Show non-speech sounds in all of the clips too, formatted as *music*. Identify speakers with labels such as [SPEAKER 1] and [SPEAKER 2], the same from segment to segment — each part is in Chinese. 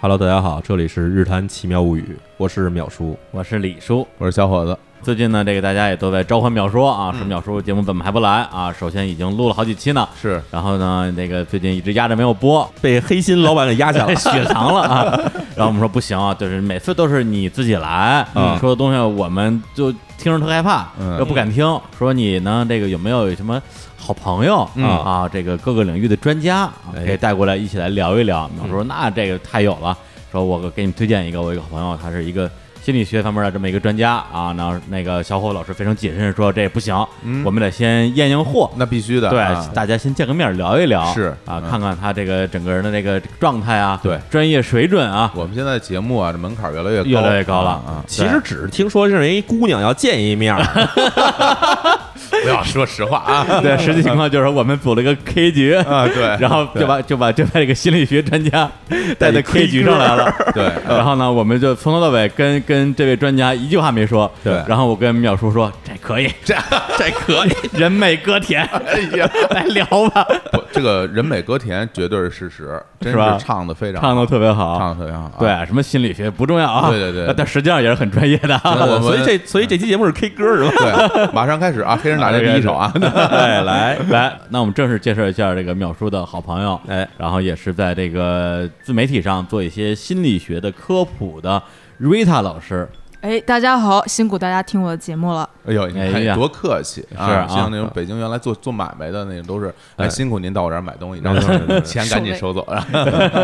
[SPEAKER 1] Hello，大家好，这里是《日谈奇妙物语》，我是淼叔。
[SPEAKER 2] 我是李叔。
[SPEAKER 3] 我是小伙子，
[SPEAKER 2] 最近呢，这个大家也都在召唤淼叔啊，说淼叔节目怎么还不来啊？首先已经录了好几期呢，
[SPEAKER 3] 是
[SPEAKER 2] 然后呢，那个最近一直压着没有播，
[SPEAKER 1] 被黑心老板给压
[SPEAKER 3] *laughs*
[SPEAKER 1] 下了。
[SPEAKER 2] *laughs* 雪藏了啊。然后我们说不行啊，就是每次都是你自己来、
[SPEAKER 1] 嗯
[SPEAKER 2] 说的东西，我们就听着特害怕，
[SPEAKER 3] 嗯
[SPEAKER 2] 又不敢听。说你呢，这个有没有什么好朋友、
[SPEAKER 3] 嗯
[SPEAKER 2] 啊？这个各个领域的专家啊
[SPEAKER 1] 哎嗯
[SPEAKER 2] 给带过来一起来聊一聊。我说那这个太有了，说我给你推荐一个，我有一个好朋友，他是一个。心理学方面的这么一个专家啊，那那个小伙老师非常谨慎说这不行，
[SPEAKER 1] 嗯
[SPEAKER 2] 我们得先验验货，
[SPEAKER 3] 那必须的，
[SPEAKER 2] 对，
[SPEAKER 3] 啊
[SPEAKER 2] 大家先见个面儿聊一聊，
[SPEAKER 3] 是
[SPEAKER 2] 啊，
[SPEAKER 3] 嗯
[SPEAKER 2] 看看他这个整个人的这个状态啊，
[SPEAKER 3] 对
[SPEAKER 2] 专业水准啊，
[SPEAKER 3] 我们现在节目啊，这门槛越来越
[SPEAKER 2] 越来越高了
[SPEAKER 3] 啊！
[SPEAKER 1] 其实只是听说是人一姑娘要见一面儿，
[SPEAKER 3] 啊不要说实话啊
[SPEAKER 2] *laughs* 对，实际情况就是我们组了一个 K 局，
[SPEAKER 3] 啊，对，
[SPEAKER 2] *laughs* 然后就把就把就把这个心理学专家带到 K 局上来了。
[SPEAKER 3] 对
[SPEAKER 2] 然后呢，我们就从头到尾跟跟这位专家一句话没说。
[SPEAKER 3] 对
[SPEAKER 2] 然后我跟淼叔说：“这可以，
[SPEAKER 3] 这
[SPEAKER 2] 这可以，人美歌甜，
[SPEAKER 3] 哎呀，
[SPEAKER 2] 来聊吧。
[SPEAKER 3] 不这个人美歌甜绝对是事实，真
[SPEAKER 2] 是吧
[SPEAKER 3] 是唱的非”常
[SPEAKER 2] 唱的特别好，
[SPEAKER 3] 唱的非常好，啊，
[SPEAKER 2] 对，什么心理学不重要啊，
[SPEAKER 3] 对对对
[SPEAKER 2] 但实际上也是很专业的啊。
[SPEAKER 3] 那 *laughs* 我们
[SPEAKER 1] 所以这所以这期节目是 K 歌是吧？
[SPEAKER 3] *laughs* 对，马上开始啊，黑 *laughs* 人打这第一首啊，
[SPEAKER 2] 哎，来 *laughs* 来，那我们正式介绍一下这个淼叔的好朋友，
[SPEAKER 1] 哎，
[SPEAKER 2] 然后也是在这个自媒体上做一些心理学的科普的 Rita 老师，
[SPEAKER 4] 哎，大家好，辛苦大家听我的节目了。
[SPEAKER 3] 哎呦，你
[SPEAKER 2] 哎呀
[SPEAKER 3] 看多客气
[SPEAKER 2] 是啊
[SPEAKER 3] 像那种北京原来做做买卖的那种都是，
[SPEAKER 1] 哎
[SPEAKER 3] 哎，辛苦您到我这儿买东西，然后钱赶紧收走，然后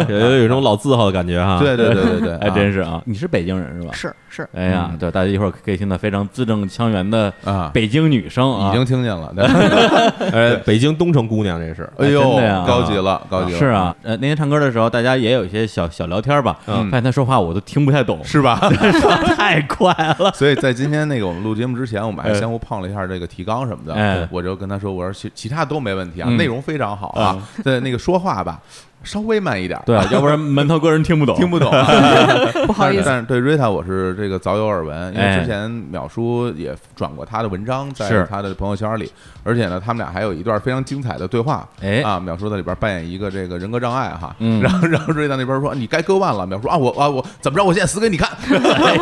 [SPEAKER 1] 有有有一种老字号的感觉
[SPEAKER 2] *laughs*
[SPEAKER 1] 哈。
[SPEAKER 3] 对对对对对，
[SPEAKER 2] 哎，
[SPEAKER 3] 啊
[SPEAKER 2] 真是啊，你是北京人是吧？
[SPEAKER 4] 是是，
[SPEAKER 2] 哎呀，对，大家一会儿可以听到非常字正腔圆的
[SPEAKER 3] 啊
[SPEAKER 2] 北京女生啊，
[SPEAKER 3] 已经听见了，
[SPEAKER 2] *laughs*
[SPEAKER 3] 对
[SPEAKER 1] 呃，北京东城姑娘这是。
[SPEAKER 3] 哎呦
[SPEAKER 2] 哎真的呀，
[SPEAKER 3] 高级了，高级了，
[SPEAKER 2] 是啊，呃，那天唱歌的时候，大家也有一些小小聊天吧，
[SPEAKER 3] 嗯
[SPEAKER 2] 发现他说话我都听不太懂，
[SPEAKER 3] 是吧？
[SPEAKER 2] *laughs* 说得太快 *laughs* 了，
[SPEAKER 3] 所以在今天那个我们录节目之前，我们还
[SPEAKER 2] 哎
[SPEAKER 3] 相互碰了一下这个提纲什么的。
[SPEAKER 2] 哎
[SPEAKER 3] 我就跟他说，我说其其他都没问题啊，
[SPEAKER 2] 嗯
[SPEAKER 3] 内容非常好啊，对那个说话吧，稍微慢一点，
[SPEAKER 2] *laughs* 对，啊要不然门头沟人听不懂，
[SPEAKER 3] 啊听不 *laughs* 懂、啊。
[SPEAKER 4] 不好意
[SPEAKER 3] 但是 *laughs*
[SPEAKER 4] 思，
[SPEAKER 3] 但是对 Rita 我是这个早有耳闻，因为
[SPEAKER 2] 哎
[SPEAKER 3] 之前淼叔也转过他的文章在
[SPEAKER 2] 是
[SPEAKER 3] 他的朋友圈里，而且呢，他们俩还有一段非常精彩的对话。
[SPEAKER 2] 哎
[SPEAKER 3] 啊，淼叔在里边扮演一个这个人格障碍哈，
[SPEAKER 2] 嗯
[SPEAKER 3] 然后然后 Rita 那边说你该割腕了，淼叔啊我啊我怎么着我现在死给
[SPEAKER 2] *laughs*
[SPEAKER 3] 你看。 *laughs*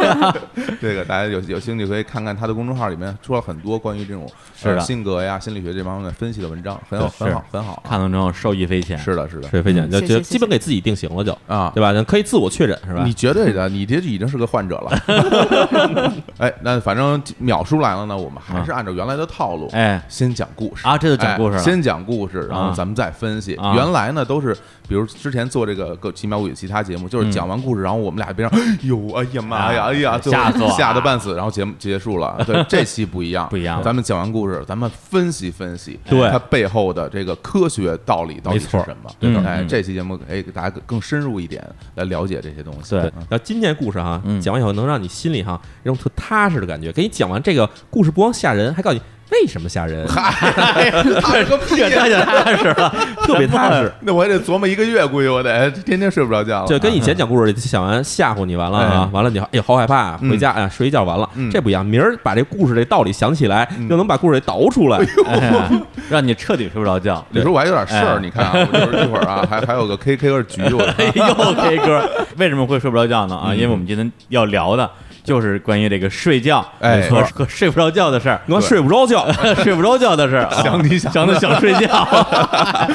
[SPEAKER 3] 这个大家有有兴趣可以看看他的公众号里面说了很多关于这种
[SPEAKER 2] 是的
[SPEAKER 3] 呃性格呀心理学这方面的分析的文章，很好
[SPEAKER 2] 对
[SPEAKER 3] 很
[SPEAKER 2] 是
[SPEAKER 3] 好很好啊。
[SPEAKER 2] 看了之后受益匪浅，嗯
[SPEAKER 3] 是的是的
[SPEAKER 1] 是非简就
[SPEAKER 4] 谢谢
[SPEAKER 1] 就
[SPEAKER 4] 谢谢
[SPEAKER 1] 基本给自己定型了就，
[SPEAKER 3] 啊，
[SPEAKER 1] 对吧？那可以自我确诊是吧
[SPEAKER 3] 你？绝对的，你这已经是个患者了。 *laughs* 哎，那反正秒叔来了呢，我们还是按照原来的套路，
[SPEAKER 2] 哎
[SPEAKER 3] 先讲故事
[SPEAKER 2] 啊这就讲故事了 *laughs*
[SPEAKER 3] 哎先讲故事，然
[SPEAKER 2] 啊
[SPEAKER 3] 后咱们再分析。
[SPEAKER 2] 啊
[SPEAKER 3] 原来呢都是，比如之前做这个《个奇妙物语》其他节目，
[SPEAKER 2] 嗯
[SPEAKER 3] 就是讲完故事，然后我们俩边上，哟，哎呀妈呀，
[SPEAKER 2] 啊
[SPEAKER 3] 哎呀，最后
[SPEAKER 2] 吓死我了
[SPEAKER 3] 吓得半死，然后节目结
[SPEAKER 2] *laughs*
[SPEAKER 3] 束了。对，这期不一样，
[SPEAKER 2] 不一样
[SPEAKER 3] 咱们讲完故事，咱们分析分析，
[SPEAKER 1] 对
[SPEAKER 3] 它背后的这个科学道理到底是
[SPEAKER 1] 没错
[SPEAKER 3] 什么？
[SPEAKER 2] 对的
[SPEAKER 3] 哎，
[SPEAKER 2] 嗯
[SPEAKER 3] 这期节目哎，给大家更更深入一点来了解这些东西。
[SPEAKER 2] 对
[SPEAKER 1] 对，
[SPEAKER 3] *laughs*
[SPEAKER 1] 然后今天故事哈
[SPEAKER 2] 嗯，
[SPEAKER 1] 讲完以后能让你心里哈有种特踏实的感觉。给你讲完这个故事，不光吓人，还告诉你为什么吓人，
[SPEAKER 3] 嗨，踏实啊个屁！
[SPEAKER 2] 那就踏实了。
[SPEAKER 1] 特别踏实。
[SPEAKER 3] 那我还得琢磨一个月，估计我得天天睡不着觉了。啊
[SPEAKER 1] 就跟以前讲故事，想完吓唬你完了啊，完了你哎呦好害怕，啊，
[SPEAKER 3] 嗯
[SPEAKER 1] 回家哎睡一觉完了
[SPEAKER 3] 嗯，
[SPEAKER 1] 这不一样。明儿把这故事这道理想起来，
[SPEAKER 3] 嗯
[SPEAKER 1] 就能把故事给倒出来。
[SPEAKER 2] 哎让你彻底睡不着觉。
[SPEAKER 3] 你说我还有点事
[SPEAKER 2] 哎
[SPEAKER 3] 儿，你看啊，我就是一会儿啊，还还有个 K K 二局，我
[SPEAKER 1] *laughs*
[SPEAKER 2] 哎呦，K 哥，为什么会睡不着觉呢？啊，因为我们今天要聊的就是关于这个睡觉
[SPEAKER 3] 哎
[SPEAKER 2] 和和睡不着觉的事儿，
[SPEAKER 1] 你说睡不着
[SPEAKER 3] *laughs*
[SPEAKER 1] 觉，
[SPEAKER 2] *laughs* 睡不着觉的事儿啊，
[SPEAKER 3] 想你想
[SPEAKER 2] 想的想睡觉。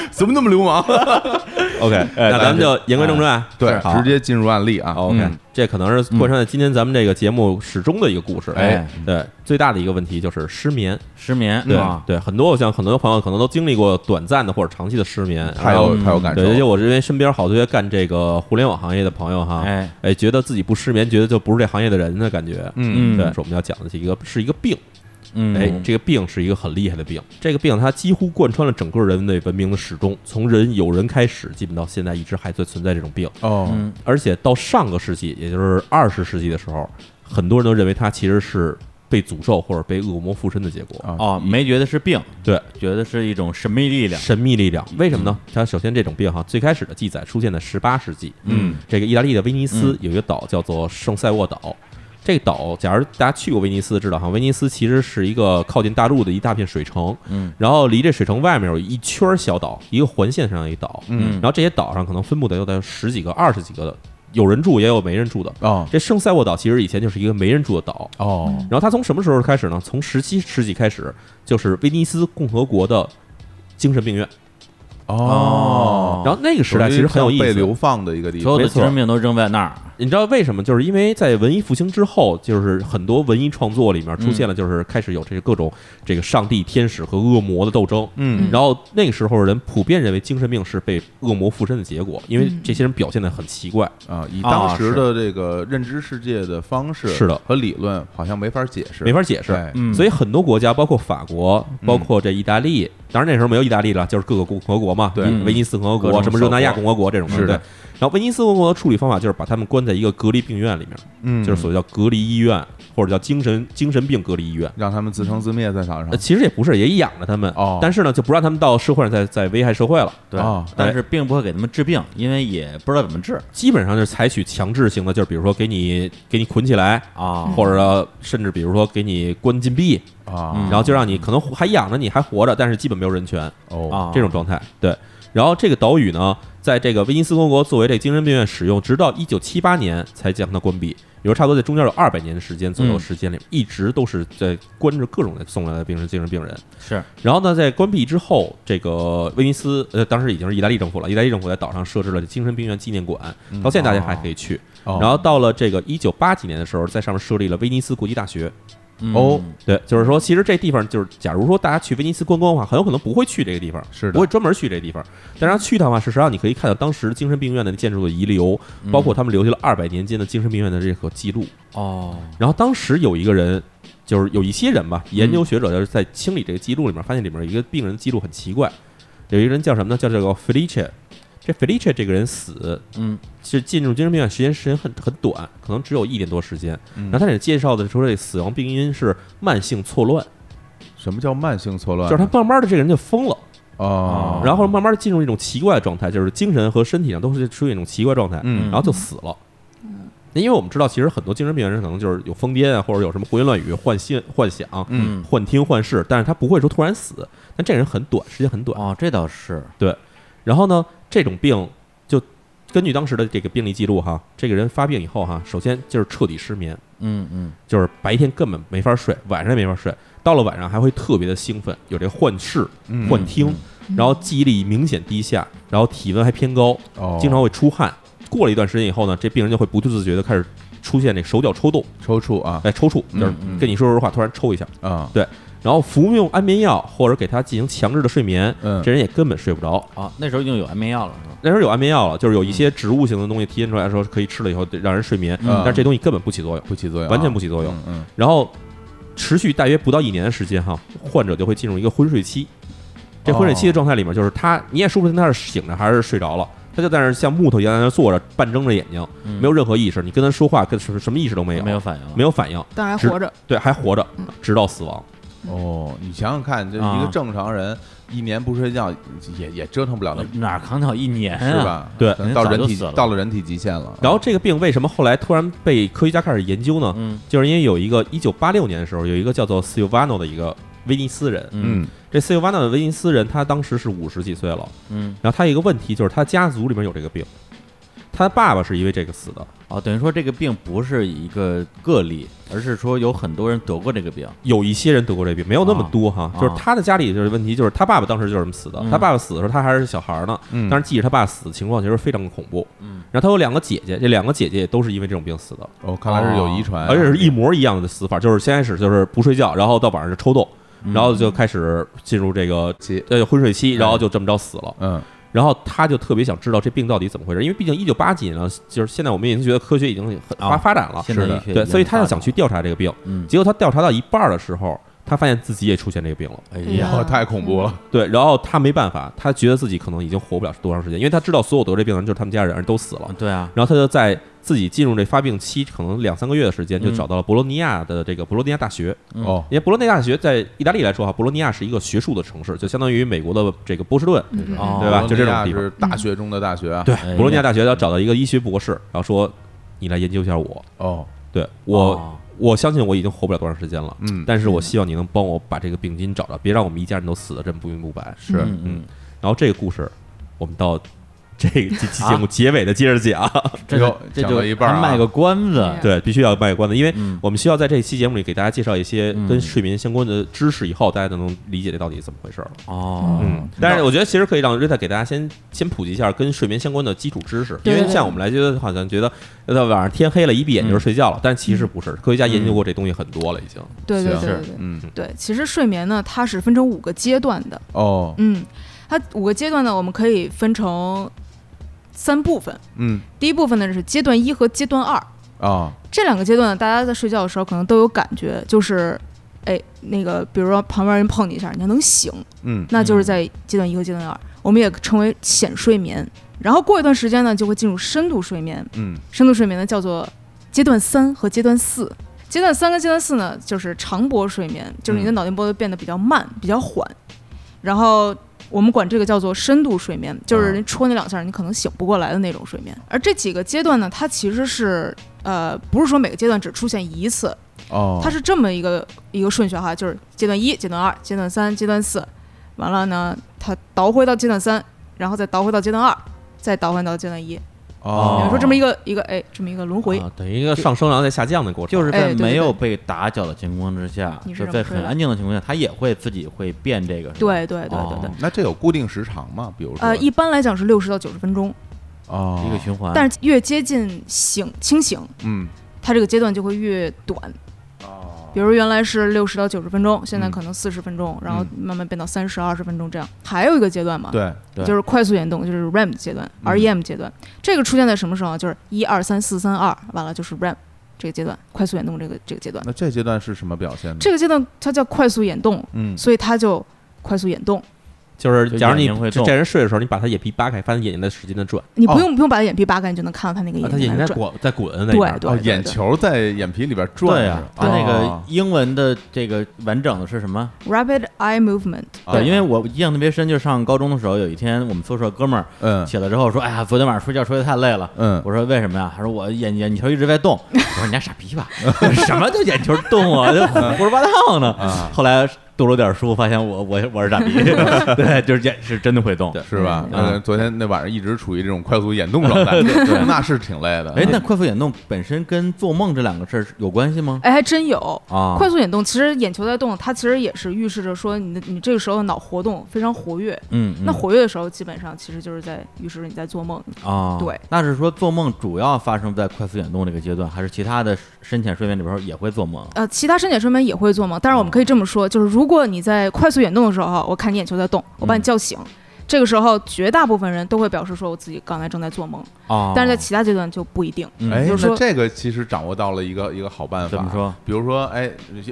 [SPEAKER 3] 怎么那么流氓？
[SPEAKER 1] OK，那
[SPEAKER 3] 哎
[SPEAKER 1] 咱们就言归正传，
[SPEAKER 3] 对，
[SPEAKER 1] 好
[SPEAKER 3] 直接进入案例啊。
[SPEAKER 1] OK，、
[SPEAKER 2] 嗯
[SPEAKER 1] 这可能是贯穿在今天咱们这个节目始终的一个故事。
[SPEAKER 2] 哎，
[SPEAKER 1] 对，最大的一个问题就是失眠。
[SPEAKER 2] 失眠，
[SPEAKER 3] 嗯
[SPEAKER 1] 对、
[SPEAKER 2] 啊
[SPEAKER 1] 对，很多我想很多朋友可能都经历过短暂的或者长期的失眠。
[SPEAKER 3] 太
[SPEAKER 1] 然后
[SPEAKER 3] 有太有感受
[SPEAKER 1] 嗯对，因为
[SPEAKER 3] 了。
[SPEAKER 1] 我这边身边好多些干这个互联网行业的朋友哈，哎
[SPEAKER 2] 哎，
[SPEAKER 1] 觉得自己不失眠，觉得就不是这行业的人的感觉。
[SPEAKER 2] 嗯
[SPEAKER 3] 嗯
[SPEAKER 1] 对，是我们要讲的是一个是一个病，
[SPEAKER 2] 嗯，
[SPEAKER 1] 哎，这个病是一个很厉害的病，这个病它几乎贯穿了整个人类文明的始终，从人有人开始，基本到现在一直还在存在这种病。
[SPEAKER 3] 哦，
[SPEAKER 2] 嗯，
[SPEAKER 1] 而且到上个世纪，也就是二十世纪的时候，很多人都认为它其实是被诅咒或者被恶魔附身的结果。
[SPEAKER 3] 啊
[SPEAKER 2] 哦，没觉得是病，
[SPEAKER 1] 对，
[SPEAKER 2] 觉得是一种神秘力量。
[SPEAKER 1] 神秘力
[SPEAKER 2] 嗯
[SPEAKER 1] 量，为什么呢？它首先这种病哈，最开始的记载出现在十八世纪，
[SPEAKER 2] 嗯，
[SPEAKER 1] 这个意大利的威尼斯有一个岛叫做圣塞沃岛。这个岛，假如大家去过威尼斯，知道哈，威尼斯其实是一个靠近大陆的一大片水城，
[SPEAKER 2] 嗯，
[SPEAKER 1] 然后离这水城外面有一圈儿小岛，一个环线上的一岛，
[SPEAKER 3] 嗯
[SPEAKER 1] 然后这些岛上可能分布的有在十几个、二十几个有人住也有没人住的。
[SPEAKER 3] 哦
[SPEAKER 1] 这圣塞沃岛其实以前就是一个没人住的岛，
[SPEAKER 2] 嗯
[SPEAKER 3] 哦
[SPEAKER 1] 然后它从什么时候开始呢？从十七世纪开始，就是威尼斯共和国的精神病院。
[SPEAKER 3] 哦，
[SPEAKER 1] 然后那个时代其实很有意
[SPEAKER 3] 被流
[SPEAKER 1] 思，
[SPEAKER 3] 放的一个地
[SPEAKER 2] 所有
[SPEAKER 3] 方
[SPEAKER 1] 没
[SPEAKER 2] 的
[SPEAKER 1] 错
[SPEAKER 2] 精神病都扔在那儿，
[SPEAKER 1] 你知道为什么？就是因为在文艺复兴之后，就是很多文艺创作里面
[SPEAKER 3] 嗯
[SPEAKER 1] 出现了，就是开始有这各种这个上帝、天使和恶魔的斗争。
[SPEAKER 3] 嗯
[SPEAKER 1] 然后那个时候人普遍认为精神病是被恶魔附身的结果，因为这些人表现的很奇怪。
[SPEAKER 3] 啊，以
[SPEAKER 2] 啊
[SPEAKER 3] 当时
[SPEAKER 2] 是
[SPEAKER 3] 的这个认知世界的方式
[SPEAKER 1] 是的
[SPEAKER 3] 和理论，好像没法解释，
[SPEAKER 1] 没法解释。
[SPEAKER 3] 对嗯
[SPEAKER 2] 嗯
[SPEAKER 1] 所以很多国家，包括法国，包括这意大利，当然那时候没有意大利了，就是各个共和国嘛，
[SPEAKER 3] 对
[SPEAKER 1] 嗯威尼斯共和
[SPEAKER 2] 各
[SPEAKER 1] 国、
[SPEAKER 2] 种
[SPEAKER 1] 什么热那亚共和国这种
[SPEAKER 3] 是的
[SPEAKER 1] 对。然后威尼斯共和国的处理方法就是把他们关在一个隔离病院里面，
[SPEAKER 3] 嗯，
[SPEAKER 1] 就是所谓叫隔离医院或者叫精神精神病隔离医院。
[SPEAKER 3] 让他们自生自灭在岛上
[SPEAKER 1] 呃，。其实也不是，也养着他们
[SPEAKER 3] 哦，
[SPEAKER 1] 但是呢，就不让他们到社会上再再危害社会了。
[SPEAKER 2] 对
[SPEAKER 3] 哦，
[SPEAKER 2] 但
[SPEAKER 1] 哎
[SPEAKER 2] 是并不会给他们治病，因为也不知道怎么治
[SPEAKER 1] 基本上就是采取强制性的，就是比如说给你给你捆起来，
[SPEAKER 3] 哦
[SPEAKER 2] 啊。
[SPEAKER 1] 或者甚至比如说给你关禁闭，
[SPEAKER 3] 啊
[SPEAKER 2] 嗯
[SPEAKER 1] 呃然后就让你可能还养着你还活着，但是基本没有人权。
[SPEAKER 3] 哦
[SPEAKER 2] 啊，
[SPEAKER 1] 这种状态。对，然后这个岛屿呢，在这个威尼斯公国作为这个精神病院使用，直到一九七八年才将它关闭。也就是差不多在中间有二百年的时间左右
[SPEAKER 2] 嗯
[SPEAKER 1] 时间里，一直都是在关着各种的送来的病人、精神病人。
[SPEAKER 2] 是
[SPEAKER 1] 然后呢，在关闭之后，这个威尼斯呃，当时已经是意大利政府了，意大利政府在岛上设置了精神病院纪念馆，到现在大家还可以去。
[SPEAKER 3] 嗯哦
[SPEAKER 1] 然后到了这个一九八几年的时候，在上面设立了威尼斯国际大学。
[SPEAKER 2] 嗯
[SPEAKER 3] 哦
[SPEAKER 1] 对，就是说，其实这地方就是，假如说大家去威尼斯观光的话，很有可能不会去这个地方，
[SPEAKER 3] 是的
[SPEAKER 1] 不会专门去这个地方。但是去的话，事实上你可以看到当时精神病院的建筑的遗留，
[SPEAKER 2] 嗯
[SPEAKER 3] 嗯
[SPEAKER 1] 包括他们留下了二百年间的精神病院的这个记录。
[SPEAKER 2] 哦，
[SPEAKER 1] 然后当时有一个人，就是有一些人吧，研究学者就是在清理这个记录里面，发现里面有一个病人记录很奇怪，有一个人叫什么呢？叫这个 Felice。这 Felice 这个人死
[SPEAKER 2] 嗯
[SPEAKER 1] 其实进入精神病院时间时间很很短，可能只有一年多时间。然后他也介绍的说，这死亡病因是慢性错乱，
[SPEAKER 3] 什么叫慢性错乱
[SPEAKER 1] 就
[SPEAKER 3] 呢？
[SPEAKER 1] 是他慢慢的这个人就疯了，
[SPEAKER 3] 哦，
[SPEAKER 1] 然后慢慢的进入一种奇怪的状态，就是精神和身体上都是出现一种奇怪状态，
[SPEAKER 3] 嗯
[SPEAKER 1] 然后就死了。因为我们知道，其实很多精神病人可能就是有疯癫啊，或者有什么胡言乱语、幻信、幻想、
[SPEAKER 3] 嗯
[SPEAKER 2] 嗯
[SPEAKER 1] 幻听、幻视，但是他不会说突然死。但这人很短，时间很短。
[SPEAKER 2] 哦，这倒是
[SPEAKER 1] 然后呢，这种病就根据当时的这个病例记录哈，这个人发病以后哈，首先就是彻底失眠，
[SPEAKER 2] 嗯嗯
[SPEAKER 1] 就是白天根本没法睡，晚上也没法睡，到了晚上还会特别的兴奋，有这幻视、
[SPEAKER 3] 嗯
[SPEAKER 1] 幻听，然后记忆力明显低下，然后体温还偏高，
[SPEAKER 3] 哦
[SPEAKER 1] 经常会出汗。过了一段时间以后呢，这病人就会不自觉的开始出现这手脚抽动，
[SPEAKER 3] 抽搐啊
[SPEAKER 1] 哎，抽搐，就是
[SPEAKER 2] 嗯嗯
[SPEAKER 1] 跟你说说话突然抽一下，
[SPEAKER 3] 啊，
[SPEAKER 1] 然后服用安眠药或者给他进行强制的睡眠，
[SPEAKER 3] 嗯
[SPEAKER 1] 这人也根本睡不着。
[SPEAKER 2] 啊，那时候已经有安眠药了是吧？
[SPEAKER 1] 那时候有安眠药了，就是有一些植物性的东西提炼出来说可以吃了以后让人睡眠，
[SPEAKER 3] 嗯
[SPEAKER 1] 但是这东西根本不起作用，
[SPEAKER 3] 不起作用啊，
[SPEAKER 1] 完全不起作用。
[SPEAKER 3] 嗯嗯
[SPEAKER 1] 然后持续大约不到一年的时间哈，患者就会进入一个昏睡期。这昏睡期的状态里面，就是他你也说不清他是醒着还是睡着了，他就在那儿像木头一样在那儿坐着，半睁着眼睛，没有任何意识。你跟他说话，跟什么什么意识都没有，
[SPEAKER 2] 嗯没有反应了，
[SPEAKER 1] 没有反应，
[SPEAKER 4] 当然
[SPEAKER 1] 直
[SPEAKER 4] 活着，
[SPEAKER 1] 对，还活着
[SPEAKER 4] 嗯，
[SPEAKER 1] 直到死亡。
[SPEAKER 3] 哦，你想想看，这一
[SPEAKER 2] 啊
[SPEAKER 3] 个正常人一年不睡觉也也折腾不了那么
[SPEAKER 2] 我哪扛得了一年啊？
[SPEAKER 3] 是？吧？
[SPEAKER 1] 哎对
[SPEAKER 3] 可能到
[SPEAKER 2] 人
[SPEAKER 3] 人
[SPEAKER 2] 早就
[SPEAKER 3] 体
[SPEAKER 2] 死了
[SPEAKER 3] 到了人体极限了。
[SPEAKER 1] 然后这个病为什么后来突然被科学家开始研究呢？
[SPEAKER 2] 嗯
[SPEAKER 1] 就是因为有一个一九八六年的时候，有一个叫做 Silvano 的一个威尼斯人，
[SPEAKER 2] 嗯
[SPEAKER 3] 嗯
[SPEAKER 1] 这 Silvano 的威尼斯人他当时是五十几岁了，
[SPEAKER 2] 嗯，
[SPEAKER 1] 然后他有一个问题就是他家族里面有这个病，他爸爸是因为这个死的，
[SPEAKER 2] 哦，等于说这个病不是一个个例，而是说有很多人得过这个病。
[SPEAKER 1] 有一些人得过这病，没有那么多哈，
[SPEAKER 2] 啊
[SPEAKER 1] 就是他的家里就是问题，就是他爸爸当时就是这么死的，
[SPEAKER 2] 嗯
[SPEAKER 1] 他爸爸死的时候他还是小孩呢，
[SPEAKER 3] 嗯
[SPEAKER 1] 但是记着他爸死的情况其实非常恐怖，
[SPEAKER 2] 嗯，
[SPEAKER 1] 然后他有两个姐姐，这两个姐姐也都是因为这种病死的，
[SPEAKER 3] 哦，看来是有遗
[SPEAKER 2] 哎
[SPEAKER 3] 传啊，
[SPEAKER 1] 而且是一模一样的死法，就是先开始就是不睡觉，然后到晚上就抽动，
[SPEAKER 2] 嗯
[SPEAKER 1] 然后就开始进入这个
[SPEAKER 3] 期
[SPEAKER 1] 呃昏睡
[SPEAKER 2] 哎
[SPEAKER 1] 期，然后就这么着死了。
[SPEAKER 3] 嗯
[SPEAKER 1] 然后他就特别想知道这病到底怎么回事，因为毕竟一九八几年了，就是现在我们已经觉得科学已经很
[SPEAKER 2] 啊
[SPEAKER 1] 发发展了，
[SPEAKER 2] 现在
[SPEAKER 3] 是的
[SPEAKER 2] 医学已
[SPEAKER 1] 对，
[SPEAKER 2] 经
[SPEAKER 1] 所以他就
[SPEAKER 2] 发达
[SPEAKER 1] 想去调查这个病。
[SPEAKER 2] 嗯，
[SPEAKER 1] 结果他调查到一半儿的时候，他发现自己也出现这个病了，
[SPEAKER 2] 哎
[SPEAKER 4] 对
[SPEAKER 2] 呀，
[SPEAKER 4] 呀
[SPEAKER 3] 哦，太恐怖了。
[SPEAKER 1] 对，然后他没办法，他觉得自己可能已经活不了多长时间，因为他知道所有得这病的人就是他们家人都死了，
[SPEAKER 2] 对啊，
[SPEAKER 1] 然后他就在自己进入这发病期可能两三个月的时间，就
[SPEAKER 2] 嗯
[SPEAKER 1] 找到了博洛尼亚的这个博洛尼亚大学，
[SPEAKER 2] 嗯
[SPEAKER 3] 哦，
[SPEAKER 1] 因为博洛尼亚大学在意大利来说哈，博洛尼亚是一个学术的城市，就相当于美国的这个波士顿。
[SPEAKER 4] 嗯
[SPEAKER 2] 哦
[SPEAKER 1] 对吧就这种地方
[SPEAKER 3] 博洛尼亚是大学中的大学啊。
[SPEAKER 1] 对
[SPEAKER 2] 哎呀，
[SPEAKER 1] 博洛尼亚大学要找到一个医学博士，然后说你来研究一下我。
[SPEAKER 3] 哦，
[SPEAKER 1] 对我、
[SPEAKER 2] 哦
[SPEAKER 1] 我相信我已经活不了多长时间了，
[SPEAKER 3] 嗯
[SPEAKER 1] 但是我希望你能帮我把这个病因找着，别让我们一家人都死的这么不明不白。
[SPEAKER 3] 是
[SPEAKER 2] 嗯嗯
[SPEAKER 1] 然后这个故事，我们到这期期节目结尾的接着讲，
[SPEAKER 2] 这就
[SPEAKER 3] 哟
[SPEAKER 2] 这
[SPEAKER 3] 讲
[SPEAKER 2] 就
[SPEAKER 3] 到一半儿啊
[SPEAKER 2] 还卖个关子，
[SPEAKER 4] 对
[SPEAKER 1] 对，必须要卖关子，因为
[SPEAKER 2] 嗯
[SPEAKER 1] 我们需要在这期节目里给大家介绍一些
[SPEAKER 2] 嗯
[SPEAKER 1] 跟睡眠相关的知识，以后大家就能理解这到底怎么回事了。
[SPEAKER 2] 哦，
[SPEAKER 1] 嗯，但是我觉得其实可以让 Rita 给大家先先普及一下跟睡眠相关的基础知识，因
[SPEAKER 4] 对
[SPEAKER 1] 为
[SPEAKER 4] 对
[SPEAKER 1] 像我们来觉得好像觉得要到晚上天黑了，一闭眼就是睡觉了，但其实不是，科学家研究过这东西很多了，已经。
[SPEAKER 4] 对对
[SPEAKER 3] 行
[SPEAKER 4] 对对对
[SPEAKER 3] 嗯，
[SPEAKER 4] 对，其实睡眠呢，它是分成五个阶段的。
[SPEAKER 3] 哦，
[SPEAKER 4] 嗯，它五个阶段呢，我们可以分成三部分。
[SPEAKER 3] 嗯，
[SPEAKER 4] 第一部分呢是阶段一和阶段二，
[SPEAKER 3] 啊，
[SPEAKER 4] 这两个阶段呢，大家在睡觉的时候可能都有感觉，就是，哎，那个，比如说旁边人碰你一下，你还能醒，
[SPEAKER 3] 嗯，
[SPEAKER 4] 那就是在阶段一和阶段二，我们也称为浅睡眠。然后过一段时间呢，就会进入深度睡眠。
[SPEAKER 3] 嗯，
[SPEAKER 4] 深度睡眠呢叫做阶段三和阶段四。阶段三跟阶段四呢，就是长波睡眠，就是你的脑电波变得比较慢、比较缓。然后我们管这个叫做深度睡眠，就是
[SPEAKER 3] 啊
[SPEAKER 4] 人戳你两下，你可能醒不过来的那种睡眠。而这几个阶段呢，它其实是呃，不是说每个阶段只出现一次，
[SPEAKER 3] 哦，
[SPEAKER 4] 它是这么一个一个顺序哈，就是阶段一、阶段二、阶段三、阶段四，完了呢，它倒回到阶段三，然后再倒回到阶段二，再倒回到阶段一，
[SPEAKER 3] 哦
[SPEAKER 4] 比，如说这么一个一个哎，这么一个轮回。
[SPEAKER 2] 哦
[SPEAKER 1] 啊，等于一个上升然后再下降的过程，
[SPEAKER 2] 就是
[SPEAKER 4] 哎
[SPEAKER 2] 在
[SPEAKER 4] 对对
[SPEAKER 2] 没
[SPEAKER 4] 对
[SPEAKER 2] 有被打搅的情况之下，
[SPEAKER 4] 你是
[SPEAKER 2] 就
[SPEAKER 4] 这么
[SPEAKER 2] 在
[SPEAKER 4] 睡
[SPEAKER 2] 很
[SPEAKER 4] 的
[SPEAKER 2] 安静的情况下，它也会自己会变这个，是吧，
[SPEAKER 4] 对对对对对，
[SPEAKER 2] 哦
[SPEAKER 3] 那这有固定时长吗？比如说，
[SPEAKER 4] 呃，一般来讲是六十到九十分钟，
[SPEAKER 3] 哦，
[SPEAKER 2] 一个循环。
[SPEAKER 4] 但是越接近醒清醒，
[SPEAKER 3] 嗯，
[SPEAKER 4] 它这个阶段就会越短。
[SPEAKER 3] 哦，
[SPEAKER 4] 比如原来是六十到九十分钟，现在
[SPEAKER 3] 嗯
[SPEAKER 4] 可能四十分钟，然后
[SPEAKER 3] 嗯
[SPEAKER 4] 慢慢变到三十、二十分钟这样。还有一个阶段嘛，
[SPEAKER 3] 对，
[SPEAKER 2] 对
[SPEAKER 4] 就是快速眼动，就是 REM 阶段、
[SPEAKER 3] 嗯
[SPEAKER 4] REM 阶段。这个出现在什么时候啊？就是一二三四三二，完了就是 REM 这个阶段，快速眼动这个这个阶段。
[SPEAKER 3] 那这阶段是什么表现呢？
[SPEAKER 4] 这个阶段它叫快速眼动，
[SPEAKER 3] 嗯，
[SPEAKER 4] 所以它就快速眼动。
[SPEAKER 1] 就是假如你
[SPEAKER 2] 就眼睛会
[SPEAKER 1] 这
[SPEAKER 2] 动
[SPEAKER 1] 这人睡的时候，你把他眼皮扒开，发现眼睛在使劲的转，
[SPEAKER 4] 你
[SPEAKER 3] 哦
[SPEAKER 4] 不用、不用把眼皮扒开，你就能看到它那个
[SPEAKER 1] 啊
[SPEAKER 4] 眼
[SPEAKER 1] 他眼睛
[SPEAKER 4] 睛在
[SPEAKER 1] 在
[SPEAKER 4] 转。
[SPEAKER 1] 滚在滚在那
[SPEAKER 4] 对
[SPEAKER 1] 边
[SPEAKER 4] 对
[SPEAKER 3] 哦，
[SPEAKER 4] 对
[SPEAKER 3] 眼
[SPEAKER 4] 对
[SPEAKER 3] 球在眼皮里边转
[SPEAKER 2] 对啊
[SPEAKER 3] 是
[SPEAKER 2] 呀
[SPEAKER 3] 吧，
[SPEAKER 2] 它那个
[SPEAKER 3] 啊哦
[SPEAKER 2] 英文的这个完整的是什么？
[SPEAKER 4] rapid eye movement，
[SPEAKER 3] 啊
[SPEAKER 2] 对，因为我印象特别深，就是上高中的时候，有一天我们宿舍哥们儿
[SPEAKER 3] 嗯
[SPEAKER 2] 起来之后说：“哎呀，昨天晚上睡觉睡得太累了。”
[SPEAKER 3] 嗯，
[SPEAKER 2] 我说为什么呀？他说我眼眼球一直在
[SPEAKER 4] *laughs*
[SPEAKER 2] 动。我说你家傻逼吧， *laughs* 什么叫眼球动啊？这胡说八道呢
[SPEAKER 3] 啊。
[SPEAKER 2] 后来读了点书，发现我我我是傻
[SPEAKER 3] *laughs*
[SPEAKER 2] 逼，对，就是眼是真的会动。
[SPEAKER 3] 是吧？
[SPEAKER 2] 嗯
[SPEAKER 3] 嗯，昨天那晚上一直处于这种快速眼动状态， *laughs* 那是挺累的。
[SPEAKER 2] 哎，那快速眼动本身跟做梦这两个事儿是有关系吗？
[SPEAKER 4] 哎，还真有。
[SPEAKER 2] 啊，
[SPEAKER 4] 快速眼动其实眼球在动，它其实也是预示着说你的你这个时候的脑活动非常活跃。
[SPEAKER 2] 嗯，嗯
[SPEAKER 4] 那活跃的时候，基本上其实就是在预示着你在做梦。
[SPEAKER 2] 啊，
[SPEAKER 4] 对，
[SPEAKER 2] 那是说做梦主要发生在快速眼动这个阶段，还是其他的深浅睡眠里边也会做梦？
[SPEAKER 4] 呃，其他深浅睡眠也会做梦，但是我们
[SPEAKER 2] 啊
[SPEAKER 4] 可以这么说，就是如果你在快速眼动的时候，我看你眼球在动，我
[SPEAKER 2] 嗯
[SPEAKER 4] 把你叫醒，这个时候绝大部分人都会表示说我自己刚才正在做梦，
[SPEAKER 2] 啊，
[SPEAKER 4] 但是在其他阶段就不一定。
[SPEAKER 2] 嗯
[SPEAKER 3] 哎，
[SPEAKER 4] 就
[SPEAKER 3] 那
[SPEAKER 4] 是说
[SPEAKER 3] 这个其实掌握到了一个一个好办法。
[SPEAKER 2] 怎么说？
[SPEAKER 3] 比如说，哎，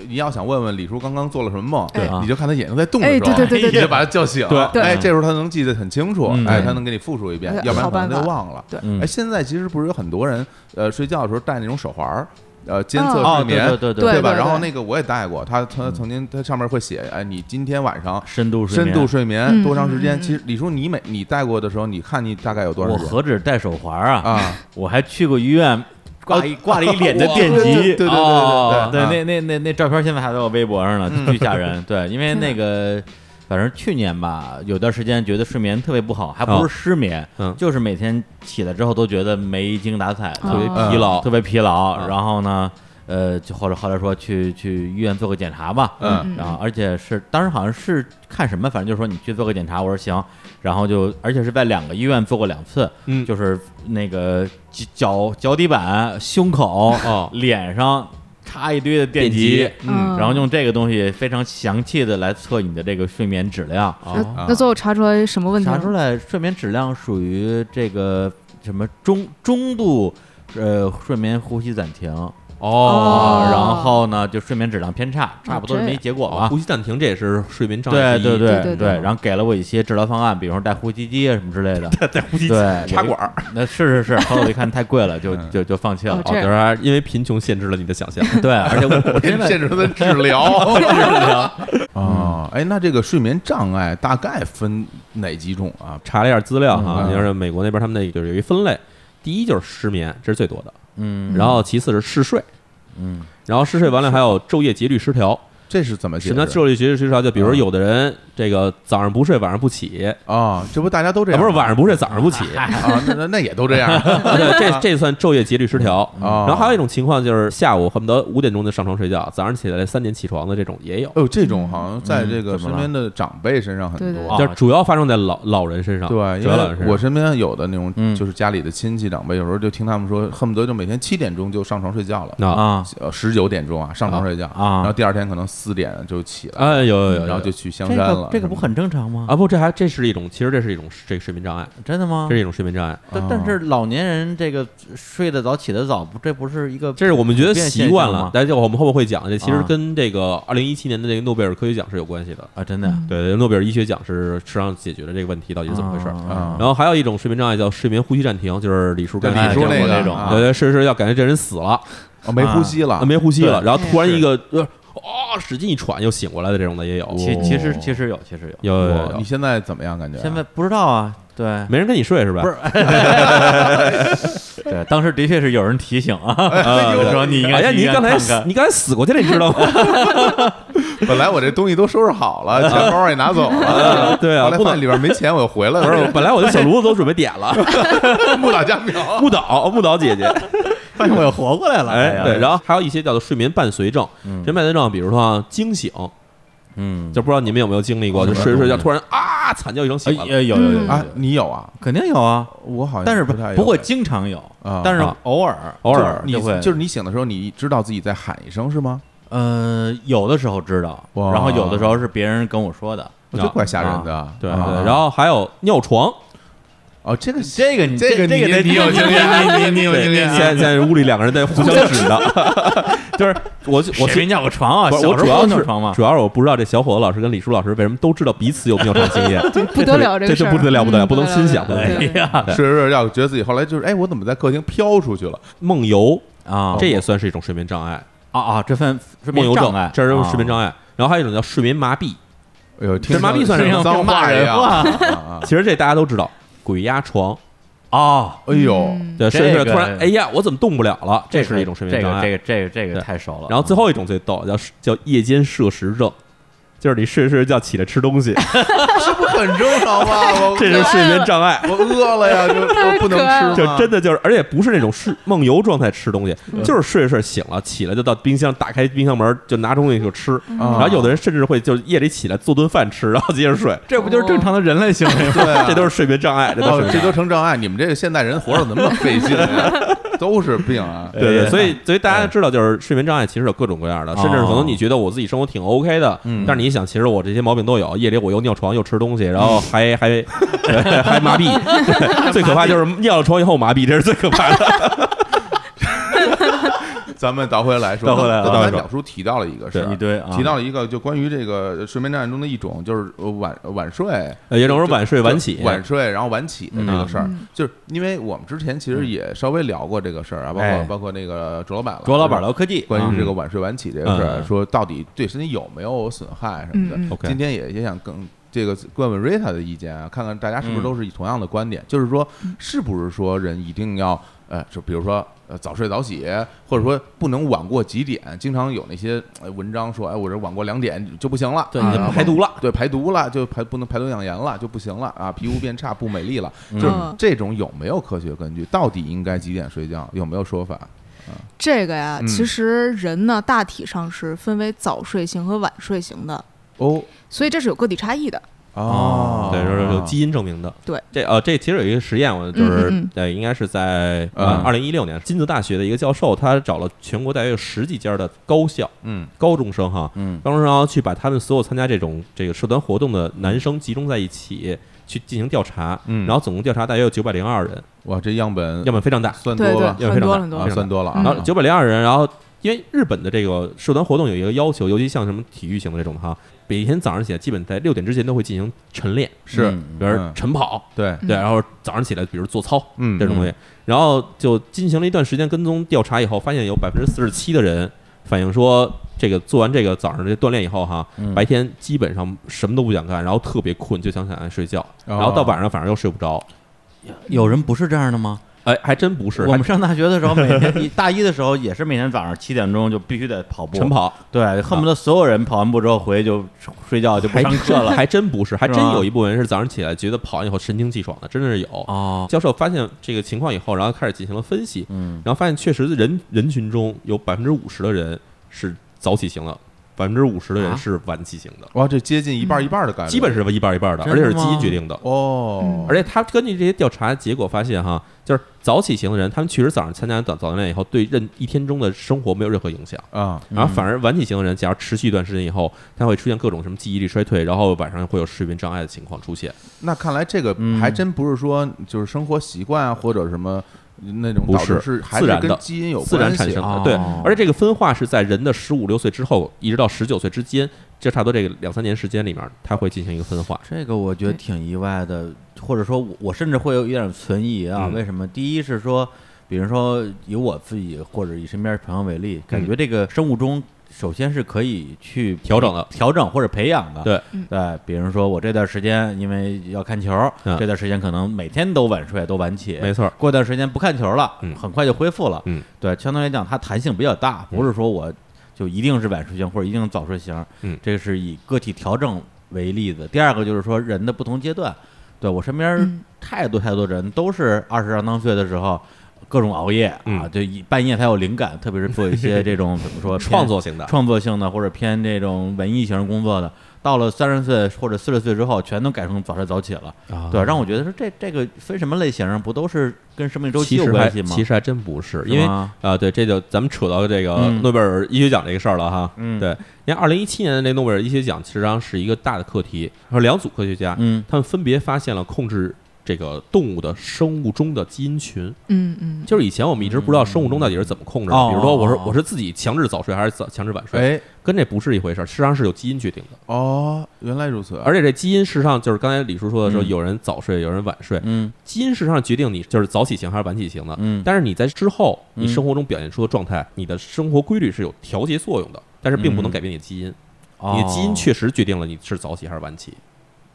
[SPEAKER 3] 你要想问问李叔刚刚做了什么梦，
[SPEAKER 4] 对
[SPEAKER 2] 啊
[SPEAKER 3] 你就看他眼睛在动的
[SPEAKER 4] 哎
[SPEAKER 3] 时候，
[SPEAKER 4] 对对对对对
[SPEAKER 3] 你就把他叫醒。
[SPEAKER 1] 对
[SPEAKER 4] 对
[SPEAKER 3] 哎，这时候他能记得很清楚，
[SPEAKER 2] 嗯
[SPEAKER 3] 哎，他能给你复述一遍
[SPEAKER 4] 哎，
[SPEAKER 3] 要不然
[SPEAKER 4] 好
[SPEAKER 3] 可
[SPEAKER 4] 办
[SPEAKER 3] 能
[SPEAKER 4] 法
[SPEAKER 3] 就忘了。
[SPEAKER 2] 嗯
[SPEAKER 3] 哎，现在其实不是有很多人，呃，睡觉的时候戴那种手环儿，呃，监测
[SPEAKER 2] 哦
[SPEAKER 3] 睡眠，
[SPEAKER 2] 对对对
[SPEAKER 4] 对
[SPEAKER 3] 吧？
[SPEAKER 4] 对对
[SPEAKER 3] 然后那个我也戴过，他他曾经他上面会写，哎，你今天晚上
[SPEAKER 2] 深度睡
[SPEAKER 3] 深
[SPEAKER 2] 眠
[SPEAKER 3] 度睡眠
[SPEAKER 4] 嗯
[SPEAKER 3] 多长时间？
[SPEAKER 4] 嗯嗯
[SPEAKER 3] 其实李叔，你每你戴过的时候，你看你大概有多
[SPEAKER 2] 我
[SPEAKER 3] 长时间？
[SPEAKER 2] 何止戴手环啊？
[SPEAKER 3] 啊，
[SPEAKER 2] 我还去过医院，挂一挂了一脸的电
[SPEAKER 3] 哇对
[SPEAKER 2] 极，
[SPEAKER 3] 对对对对
[SPEAKER 2] 哦
[SPEAKER 3] 对
[SPEAKER 2] 对
[SPEAKER 3] 啊
[SPEAKER 2] 那那那那照片现在还在我微博上呢，巨吓人。对，因为那个。反正去年吧，有段时间觉得睡眠特别不好，还不
[SPEAKER 1] 哦
[SPEAKER 2] 是失眠，
[SPEAKER 1] 嗯
[SPEAKER 2] 就是每天起来之后都觉得没精打采的，
[SPEAKER 1] 特别
[SPEAKER 4] 哦
[SPEAKER 1] 疲劳
[SPEAKER 2] 特。别疲劳。
[SPEAKER 1] 嗯
[SPEAKER 2] 然后呢，呃，就或者后来说去去医院做个检查吧，
[SPEAKER 3] 嗯
[SPEAKER 4] 嗯
[SPEAKER 2] 然后而且是当时好像是看什么，反正就是说你去做个检查，我说行，然后就而且是在两个医院做过两次，
[SPEAKER 1] 嗯
[SPEAKER 2] 就是那个脚脚脚底板、胸口、
[SPEAKER 1] 哦
[SPEAKER 2] 脸上插一堆的电
[SPEAKER 1] 电极
[SPEAKER 3] 嗯
[SPEAKER 2] 然后用这个东西非常详细的来测你的这个睡眠质量，啊
[SPEAKER 4] 那
[SPEAKER 1] 哦，
[SPEAKER 4] 那最后查出来什么问题
[SPEAKER 2] 查
[SPEAKER 4] 了？
[SPEAKER 2] 出来睡眠质量属于这个什么中中度。呃，睡眠呼吸暂停
[SPEAKER 1] 哦哦
[SPEAKER 4] 哦
[SPEAKER 2] 啊然后呢，就睡眠质量偏差，差不多是
[SPEAKER 4] 这
[SPEAKER 2] 没
[SPEAKER 4] 样
[SPEAKER 2] 结果吧。
[SPEAKER 1] 呼吸暂停，这也是睡眠障碍
[SPEAKER 2] 对
[SPEAKER 1] 之一。
[SPEAKER 2] 对
[SPEAKER 4] 对
[SPEAKER 2] 对
[SPEAKER 4] 对对
[SPEAKER 2] 然后给了我一些治疗方案，比如说带呼吸机啊什么之类 *laughs* 的。
[SPEAKER 1] 在呼吸
[SPEAKER 2] 对，
[SPEAKER 1] 插管
[SPEAKER 2] 儿，那是是是，后来我一看太贵了，就
[SPEAKER 3] 嗯
[SPEAKER 2] 就就放弃了啊
[SPEAKER 4] 哦。
[SPEAKER 1] 哦，
[SPEAKER 4] 这
[SPEAKER 1] 就是还因为贫穷限制了你的想象。
[SPEAKER 2] 对，而且 *laughs* 我我真的
[SPEAKER 3] 啊限制他的治疗 *laughs* 啊。哎，那这个睡眠障碍大概分哪几种啊？
[SPEAKER 1] 查了一下资料哈，
[SPEAKER 3] 嗯
[SPEAKER 1] 就是美国那边他们那就是有一分类，第一就是失眠，这是最多的，
[SPEAKER 2] 嗯
[SPEAKER 1] 然后其次是嗜睡，
[SPEAKER 2] 嗯
[SPEAKER 3] 嗯
[SPEAKER 1] 然后嗜睡完了还有昼夜节律失调，
[SPEAKER 3] 这是怎么解
[SPEAKER 1] 什么叫
[SPEAKER 3] 释
[SPEAKER 1] 智力学习失调？就比如说
[SPEAKER 3] 嗯
[SPEAKER 1] 有的人这个早上不睡，晚上不起，
[SPEAKER 3] 啊？这不大家都这
[SPEAKER 1] 啊
[SPEAKER 3] 样
[SPEAKER 1] 不
[SPEAKER 3] 吗？
[SPEAKER 1] 是晚上不睡，早上
[SPEAKER 3] *laughs*
[SPEAKER 1] 不起，
[SPEAKER 3] 啊？那那那也都这样啊？
[SPEAKER 1] 对这这算昼夜节律失调。
[SPEAKER 3] 嗯
[SPEAKER 1] 然后
[SPEAKER 3] 哦
[SPEAKER 1] 还有一种情况就是下午恨不得五点钟就上床睡觉，早上起来三点起床的这种也有，
[SPEAKER 3] 哦，这种好像在这个
[SPEAKER 2] 嗯怎么
[SPEAKER 3] 身
[SPEAKER 2] 了
[SPEAKER 3] 边的长辈身上很
[SPEAKER 4] 对对
[SPEAKER 3] 多
[SPEAKER 2] 哦。
[SPEAKER 1] 就是主要发生在老老人身上。
[SPEAKER 3] 对，因
[SPEAKER 1] 主要啊老人
[SPEAKER 3] 为
[SPEAKER 1] 身上
[SPEAKER 3] 我身边有的那种，
[SPEAKER 2] 嗯
[SPEAKER 3] 就是家里的亲戚长辈，有时候就听他们说，恨不得就每天七点钟就上床睡觉了，
[SPEAKER 1] 啊，
[SPEAKER 2] 啊
[SPEAKER 3] 呃，十九点钟啊上床睡觉，
[SPEAKER 2] 啊
[SPEAKER 3] 然后第二天可能四点就起来，
[SPEAKER 1] 哎有有有，
[SPEAKER 3] 嗯然后
[SPEAKER 1] 有
[SPEAKER 3] 就去香
[SPEAKER 2] 这
[SPEAKER 3] 山了
[SPEAKER 2] 个。这个不
[SPEAKER 3] 是吗
[SPEAKER 2] 很正常吗？
[SPEAKER 1] 啊不，这还这是一种，其实这是一种这个睡眠障碍，
[SPEAKER 3] 嗯
[SPEAKER 2] 真的吗
[SPEAKER 1] 这？是一种睡眠障碍。
[SPEAKER 2] 但但是老年人这个睡得早起得早，不这不是一个
[SPEAKER 1] 这是我们觉得习惯
[SPEAKER 2] 普遍现象
[SPEAKER 1] 了
[SPEAKER 2] 吗，
[SPEAKER 1] 但是我们后面会讲，这其实
[SPEAKER 2] 啊
[SPEAKER 1] 跟这个二零一七年的这个诺贝尔科学奖是有关系的。
[SPEAKER 2] 啊真的呀
[SPEAKER 1] 对，诺贝尔医学奖是实际上解决了这个问题到底是怎么回事儿。嗯
[SPEAKER 3] 啊
[SPEAKER 1] 然后还有一种睡眠障碍叫睡眠呼吸暂停，就是李叔
[SPEAKER 3] 对
[SPEAKER 1] 刚才
[SPEAKER 2] 哎
[SPEAKER 3] 李叔
[SPEAKER 1] 讲
[SPEAKER 3] 那
[SPEAKER 1] 过
[SPEAKER 3] 个
[SPEAKER 1] 的
[SPEAKER 2] 这种啊
[SPEAKER 3] 啊
[SPEAKER 1] 对对，睡着睡觉感觉这人死了，
[SPEAKER 3] 哦没呼吸了，
[SPEAKER 1] 啊没呼吸了，
[SPEAKER 2] 对
[SPEAKER 1] 然后突然一个呃哦使劲一喘又醒过来的这种的也有，
[SPEAKER 2] 其其实
[SPEAKER 3] 哦
[SPEAKER 2] 其实有，其实有，
[SPEAKER 1] 有有有
[SPEAKER 3] 哇
[SPEAKER 1] 有
[SPEAKER 3] 你，现在怎么样？感觉
[SPEAKER 2] 现在不知道啊，对，
[SPEAKER 1] 没人跟你睡是吧？
[SPEAKER 2] 不是对，当时的确是有人提醒啊，
[SPEAKER 3] 呦
[SPEAKER 2] 说你应该
[SPEAKER 1] 哎呀，
[SPEAKER 2] 去
[SPEAKER 1] 你
[SPEAKER 2] 医院
[SPEAKER 1] 刚才
[SPEAKER 2] 看看
[SPEAKER 1] 你刚才死过去了，你知道吗？
[SPEAKER 2] *laughs*
[SPEAKER 3] 本来我这东西都收拾好了，钱包也拿走了，
[SPEAKER 1] 对啊
[SPEAKER 3] 后来
[SPEAKER 1] 不
[SPEAKER 3] 发
[SPEAKER 1] 能
[SPEAKER 3] 现里边没钱，我又回来
[SPEAKER 1] 不是，
[SPEAKER 3] 了，
[SPEAKER 1] 本来我的小炉子都准备点
[SPEAKER 2] *laughs*
[SPEAKER 1] 了，
[SPEAKER 3] 木打江苗。
[SPEAKER 1] 木岛木岛姐姐，
[SPEAKER 2] 发现我又活过来了，
[SPEAKER 1] 哎
[SPEAKER 2] 呀
[SPEAKER 1] 对，，然后还有一些叫做睡眠伴随症，
[SPEAKER 2] 嗯
[SPEAKER 1] 睡眠伴随症，比如说啊惊醒，
[SPEAKER 2] 嗯，
[SPEAKER 1] 就不知道你们有没有经历过，
[SPEAKER 2] 嗯
[SPEAKER 1] 就睡着睡着觉突然啊惨叫一声
[SPEAKER 2] 哎
[SPEAKER 1] 醒了，
[SPEAKER 2] 有有有有
[SPEAKER 4] 嗯
[SPEAKER 3] 啊
[SPEAKER 2] 有，
[SPEAKER 3] 你有啊？
[SPEAKER 2] 肯定有啊，
[SPEAKER 3] 我好像
[SPEAKER 2] 但是
[SPEAKER 3] 不太有哎
[SPEAKER 2] 不会经常有
[SPEAKER 3] 啊，
[SPEAKER 2] 但是
[SPEAKER 1] 啊
[SPEAKER 2] 偶尔
[SPEAKER 1] 偶
[SPEAKER 3] 就是
[SPEAKER 1] 尔
[SPEAKER 3] 你
[SPEAKER 2] 就会
[SPEAKER 3] 就是你醒的时候，你知道自己在喊一声是吗？
[SPEAKER 2] 呃，有的时候知道，
[SPEAKER 3] 哇
[SPEAKER 2] 然后有的时候是别人跟我说的。
[SPEAKER 3] 我
[SPEAKER 1] 啊
[SPEAKER 3] 这怪吓人的。
[SPEAKER 1] 对
[SPEAKER 3] 啊
[SPEAKER 1] 对，然后还有尿床，
[SPEAKER 3] 哦，这个
[SPEAKER 2] 这个你
[SPEAKER 3] 这个
[SPEAKER 2] 这个得
[SPEAKER 3] 你有经 *laughs* 验，你你你有经
[SPEAKER 1] 对，
[SPEAKER 3] 验
[SPEAKER 2] 啊
[SPEAKER 1] 现。在现在屋里两个人在互相指的，
[SPEAKER 2] *laughs*
[SPEAKER 1] 就是我就
[SPEAKER 2] 我
[SPEAKER 1] 我
[SPEAKER 2] 谁
[SPEAKER 1] 是
[SPEAKER 2] 尿过床啊？
[SPEAKER 1] 不是我
[SPEAKER 2] 小时
[SPEAKER 1] 主
[SPEAKER 2] 候
[SPEAKER 1] 要
[SPEAKER 2] 尿
[SPEAKER 1] 是
[SPEAKER 2] 床嘛
[SPEAKER 1] 主，要是我不知道这小伙子老师跟李叔老师为什么都知道彼此有尿床经
[SPEAKER 2] *laughs*
[SPEAKER 1] 验，
[SPEAKER 4] 不得了，
[SPEAKER 1] 这
[SPEAKER 4] 个
[SPEAKER 1] 这
[SPEAKER 4] 事儿嗯
[SPEAKER 1] 不得了不得了，不能心想，不
[SPEAKER 4] 对
[SPEAKER 1] 能
[SPEAKER 2] 哎
[SPEAKER 1] 心想
[SPEAKER 2] 呀
[SPEAKER 3] 睡着睡着觉，觉得自己后来就是，哎，我怎么在客厅飘出去了？
[SPEAKER 1] 梦游
[SPEAKER 2] 啊，
[SPEAKER 1] 这也算是一种睡眠障碍，
[SPEAKER 2] 啊啊，这份睡
[SPEAKER 1] 梦
[SPEAKER 2] 眠
[SPEAKER 1] 游
[SPEAKER 2] 障啊
[SPEAKER 1] 症
[SPEAKER 2] 碍，
[SPEAKER 1] 这是睡眠
[SPEAKER 2] 碍。
[SPEAKER 1] 障碍。然后还有一种叫睡眠麻痹，
[SPEAKER 3] 哎呦，听
[SPEAKER 1] 这麻痹算是
[SPEAKER 3] 像脏话一样
[SPEAKER 2] 骂
[SPEAKER 3] *laughs* 啊！啊
[SPEAKER 1] 其实这大家都知道，鬼压床，
[SPEAKER 2] 哦，
[SPEAKER 3] 哎呦，
[SPEAKER 4] 嗯
[SPEAKER 1] 对，睡着
[SPEAKER 2] 这个
[SPEAKER 1] 突然哎呀，我怎么动不了了？这是一种睡眠障碍。
[SPEAKER 2] 这个这个这个这个
[SPEAKER 1] 对
[SPEAKER 2] 太熟了。哦
[SPEAKER 1] 然后最后一种最逗，叫叫夜间摄食症，就是你睡着睡着觉起来吃东西，
[SPEAKER 3] 这不很正常吗？我
[SPEAKER 1] 这是睡眠障碍。
[SPEAKER 3] 我饿了呀，就我不能
[SPEAKER 1] *laughs*
[SPEAKER 3] 吃
[SPEAKER 1] 就
[SPEAKER 3] 吗，
[SPEAKER 1] 真的就是，而且不是那种睡梦游状态吃东西，就是睡着睡着醒了，起来就到冰箱打开冰箱门就拿东西就吃，
[SPEAKER 3] 啊
[SPEAKER 1] 然后有的人甚至会就是夜里起来做顿饭吃，然后接着睡，
[SPEAKER 2] 这不就是正常的人类行为吗？
[SPEAKER 3] 对啊，
[SPEAKER 1] *laughs* 这都是睡眠障碍，这都
[SPEAKER 3] 哦
[SPEAKER 1] 是睡眠障
[SPEAKER 3] 这都
[SPEAKER 1] 碍。
[SPEAKER 3] 成障碍。你们这个现代人活着怎么那么费劲啊？ *laughs* 都是病啊！
[SPEAKER 1] 对
[SPEAKER 2] 哎
[SPEAKER 1] 对，所以所以大家知道，就是睡眠障碍其实有各种各样的，
[SPEAKER 2] 哦
[SPEAKER 1] 甚至可能你觉得我自己生活挺 OK 的，
[SPEAKER 2] 嗯
[SPEAKER 1] 但是你一想，其实我这些毛病都有，夜里我又尿床又吃东西，然后还还对还麻痹，对最可怕就是尿了床以后麻痹，这是最可怕的。
[SPEAKER 3] 咱们倒回来说，
[SPEAKER 1] 倒回来了
[SPEAKER 3] 刚才
[SPEAKER 1] 倒回来
[SPEAKER 3] 淼叔提到了一个事
[SPEAKER 1] 对
[SPEAKER 2] *laughs*
[SPEAKER 3] 儿
[SPEAKER 2] 一，堆啊，
[SPEAKER 3] 提到了一个就关于这个睡眠障碍中的一种，就是呃晚晚睡。
[SPEAKER 1] 呃也有人说晚睡晚
[SPEAKER 3] 就
[SPEAKER 1] 起，
[SPEAKER 3] 晚睡，然后晚起的这个事儿
[SPEAKER 4] 嗯，
[SPEAKER 3] 就是因为我们之前其实也稍微聊过这个事儿啊，包
[SPEAKER 2] 哎
[SPEAKER 3] 括包括那个卓老板了，
[SPEAKER 2] 卓老板聊科技，
[SPEAKER 3] 关于这
[SPEAKER 2] 啊
[SPEAKER 3] 个晚睡晚起这个事儿，
[SPEAKER 1] 嗯
[SPEAKER 3] 说到底对身体有没有损害什么的。
[SPEAKER 4] 嗯嗯
[SPEAKER 1] OK
[SPEAKER 3] 今天也也想跟这个问问 Rita 的意见啊，看看大家是不是
[SPEAKER 2] 嗯
[SPEAKER 3] 都是以同样的观点，就是说
[SPEAKER 4] 嗯
[SPEAKER 3] 是不是说人一定要呃，就比如说呃早睡早起，或者说不能晚过几点。经常有那些呃文章说，哎，我这晚过两点就不行了，
[SPEAKER 2] 对
[SPEAKER 3] 啊
[SPEAKER 2] 你就
[SPEAKER 1] 排毒了，
[SPEAKER 3] 对排毒了，就排不能排毒养颜了，就不行了啊，皮肤变差不美丽了，
[SPEAKER 2] 嗯
[SPEAKER 3] 就是
[SPEAKER 4] 嗯
[SPEAKER 3] 这种有没有科学根据？到底应该几点睡觉？有没有说法？
[SPEAKER 4] 这个呀
[SPEAKER 3] 嗯，
[SPEAKER 4] 其实人呢大体上是分为早睡型和晚睡型的，
[SPEAKER 3] 哦啊
[SPEAKER 4] 所以这是有个体差异的。
[SPEAKER 2] 哦
[SPEAKER 1] 对，就是有基因证明的。
[SPEAKER 4] 对，
[SPEAKER 1] 这呃，这其实有一个实验，我就是
[SPEAKER 4] 嗯嗯嗯
[SPEAKER 1] 对，应该是在呃
[SPEAKER 3] 嗯
[SPEAKER 1] 二零一六年，金泽大学的一个教授，他找了全国大约有十几家的高校
[SPEAKER 3] 嗯
[SPEAKER 1] 高中生哈，
[SPEAKER 2] 嗯
[SPEAKER 1] 高中生去把他们所有参加这种这个社团活动的男生集中在一起去进行调查，
[SPEAKER 3] 嗯
[SPEAKER 1] 然后总共调查大约有九百零二人，
[SPEAKER 3] 哇，这样本
[SPEAKER 1] 样本非常大，
[SPEAKER 3] 算
[SPEAKER 4] 对
[SPEAKER 3] 多
[SPEAKER 4] 对，
[SPEAKER 3] 了，
[SPEAKER 1] 要
[SPEAKER 4] 很多
[SPEAKER 1] 非常大
[SPEAKER 4] 很
[SPEAKER 1] 啊
[SPEAKER 4] 多
[SPEAKER 3] 啊，。算多了啊。
[SPEAKER 4] 嗯
[SPEAKER 1] 然后九百零二人，然后因为日本的这个社团活动有一个要求，尤其像什么体育型的这种的哈，每天早上起来基本在六点之前都会进行晨练，
[SPEAKER 3] 是
[SPEAKER 2] 嗯
[SPEAKER 1] 比如
[SPEAKER 3] 嗯
[SPEAKER 1] 晨跑，
[SPEAKER 3] 对，
[SPEAKER 1] 啊对，
[SPEAKER 4] 嗯
[SPEAKER 1] 然后早上起来，比如做操
[SPEAKER 3] 嗯
[SPEAKER 1] 这种东西，然后就进行了一段时间跟踪调查以后，发现有百分之四十七的人反映说，这个做完这个早上这锻炼以后哈，
[SPEAKER 2] 嗯
[SPEAKER 1] 白天基本上什么都不想干，然后
[SPEAKER 2] 哦
[SPEAKER 3] 嗯
[SPEAKER 1] 特别困，就想想睡觉，然后到晚上反而又睡不着。
[SPEAKER 2] 有人不是这样的吗？
[SPEAKER 1] 哎，还真不是，
[SPEAKER 2] 我
[SPEAKER 1] 还
[SPEAKER 2] 们上大学的时候，每天一大一的时候也是每天早上七点钟就必须得跑步，
[SPEAKER 1] 晨，
[SPEAKER 2] *laughs*
[SPEAKER 1] 跑
[SPEAKER 2] 对，恨不得所有人跑完步之后回去就睡觉就不
[SPEAKER 1] 还
[SPEAKER 2] 上课了。
[SPEAKER 1] 还真不是，还真
[SPEAKER 2] 是吗
[SPEAKER 1] 有一部分人是早上起来觉得跑完以后神清气爽的，真的是有。
[SPEAKER 2] 哦，
[SPEAKER 1] 教授发现这个情况以后，然后开始进行了分析，
[SPEAKER 2] 嗯，
[SPEAKER 1] 然后发现确实人人群中有百分之五十的人是早起型的，百分之五十的人
[SPEAKER 2] 啊
[SPEAKER 1] 是晚起型的，
[SPEAKER 3] 哦哇，这接近一半儿一半儿的概率，
[SPEAKER 1] 基本是一半儿一半儿的，
[SPEAKER 2] 真
[SPEAKER 1] 而
[SPEAKER 2] 的
[SPEAKER 1] 且
[SPEAKER 2] 吗
[SPEAKER 1] 是基因决定的。
[SPEAKER 3] 哦，
[SPEAKER 1] 而且他根据这些调查结果发现，哈，就是早起型的人，他们确实早上参加早早锻炼以后，对任一天中的生活没有任何影响。
[SPEAKER 4] 嗯
[SPEAKER 3] 啊，
[SPEAKER 1] 然
[SPEAKER 2] 嗯
[SPEAKER 1] 后反而晚起型的人，假如持续一段时间以后，他会出现各种什么记忆力衰退，然后晚上会有睡眠障碍的情况出现。
[SPEAKER 3] 那看来这个
[SPEAKER 2] 嗯
[SPEAKER 3] 还真不是说就是生活习惯啊，或者什么那种
[SPEAKER 1] 不
[SPEAKER 3] 导致
[SPEAKER 1] 是
[SPEAKER 3] 是还
[SPEAKER 1] 自
[SPEAKER 3] 是
[SPEAKER 1] 然
[SPEAKER 3] 跟
[SPEAKER 1] 的
[SPEAKER 3] 基因有
[SPEAKER 1] 自然
[SPEAKER 3] 关
[SPEAKER 1] 产
[SPEAKER 3] 系啊
[SPEAKER 1] 生
[SPEAKER 2] 哦
[SPEAKER 1] 的。对，而且这个分化是在人的十五六岁之后，一直到十九岁之间，这差不多这个两三年时间里面，它会进行一个分化。
[SPEAKER 2] 这个我觉得
[SPEAKER 4] 对
[SPEAKER 2] 挺意外的，或者说我我甚至会有一点存疑啊。
[SPEAKER 1] 嗯
[SPEAKER 2] 为什么？第一是说，比如说以我自己或者以身边朋友为例，感觉这个生物钟首先是可以去
[SPEAKER 1] 调整的
[SPEAKER 2] 调整或者培养的。
[SPEAKER 1] 对
[SPEAKER 4] 嗯
[SPEAKER 2] 对，比如说我这段时间因为要看球，
[SPEAKER 1] 嗯
[SPEAKER 2] 这段时间可能每天都晚睡都晚起，
[SPEAKER 1] 没错儿，
[SPEAKER 2] 过段时间不看球了，
[SPEAKER 1] 嗯
[SPEAKER 2] 很快就恢复了。
[SPEAKER 1] 嗯，
[SPEAKER 2] 对，相对来讲，它弹性比较大，不是说我就一定是晚睡型或者一定早睡型。
[SPEAKER 1] 嗯
[SPEAKER 2] 这是以个体调整为例子。第二个就是说人的不同阶段，对我身边
[SPEAKER 4] 嗯
[SPEAKER 2] 太多太多人都是二十上当岁的时候。各种熬夜啊，
[SPEAKER 1] 嗯
[SPEAKER 2] 就一半夜才有灵感，特别是做一
[SPEAKER 1] *laughs*
[SPEAKER 2] 些这种怎么说
[SPEAKER 1] 创
[SPEAKER 2] 作。
[SPEAKER 1] 作型的，
[SPEAKER 2] 创作性的或者偏这种文艺型工作的，到了三十岁或者四十岁之后，全都改成早睡早起了，
[SPEAKER 1] 啊
[SPEAKER 2] 对，让我觉得说这这个分什么类型，啊不都是跟生命周
[SPEAKER 1] 其
[SPEAKER 2] 期有
[SPEAKER 1] 实还
[SPEAKER 2] 关系吗？
[SPEAKER 1] 其实还真不是，
[SPEAKER 2] 是
[SPEAKER 1] 因为
[SPEAKER 2] 吗
[SPEAKER 1] 啊，对，这就咱们扯到这个
[SPEAKER 2] 嗯
[SPEAKER 1] 诺贝尔医学奖这个事儿了哈。
[SPEAKER 2] 嗯
[SPEAKER 1] 对，因为二零一七年的那诺贝尔医学奖，其实上是一个大的课题，然后两组科学家，
[SPEAKER 2] 嗯
[SPEAKER 1] 他们分别发现了控制这个动物的生物钟的基因群。
[SPEAKER 4] 嗯嗯，
[SPEAKER 1] 就是以前我们一直不知道生物钟到底是怎么控制的，
[SPEAKER 2] 哦
[SPEAKER 1] 比如说我是
[SPEAKER 2] 哦哦
[SPEAKER 1] 我是自己强制早睡还是早强制晚睡，
[SPEAKER 3] 哎，
[SPEAKER 1] 跟这不是一回事儿，事实上是有基因决定的。
[SPEAKER 3] 哦，原来如此，
[SPEAKER 1] 而且这基因事实上就是刚才李叔说的说，
[SPEAKER 2] 嗯
[SPEAKER 1] 有人早睡，有人晚睡，
[SPEAKER 2] 嗯
[SPEAKER 1] 基因事实上决定你就是早起型还是晚起型的。
[SPEAKER 2] 嗯
[SPEAKER 1] 但是你在之后，
[SPEAKER 2] 嗯
[SPEAKER 1] 你生活中表现出的状态，你的生活规律是有调节作用的，但是并不能改变你的基因。你的基因
[SPEAKER 2] 嗯哦
[SPEAKER 1] 确实决定了你是早起还是晚起。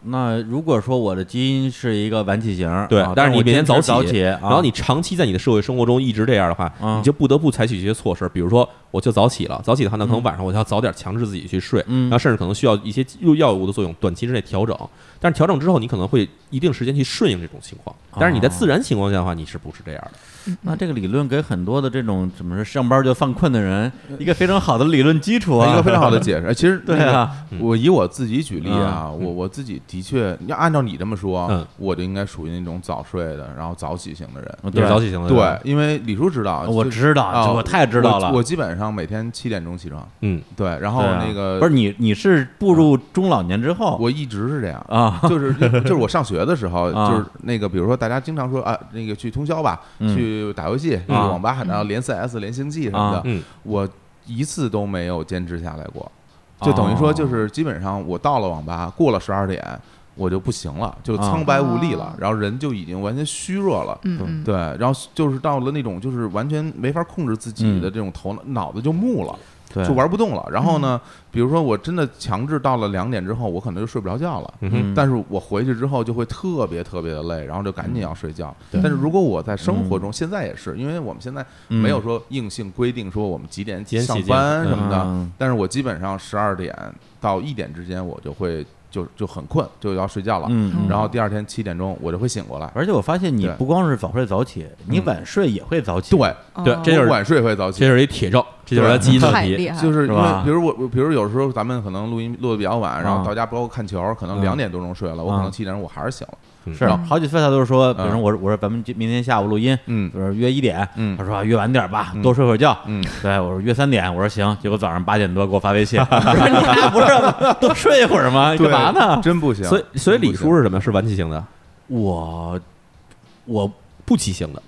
[SPEAKER 2] 那如果说我的基因是一个晚起型，
[SPEAKER 1] 对
[SPEAKER 2] 啊
[SPEAKER 1] 但
[SPEAKER 2] 但
[SPEAKER 1] 是你
[SPEAKER 2] 我
[SPEAKER 1] 每天
[SPEAKER 2] 坚持
[SPEAKER 1] 早
[SPEAKER 2] 早
[SPEAKER 1] 起
[SPEAKER 2] 起，
[SPEAKER 1] 然后你长期在你的社会生活中一直这样的话，
[SPEAKER 2] 啊
[SPEAKER 1] 你就不得不采取一些措施，比如说我就早起了，早起的话，那可能晚上我就要早点强制自己去睡，
[SPEAKER 2] 嗯
[SPEAKER 1] 然后甚至可能需要一些入药物的作用，短期之内调整。但是调整之后，你可能会一定时间去顺应这种情况，
[SPEAKER 2] 哦
[SPEAKER 1] 但是你在自然情况下的话，你是不是这样的？
[SPEAKER 4] 嗯
[SPEAKER 2] 那这个理论给很多的这种怎么说上班就犯困的人一个非常好的理论基础啊，
[SPEAKER 3] 一个非常好的解释。哎其实
[SPEAKER 2] *laughs* 对
[SPEAKER 3] 那个
[SPEAKER 2] 啊，嗯
[SPEAKER 3] 我以我自己举例啊，我我自己的确，要按照你这么说，
[SPEAKER 1] 嗯
[SPEAKER 3] 我就应该属于那种早睡的，然后早起型的人。
[SPEAKER 1] 你
[SPEAKER 2] 对啊
[SPEAKER 1] 是早起型的人，
[SPEAKER 3] 对，因为李叔知道，
[SPEAKER 2] 我
[SPEAKER 3] 就
[SPEAKER 2] 知道，
[SPEAKER 3] 啊
[SPEAKER 2] 这我太知道了，
[SPEAKER 3] 我我基本上每天七点钟起床，
[SPEAKER 1] 嗯，
[SPEAKER 3] 对，然后
[SPEAKER 2] 对啊
[SPEAKER 3] 那个
[SPEAKER 2] 不是你，你是步入中老年之后
[SPEAKER 3] 我一直是这样。
[SPEAKER 2] 啊，
[SPEAKER 3] 就是 *laughs* 就是我上学的时候，
[SPEAKER 2] 啊
[SPEAKER 3] 就是那个，比如说大家经常说啊，那个去通宵吧，
[SPEAKER 2] 嗯
[SPEAKER 3] 去打游戏，去
[SPEAKER 2] 啊
[SPEAKER 3] 网吧，然后连 CS、连星际什么
[SPEAKER 2] 啊
[SPEAKER 3] 的
[SPEAKER 1] 嗯，
[SPEAKER 3] 我一次都没有坚持下来过。
[SPEAKER 2] 哦
[SPEAKER 3] 就等于说，就是基本上我到了网吧，过了十二点，我就不行了，就
[SPEAKER 2] 啊
[SPEAKER 3] 苍白无力了
[SPEAKER 4] 哦，
[SPEAKER 3] 然后人就已经完全虚弱了。
[SPEAKER 4] 嗯嗯，
[SPEAKER 3] 对，然后就是到了那种就是完全没法控制自己的
[SPEAKER 2] 嗯
[SPEAKER 3] 这种头脑，脑子就木了，
[SPEAKER 2] 对
[SPEAKER 3] 就玩不动了。然后呢，比如说我真的强制到了两点之后，我可能就睡不着觉了。
[SPEAKER 1] 嗯哼，
[SPEAKER 3] 但是我回去之后就会特别特别的累，然后就赶紧要睡觉。
[SPEAKER 4] 对
[SPEAKER 3] 但是如果我在生活中，现在也是，因为我们现在没有
[SPEAKER 2] 嗯
[SPEAKER 3] 说硬性规定说我们几点
[SPEAKER 1] 几点
[SPEAKER 3] 上
[SPEAKER 1] 起
[SPEAKER 3] 班
[SPEAKER 1] 嗯
[SPEAKER 3] 什么的，
[SPEAKER 2] 嗯
[SPEAKER 3] 但是我基本上十二点到一点之间，我就会就就很困，就要睡觉了。
[SPEAKER 2] 嗯，嗯
[SPEAKER 3] 然后第二天七点钟我就会醒过来。
[SPEAKER 2] 而且我发现你
[SPEAKER 3] 对嗯
[SPEAKER 2] 不光是早睡早起，你晚睡也会早起。
[SPEAKER 3] 对，
[SPEAKER 4] 哦
[SPEAKER 1] 对这就是
[SPEAKER 3] 我晚睡会早起
[SPEAKER 1] 这。就是一铁证，这就是他基因的
[SPEAKER 4] 太
[SPEAKER 1] 问
[SPEAKER 4] 厉
[SPEAKER 1] 题。
[SPEAKER 2] 哎
[SPEAKER 4] 害了，
[SPEAKER 3] 就是
[SPEAKER 2] 是
[SPEAKER 3] 因为
[SPEAKER 2] 吧，
[SPEAKER 3] 比如我，我比如有时候咱们可能录音录的比较晚，然
[SPEAKER 2] 啊
[SPEAKER 3] 后到家包括看球，可能
[SPEAKER 2] 嗯
[SPEAKER 3] 两点多钟睡了，我
[SPEAKER 2] 啊
[SPEAKER 3] 可能七点钟我还是醒了。
[SPEAKER 2] 是
[SPEAKER 4] 嗯
[SPEAKER 2] 好几次他都是说，比如说
[SPEAKER 3] 嗯
[SPEAKER 2] 我说我说咱们今明天下午录音，
[SPEAKER 3] 嗯
[SPEAKER 2] 我说约一点，
[SPEAKER 3] 嗯
[SPEAKER 2] 他说啊约晚点吧，
[SPEAKER 3] 嗯
[SPEAKER 2] 多睡会儿觉。
[SPEAKER 3] 嗯，
[SPEAKER 2] 对，我说约三点，我说行，结果早上八点多给我发
[SPEAKER 3] *laughs*
[SPEAKER 2] 微信， *laughs* 我说你俩不是多睡一会儿吗？
[SPEAKER 3] 对
[SPEAKER 2] 干嘛呢？
[SPEAKER 3] 真不行。
[SPEAKER 1] 所以，所以李
[SPEAKER 3] 真不
[SPEAKER 1] 叔是什么？是晚起型的，
[SPEAKER 2] 我我
[SPEAKER 1] 不起型的，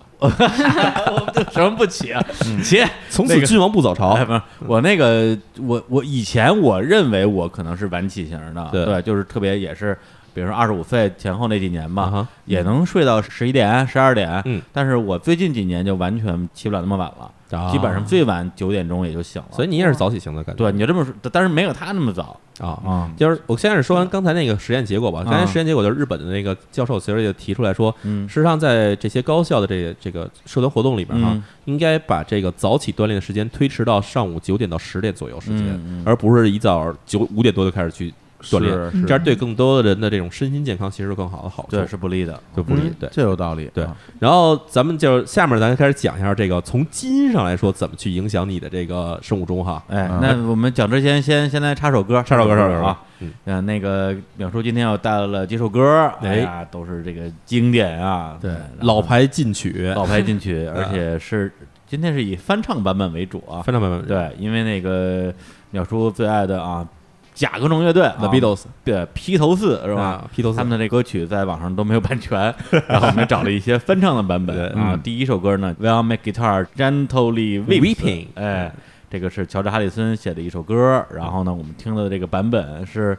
[SPEAKER 2] 什么不起
[SPEAKER 3] *laughs*
[SPEAKER 2] 啊？
[SPEAKER 3] 嗯
[SPEAKER 2] 起
[SPEAKER 1] 从
[SPEAKER 2] 那
[SPEAKER 1] 此
[SPEAKER 2] 个
[SPEAKER 1] 君王不早朝
[SPEAKER 2] 哎，。不是我那个，我我以前我认为我可能是晚起型的，
[SPEAKER 1] 对
[SPEAKER 2] 对，就是特别也是比如说二十五岁前后那几年
[SPEAKER 1] 啊
[SPEAKER 2] 吧，
[SPEAKER 1] 哈，
[SPEAKER 2] 也能睡到十一点、十二点。
[SPEAKER 1] 嗯，
[SPEAKER 2] 但是我最近几年就完全起不了那么晚了，
[SPEAKER 1] 啊
[SPEAKER 2] 基本上最晚九点钟也就醒了。
[SPEAKER 1] 所以你也是早起型的感觉
[SPEAKER 2] 对，你就这么说，但是没有他那么早
[SPEAKER 1] 啊。
[SPEAKER 2] 啊。
[SPEAKER 1] 就是我先是说完刚才那个实验结果吧，刚才实验结果就是日本的那个教授其实也提出来说，
[SPEAKER 2] 嗯
[SPEAKER 1] 事实上在这些高校的这这个社团活动里边哈，
[SPEAKER 2] 嗯
[SPEAKER 1] 应该把这个早起锻炼的时间推迟到上午九点到十点左右时间，
[SPEAKER 2] 嗯嗯
[SPEAKER 1] 而不是一早九五点多就开始去锻炼，
[SPEAKER 3] 是
[SPEAKER 1] 这样对更多的人的这种身心健康其实有更好的好处。
[SPEAKER 2] 嗯对，是嗯不利的。
[SPEAKER 1] 就不利、对。
[SPEAKER 3] 这有道理。
[SPEAKER 1] 对
[SPEAKER 3] 啊
[SPEAKER 1] 然后咱们就下面咱开始讲一下这个从基因上来说怎么去影响你的这个生物钟哈。
[SPEAKER 2] 哎
[SPEAKER 3] 嗯，
[SPEAKER 2] 那我们讲之前先先来插首歌，
[SPEAKER 1] 啊插首歌
[SPEAKER 2] 歌
[SPEAKER 1] 插首歌
[SPEAKER 2] 啊
[SPEAKER 1] 嗯。
[SPEAKER 2] 嗯，那个淼叔今天又带了几首歌，
[SPEAKER 1] 哎
[SPEAKER 2] 哎呀，都是这个经典啊，
[SPEAKER 3] 对
[SPEAKER 2] 然后
[SPEAKER 1] 老牌禁曲，
[SPEAKER 2] 老牌进去，而且是今天是以翻唱版本为主啊。
[SPEAKER 1] 翻唱版本
[SPEAKER 2] 对，因为那个淼叔最爱的啊，甲壳虫乐队、啊、
[SPEAKER 1] The Beatles 啊
[SPEAKER 2] 对披头四是
[SPEAKER 1] 是
[SPEAKER 3] 啊
[SPEAKER 2] 吧？
[SPEAKER 1] 吧？披头
[SPEAKER 2] 他
[SPEAKER 1] 士
[SPEAKER 2] 们的这歌曲在网上都没有版权，然后我们找了一些翻唱的版
[SPEAKER 3] *laughs*
[SPEAKER 2] 本
[SPEAKER 1] 对
[SPEAKER 3] 嗯
[SPEAKER 2] 啊。第一首歌呢，Well Make Guitar Gently Weeps
[SPEAKER 1] Weeping
[SPEAKER 2] 哎，这个是乔治哈里森写的一首歌，然后呢，我们听到的这个版本是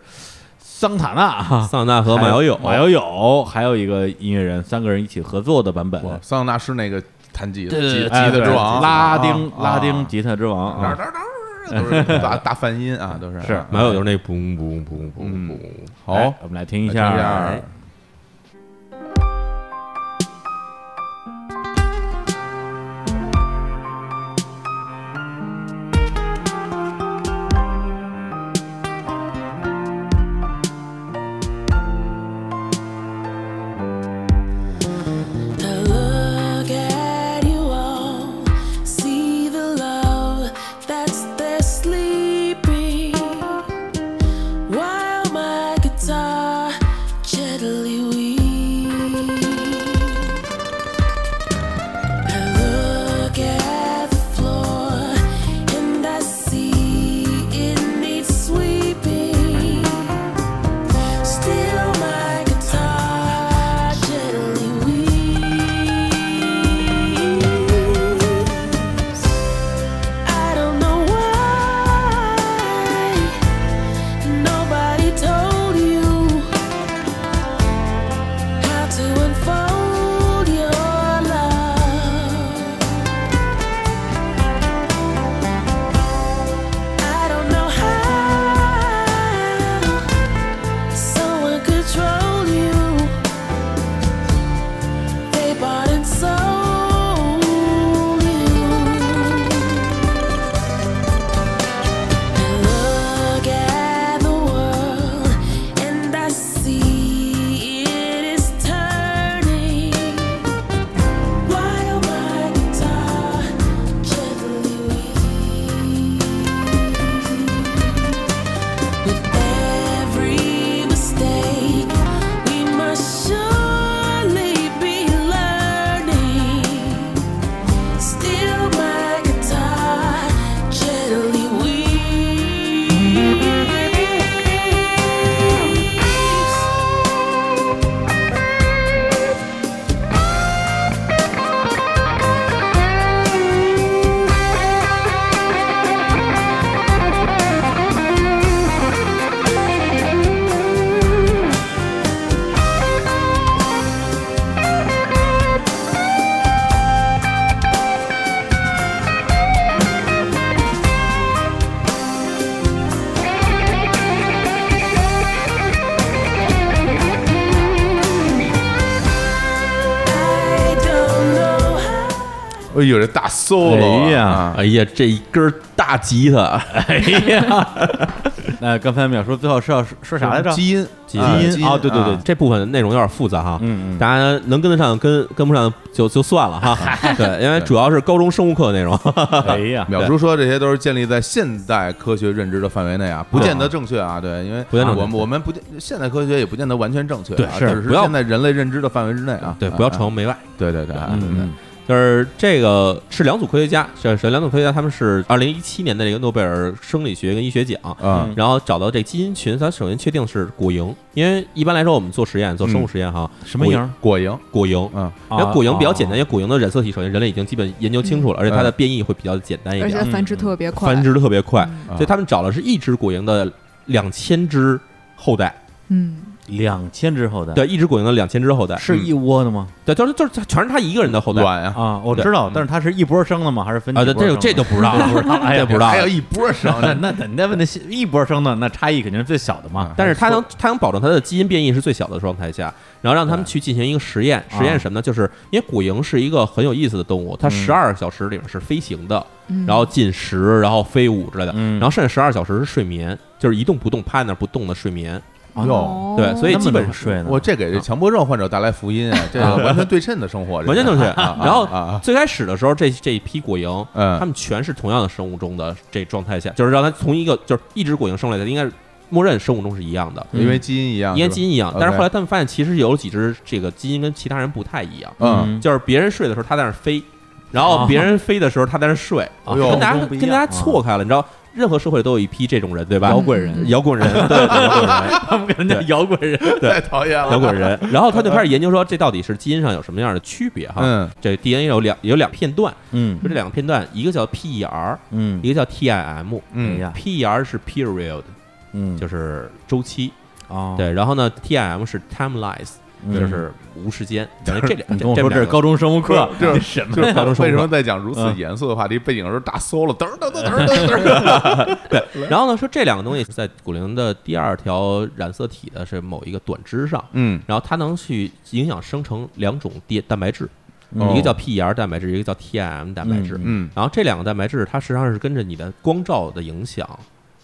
[SPEAKER 2] 桑塔纳哈
[SPEAKER 1] 桑塔纳和马友友，
[SPEAKER 2] 马友友，还有一个音乐人，三个人一起合作的版本。
[SPEAKER 3] 哇，桑塔纳是那个弹吉吉
[SPEAKER 2] 对对
[SPEAKER 3] 吉
[SPEAKER 2] 对哎
[SPEAKER 3] 他之
[SPEAKER 2] 对
[SPEAKER 3] 王，
[SPEAKER 2] 拉
[SPEAKER 3] 啊
[SPEAKER 2] 丁拉丁，
[SPEAKER 3] 啊
[SPEAKER 2] 吉他之王
[SPEAKER 3] 哪儿
[SPEAKER 2] 啊，
[SPEAKER 3] 哪儿哪儿都是大大泛音啊，都是
[SPEAKER 2] 是
[SPEAKER 1] 马友友那嘣嘣嘣嘣嘣，
[SPEAKER 3] 好
[SPEAKER 2] 哎，我们来听一
[SPEAKER 3] 来听一
[SPEAKER 2] 下
[SPEAKER 3] 下。
[SPEAKER 1] 哎
[SPEAKER 5] I look at you all, see the love that's there sleeping, while my guitar gently weeps. I look at the floor and I see it needs sweeping. Still my guitar gently weeps. I don't know why nobody told you how to unfold your love. I don't know how. Someone control you. They bought and sold you. And look at the world, and I see it is turning. While my guitar gently weeps. With every mistake, we must surely be learning. Still, my guitar gently weeps. I don't know how.
[SPEAKER 3] 哎呦，这大 solo，
[SPEAKER 2] 哎呀
[SPEAKER 3] 啊
[SPEAKER 1] 哎呀，这一根大吉他，啊
[SPEAKER 2] 哎呀，那刚才淼叔最后是要说说啥来着？
[SPEAKER 3] 基因，
[SPEAKER 1] 基哦
[SPEAKER 3] 啊
[SPEAKER 2] 因啊对对对
[SPEAKER 3] 啊
[SPEAKER 1] 这部分内容有点复杂哈，
[SPEAKER 2] 嗯嗯
[SPEAKER 1] 大家能跟得上跟跟不上就就算了
[SPEAKER 2] *laughs*
[SPEAKER 1] 哈，对，因为主要是高中生物课内容，
[SPEAKER 2] 哎呀，
[SPEAKER 3] 淼叔说这些都是建立在现代科学认知的范围内啊，不见得正确啊，对，因为
[SPEAKER 1] 不见得正
[SPEAKER 3] 我们
[SPEAKER 1] 确
[SPEAKER 3] 我们不见现代科学也不见得完全正确啊，
[SPEAKER 1] 对是
[SPEAKER 3] 只是
[SPEAKER 1] 不要
[SPEAKER 3] 现在人类认知的范围之内啊，
[SPEAKER 1] 对，
[SPEAKER 3] 啊
[SPEAKER 1] 不要崇洋媚外。
[SPEAKER 3] 对对对，啊对对
[SPEAKER 2] 嗯，
[SPEAKER 1] 就是这个是两组科学家，是是两组科学家，他们是二零一七年的这个诺贝尔生理学跟医学奖，
[SPEAKER 3] 啊
[SPEAKER 2] 嗯
[SPEAKER 1] 然后找到这基因群，咱首先确定是果蝇，因为一般来说我们做实验做生
[SPEAKER 2] 嗯
[SPEAKER 1] 物实验哈，
[SPEAKER 2] 什么营儿？
[SPEAKER 3] 果蝇，
[SPEAKER 1] 果蝇。
[SPEAKER 3] 嗯，
[SPEAKER 1] 因为果蝇比较简单，
[SPEAKER 2] 啊嗯
[SPEAKER 1] 因为果蝇的染色体首先人类已经基本研究清楚了，而且它的变异会比较简单一
[SPEAKER 4] 而且
[SPEAKER 1] 点，
[SPEAKER 4] 繁殖特别快，
[SPEAKER 1] 嗯繁殖得特别快，
[SPEAKER 3] 啊
[SPEAKER 4] 嗯
[SPEAKER 1] 所以他们找了是一只果蝇的两千只后代，
[SPEAKER 4] 嗯，
[SPEAKER 2] 两千只后代，，
[SPEAKER 1] 对，一直滚到两千只后代，
[SPEAKER 2] 是一窝的吗？
[SPEAKER 1] 对，就是就是全是他一个人的后代啊，
[SPEAKER 3] 卵呀，
[SPEAKER 2] 啊，我
[SPEAKER 1] 对
[SPEAKER 2] 知道，但是它是一波生的吗？还是分几
[SPEAKER 1] 这
[SPEAKER 2] 波
[SPEAKER 1] 这
[SPEAKER 2] 生的？
[SPEAKER 1] 这就不知道了，这不知道啊
[SPEAKER 3] 还
[SPEAKER 1] 了
[SPEAKER 3] 有。一波
[SPEAKER 1] *laughs*
[SPEAKER 3] 生，
[SPEAKER 2] 那那那那问的是一波生的，那差异肯定是最小的嘛。
[SPEAKER 1] 但是他能他能保证他的基因变异是最小的状态下，然后让他们去进行一个实验，
[SPEAKER 2] 对
[SPEAKER 1] 实验什么呢？就是因为古蝇是一个很有意思的动物，它十二小时里面是飞行的，
[SPEAKER 4] 嗯
[SPEAKER 1] 然后进食，然后飞舞之类的，
[SPEAKER 2] 嗯
[SPEAKER 1] 然后剩下十二小时是睡眠，就是一动不动趴在那儿不动的睡眠。
[SPEAKER 2] 哎
[SPEAKER 3] 哟，
[SPEAKER 4] 哦
[SPEAKER 1] 对所以
[SPEAKER 2] 那么
[SPEAKER 1] 基本
[SPEAKER 2] 能睡呢，
[SPEAKER 3] 我这给这强迫症患者带来福音啊，这个完全对称的生活，这个
[SPEAKER 1] 完全 *laughs* 正确。
[SPEAKER 3] 啊
[SPEAKER 1] 然
[SPEAKER 3] 啊
[SPEAKER 1] 后
[SPEAKER 3] 啊
[SPEAKER 1] 最开始的时候，这这一批果蝇，
[SPEAKER 3] 嗯
[SPEAKER 1] 它们全是同样的生物钟的这状态下，就是让它从一个就是一只果蝇生来的，应该是默认生物钟是一样的，
[SPEAKER 2] 嗯
[SPEAKER 3] 因为基因一样，
[SPEAKER 1] 应该基
[SPEAKER 3] 因，
[SPEAKER 1] 因一样。
[SPEAKER 3] OK
[SPEAKER 1] 但是后来他们发现，其实有几只这个基因跟其他人不太一样，
[SPEAKER 3] 嗯，
[SPEAKER 1] 就是别人睡的时候它在那儿飞，然后别人飞的时候它在那儿睡，
[SPEAKER 2] 啊
[SPEAKER 3] 哎呦
[SPEAKER 1] 跟大家
[SPEAKER 2] 生物钟不一
[SPEAKER 1] 跟
[SPEAKER 2] 样
[SPEAKER 1] 大家错开了，你知道。任何社会都有一批这种人，对吧？
[SPEAKER 2] 摇滚人
[SPEAKER 1] 啊摇滚人， *laughs* 对，摇滚人，
[SPEAKER 2] 他们跟人家
[SPEAKER 1] 对
[SPEAKER 2] 摇滚人，
[SPEAKER 3] 太讨厌了，
[SPEAKER 1] 摇滚人。然后他就开始研究说，这到底是基因上有什么样的区别哈？
[SPEAKER 3] 嗯
[SPEAKER 1] 这 DNA 有两有两片段，
[SPEAKER 2] 嗯
[SPEAKER 1] 就这两个片段，一个叫 PER，
[SPEAKER 2] 嗯
[SPEAKER 1] 一个叫 TIM。
[SPEAKER 2] 哎
[SPEAKER 3] 嗯，
[SPEAKER 2] 呀，
[SPEAKER 1] PER E 是 period，
[SPEAKER 2] 嗯，
[SPEAKER 1] 就是是周期，
[SPEAKER 2] 啊，
[SPEAKER 1] 对。然后呢，TIM 是 timeless，
[SPEAKER 2] 嗯
[SPEAKER 1] 就是无时 *laughs* 间。等于这两
[SPEAKER 2] 你
[SPEAKER 1] 这
[SPEAKER 2] 跟我说
[SPEAKER 1] 这
[SPEAKER 2] 这是
[SPEAKER 1] 两个
[SPEAKER 2] 高中生物课，
[SPEAKER 3] 这
[SPEAKER 2] 这什么
[SPEAKER 3] 就是
[SPEAKER 1] 高中生
[SPEAKER 3] 为什
[SPEAKER 1] 活
[SPEAKER 3] 么在讲如此
[SPEAKER 2] 嗯
[SPEAKER 3] 严肃的话题？背景的时候打 solo，噔儿噔儿
[SPEAKER 1] *laughs*
[SPEAKER 3] 噔儿噔儿噔儿噔儿，
[SPEAKER 1] 然后呢，说这两个东西是在古灵的第二条染色体的是某一个短支上，
[SPEAKER 3] 嗯，
[SPEAKER 1] 然后它能去影响生成两种蛋蛋白质，
[SPEAKER 3] 哦
[SPEAKER 1] 一个叫 PER 蛋白质，一个叫 TIM 蛋白质。
[SPEAKER 3] 嗯
[SPEAKER 1] 然后这两个蛋白质，它实际上是跟着你的光照的影响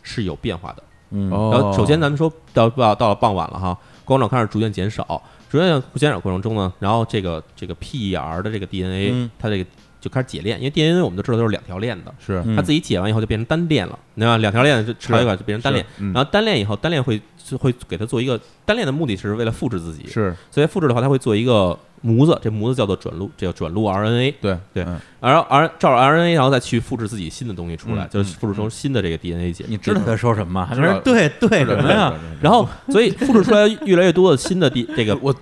[SPEAKER 1] 是有变化的。
[SPEAKER 2] 嗯
[SPEAKER 3] 哦
[SPEAKER 1] 然后首先咱们说到到到了傍晚了哈，光照开始逐渐减少，逐渐减少过程中呢，然后这个这个 PER 的这个 DNA，、
[SPEAKER 2] 嗯
[SPEAKER 1] 它这个就开始解链，因为 DNA 我们都知道都是两条链的，
[SPEAKER 3] 是
[SPEAKER 2] 嗯
[SPEAKER 1] 它自己解完以后就变成单链了，对吧？两条链就长一块就变成单链，
[SPEAKER 3] 是嗯
[SPEAKER 1] 然后单链以后单链会就会给它做一个单链的目的是为了复制自己，
[SPEAKER 3] 是，
[SPEAKER 1] 所以复制的话它会做一个模子，这模子叫做转录，这叫转录 RNA，
[SPEAKER 3] 对
[SPEAKER 1] 对
[SPEAKER 3] 嗯
[SPEAKER 1] 然后 R 照着 RNA 然后再去复制自己新的东西出来，
[SPEAKER 3] 嗯
[SPEAKER 1] 就是复制成新的这个 DNA 解。
[SPEAKER 2] 你知道他说什么吗？他
[SPEAKER 3] 知道
[SPEAKER 2] 说对对
[SPEAKER 3] 是的
[SPEAKER 2] 什么呀？？
[SPEAKER 1] 然
[SPEAKER 3] *laughs*
[SPEAKER 1] 后，所以复制出来越来越多的新的 D 这个
[SPEAKER 3] 我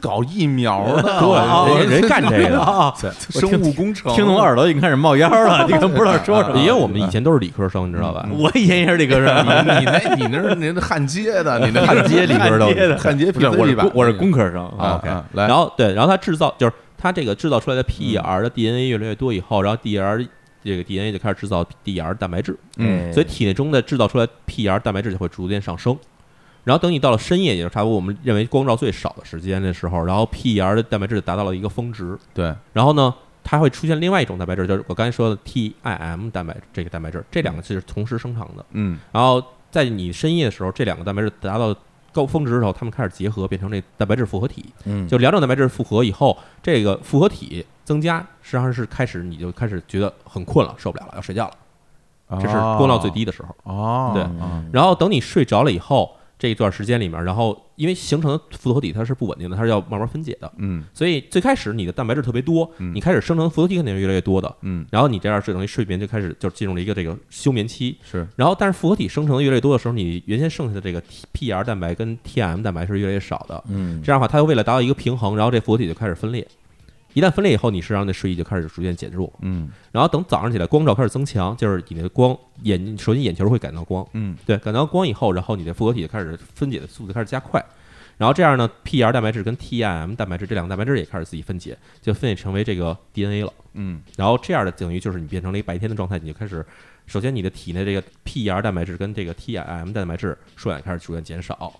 [SPEAKER 3] 搞疫苗呢，
[SPEAKER 2] 哦
[SPEAKER 1] 对，人人干这个
[SPEAKER 2] *laughs*
[SPEAKER 1] 的。
[SPEAKER 2] 啊，
[SPEAKER 3] *laughs* 生物工程，
[SPEAKER 2] 哦
[SPEAKER 3] *laughs*
[SPEAKER 2] 听得我耳朵已经开始冒烟了，你看不知道说什么。
[SPEAKER 1] 啊因为我们以前都是理科生，你知道
[SPEAKER 3] 嗯
[SPEAKER 1] 吧？
[SPEAKER 2] 我以前也是理科
[SPEAKER 3] *laughs*
[SPEAKER 2] 生，
[SPEAKER 3] 你那你那是您的焊接的，你那
[SPEAKER 1] 焊接里边都
[SPEAKER 2] 焊接的
[SPEAKER 3] 焊接
[SPEAKER 2] 不是
[SPEAKER 3] 皮
[SPEAKER 2] 我
[SPEAKER 3] 子
[SPEAKER 2] 是
[SPEAKER 3] 里吧
[SPEAKER 2] 工，我是工科生
[SPEAKER 3] 啊
[SPEAKER 2] 啊。
[SPEAKER 1] OK
[SPEAKER 3] 啊来
[SPEAKER 1] 然后对，然后它制造就是它这个制造出来的 PER 的 DNA 越来越多以后，然后 DR 这个 DNA 就开始制造 DR 蛋白质，
[SPEAKER 3] 嗯
[SPEAKER 2] 哎
[SPEAKER 1] 所以体内中的制造出来 PER 蛋白质就会逐渐上升。然后等你到了深夜，也就是差不多我们认为光照最少的时间的时候，然后 PER 的蛋白质达到了一个峰值，
[SPEAKER 3] 对，
[SPEAKER 1] 然后呢，它会出现另外一种蛋白质，就是我刚才说的 TIM 蛋白这个蛋白质，这两个是同时生成的。
[SPEAKER 3] 嗯
[SPEAKER 1] 然后在你深夜的时候，这两个蛋白质达到高峰值的时候，它们开始结合，变成这蛋白质复合体。
[SPEAKER 2] 嗯
[SPEAKER 1] 就两种蛋白质复合以后，这个复合体增加，实际上是开始你就开始觉得很困了，受不了了，要睡觉了。这是光照最低的时候。
[SPEAKER 3] 哦，
[SPEAKER 1] 对
[SPEAKER 3] 嗯
[SPEAKER 1] 然后等你睡着了以后，这一段时间里面，然后因为形成的复合体它是不稳定的，它是要慢慢分解的。
[SPEAKER 3] 嗯
[SPEAKER 1] 所以最开始你的蛋白质特别多，你开始生成复合体肯定是越来越多的，
[SPEAKER 3] 嗯
[SPEAKER 1] 然后你这样睡等于睡眠就开始就进入了一个这个休眠期，
[SPEAKER 3] 是，
[SPEAKER 1] 然后但是复合体生成的越来越多的时候，你原先剩下的这个 P R 蛋白跟 T M 蛋白是越来越少的，
[SPEAKER 2] 嗯
[SPEAKER 1] 这样的话它又为了达到一个平衡，然后这复合体就开始分裂，一旦分裂以后，你实际上的睡意就开始逐渐减弱，
[SPEAKER 3] 嗯
[SPEAKER 1] 然后等早上起来光照开始增强，就是你的光眼首先眼球会感到光，
[SPEAKER 3] 嗯
[SPEAKER 1] 对，感到光以后，然后你的复合体就开始分解的速度就开始加快，然后这样呢，PR 蛋白质跟 TIM 蛋白质这两个蛋白质也开始自己分解，就分解成为这个 DNA 了。
[SPEAKER 3] 嗯
[SPEAKER 1] 然后这样的等于就是你变成了一个白天的状态，你就开始，首先你的体内这个 PR 蛋白质跟这个 TIM 蛋白质数量也开始逐渐减少，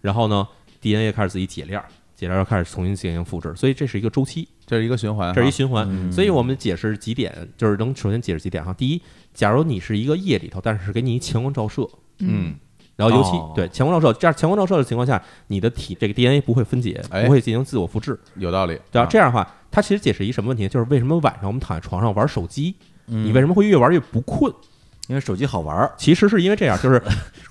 [SPEAKER 1] 然后呢，DNA 开始自己解链儿，解链儿又开始重新进行复制，所以这是一个周期。
[SPEAKER 3] 这是一个循环哈，
[SPEAKER 1] 这是一循环。
[SPEAKER 3] 嗯
[SPEAKER 1] 所以我们解释几点，就是能首先解释几点哈。第一，假如你是一个夜里头，但是给你强光照射，
[SPEAKER 3] 嗯
[SPEAKER 1] 然后尤其、
[SPEAKER 2] 哦
[SPEAKER 1] 对强光照射，这样强光照射的情况下，你的体这个 DNA 不会分解，
[SPEAKER 3] 哎
[SPEAKER 1] 不会进行自我复制，
[SPEAKER 3] 有道理，
[SPEAKER 1] 对吧？
[SPEAKER 3] 啊
[SPEAKER 1] 这样的话，它其实解释一什么问题，就是为什么晚上我们躺在床上玩手机，
[SPEAKER 2] 嗯
[SPEAKER 3] 嗯
[SPEAKER 1] 你为什么会越玩越不困？
[SPEAKER 2] 因为手机好玩儿，
[SPEAKER 1] 其实是因为这样，
[SPEAKER 3] *laughs*
[SPEAKER 1] 就是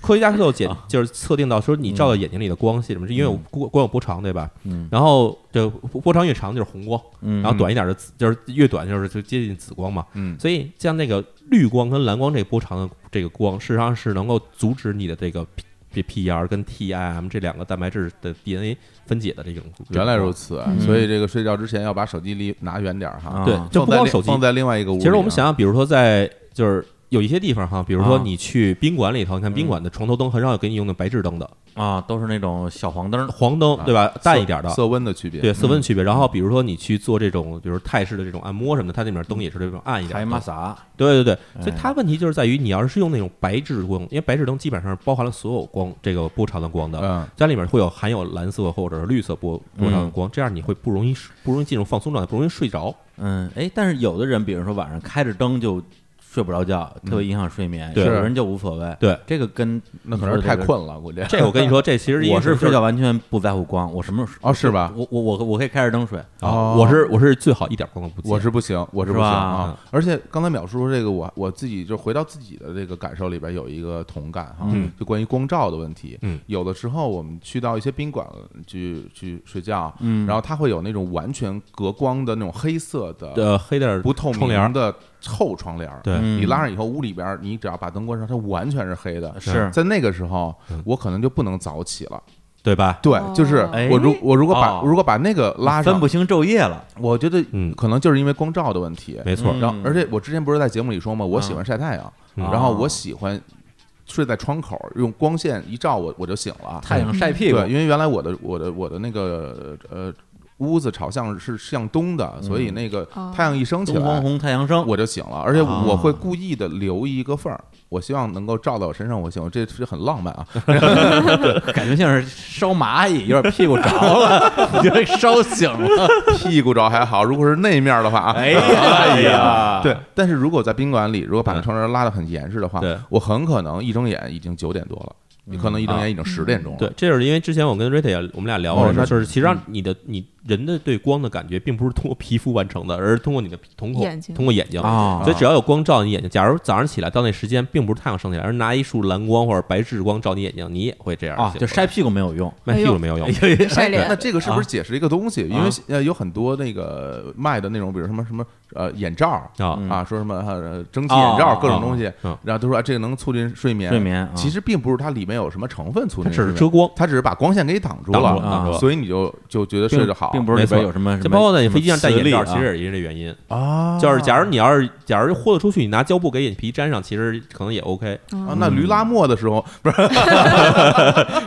[SPEAKER 1] 科学家就检
[SPEAKER 3] 啊
[SPEAKER 1] 就是测定到说你
[SPEAKER 3] 嗯
[SPEAKER 1] 照到眼睛里的光系什么，是因为我光光有波长对吧？
[SPEAKER 2] 嗯
[SPEAKER 1] 然后这波长越长就是红光，
[SPEAKER 2] 嗯
[SPEAKER 1] 然后短一点的紫就是越短就是就接近紫光嘛。
[SPEAKER 3] 嗯
[SPEAKER 1] 所以像那个绿光跟蓝光这个波长的这个光，事实上是能够阻止你的这个 P P R 跟 T I M 这两个蛋白质的 D N A 分解的这种。
[SPEAKER 3] 原来如此，啊所以这个睡觉之前要把手机离拿远点儿哈
[SPEAKER 2] 啊，
[SPEAKER 1] 对，就
[SPEAKER 3] 放
[SPEAKER 1] 不
[SPEAKER 3] 在
[SPEAKER 1] 光
[SPEAKER 3] 另
[SPEAKER 1] 手机
[SPEAKER 3] 放。在另外一个屋里啊。
[SPEAKER 1] 其实我们想想，比如说在就是。有一些地方哈，比如说
[SPEAKER 2] 啊
[SPEAKER 1] 你去宾馆里头，你看宾馆
[SPEAKER 3] 嗯
[SPEAKER 1] 的床头灯很少有给你用的白炽灯的，
[SPEAKER 2] 啊，都是那种小黄灯儿，
[SPEAKER 1] 黄灯对吧？淡一点的，
[SPEAKER 3] 啊色温嗯的区别，
[SPEAKER 1] 对色温区别。然后比如说你去做这种，比如泰式的这种按摩什么的，它那边灯也是这种暗一
[SPEAKER 2] 还
[SPEAKER 1] 点
[SPEAKER 2] 玛
[SPEAKER 1] 的。
[SPEAKER 2] 莎，
[SPEAKER 1] 对对
[SPEAKER 3] 哎
[SPEAKER 1] 对，所以它问题就是在于你要是用那种白炽光，因为白炽灯基本上是包含了所有光这个波长的光的，
[SPEAKER 3] 嗯，
[SPEAKER 1] 家里面会有含有蓝色或者是绿色波波长的光，这样你会不容易不容易进入放松状态，不容易睡着。
[SPEAKER 2] 嗯，哎，但是有的人，比如说晚上开着灯就睡不着觉，特别影响睡眠；
[SPEAKER 1] 对
[SPEAKER 2] 有的人就无所谓。
[SPEAKER 1] 对，
[SPEAKER 2] 这个跟
[SPEAKER 3] 那可能是太。困了，估计
[SPEAKER 1] 这个我啊跟你说，这其实因为
[SPEAKER 2] 我是
[SPEAKER 1] 什
[SPEAKER 2] 睡
[SPEAKER 1] 么事
[SPEAKER 2] 觉
[SPEAKER 1] 儿
[SPEAKER 2] 完全不在乎光，我什么时候
[SPEAKER 3] 哦是吧
[SPEAKER 2] 我我我我可以开着灯睡，
[SPEAKER 1] 啊，
[SPEAKER 3] 哦
[SPEAKER 1] 我是我是最好一点光都不见。
[SPEAKER 3] 我是不行，我是不
[SPEAKER 2] 是
[SPEAKER 3] 行
[SPEAKER 2] 吧
[SPEAKER 3] 啊！而且刚才淼叔说这个，我我自己就回到自己的这个感受里边有一个同感哈，
[SPEAKER 2] 嗯
[SPEAKER 3] 就关于光照的问题。
[SPEAKER 1] 嗯，
[SPEAKER 3] 有的时候我们去到一些宾馆去去睡觉，
[SPEAKER 2] 嗯
[SPEAKER 3] 然后它会有那种完全隔光的那种黑色的
[SPEAKER 1] 呃黑点儿
[SPEAKER 3] 不透
[SPEAKER 1] 窗帘儿
[SPEAKER 3] 明的厚窗帘儿，
[SPEAKER 1] 对
[SPEAKER 2] 嗯
[SPEAKER 3] 你拉上以后，屋里边你只要把灯关上，它完全是黑的。
[SPEAKER 2] 是
[SPEAKER 3] 在那个时候
[SPEAKER 1] 嗯，
[SPEAKER 3] 我可能就不能早起了。
[SPEAKER 1] 对吧？
[SPEAKER 3] 对，就是
[SPEAKER 2] 哎
[SPEAKER 3] 我如我如果把
[SPEAKER 2] 哦
[SPEAKER 3] 如果把那个拉
[SPEAKER 2] 分
[SPEAKER 3] 上
[SPEAKER 2] 不，清昼夜了。
[SPEAKER 3] 我觉得
[SPEAKER 1] 嗯
[SPEAKER 3] 可能就是因为光照的问题。
[SPEAKER 1] 没错，
[SPEAKER 2] 嗯哦
[SPEAKER 3] 然后，而且我之前不是在节目里说吗？我喜欢晒太阳，
[SPEAKER 1] 嗯
[SPEAKER 3] 然后我喜欢睡在窗口，用光线一照我我就醒了。嗯
[SPEAKER 2] 太阳晒屁股，
[SPEAKER 3] 对，因为原来我的我的我的那个呃屋子朝向是向东的，所以那个
[SPEAKER 4] 哦
[SPEAKER 3] 太阳一升起
[SPEAKER 2] 嗯东方
[SPEAKER 3] 来，
[SPEAKER 2] 红太阳
[SPEAKER 3] *laughs*
[SPEAKER 2] 升，
[SPEAKER 3] 我就醒了，而且
[SPEAKER 2] 啊
[SPEAKER 3] 我会故意的留一个缝儿，我希望能够照到我身上，我醒，我这是很浪漫
[SPEAKER 2] *laughs*
[SPEAKER 3] 啊。
[SPEAKER 2] 感觉像是烧蚂蚁，有点屁股着了， *laughs* 有点烧醒了。
[SPEAKER 3] 屁股着还好，如果是那面儿的话啊，
[SPEAKER 2] 哎
[SPEAKER 1] 啊
[SPEAKER 2] 呀，
[SPEAKER 3] 对，但是如果在宾馆里，如果把那窗帘拉得很严实的话
[SPEAKER 1] 对，嗯
[SPEAKER 3] 我很可能一睁眼已经九点多了，你可能一睁眼已经十点钟
[SPEAKER 2] 哦
[SPEAKER 1] 啊
[SPEAKER 3] 了。
[SPEAKER 1] 对，这就是因为之前我跟 Rita 也我们俩聊过
[SPEAKER 3] 哦
[SPEAKER 1] 这事儿，
[SPEAKER 3] 那
[SPEAKER 1] 就是其实
[SPEAKER 2] 嗯
[SPEAKER 1] 让你的你人的对光的感觉，并不是通过皮肤完成的，而是通过你的瞳孔
[SPEAKER 4] 眼睛
[SPEAKER 1] 通过眼睛
[SPEAKER 2] 啊
[SPEAKER 1] 所以只要有光照你眼睛，假如早上起来到那时间并不是太阳升起来，而是拿一束蓝光或者白炽光照你眼睛，你也会这样
[SPEAKER 2] 啊，就晒哎屁股没有用，
[SPEAKER 1] 卖屁股没有用。
[SPEAKER 4] 晒脸
[SPEAKER 3] 那这个是不是解释一个东西？因为
[SPEAKER 2] 啊
[SPEAKER 3] 呃有很多那个卖的那种，比如什么什么呃眼罩儿
[SPEAKER 1] 啊
[SPEAKER 2] 嗯
[SPEAKER 3] 啊，说什么呃蒸汽眼罩
[SPEAKER 2] 哦
[SPEAKER 3] 儿各种东西
[SPEAKER 1] 嗯，
[SPEAKER 3] 然后都说啊这个能促进睡眠。
[SPEAKER 2] 睡眠啊
[SPEAKER 3] 其实并不是它里面有什么成分促
[SPEAKER 1] 它
[SPEAKER 3] 进
[SPEAKER 1] 只
[SPEAKER 3] 睡
[SPEAKER 1] 是
[SPEAKER 3] 眠，
[SPEAKER 1] 遮光，
[SPEAKER 3] 它只是把光线给你挡住
[SPEAKER 1] 挡住
[SPEAKER 2] 了
[SPEAKER 3] 了，啊
[SPEAKER 1] 挡住了。
[SPEAKER 3] 所以你就就觉得睡得好，
[SPEAKER 2] 并不是里边有什么，
[SPEAKER 1] 就包括在你
[SPEAKER 2] 什么
[SPEAKER 1] 飞机上戴眼罩，
[SPEAKER 2] 磁力啊
[SPEAKER 1] 其实也是因为这原因。
[SPEAKER 3] 啊。
[SPEAKER 1] 就是假如你要是假如豁得出去，你拿胶布给眼皮粘上，其实可能也 OK。
[SPEAKER 3] 啊，那驴拉磨的时候，不是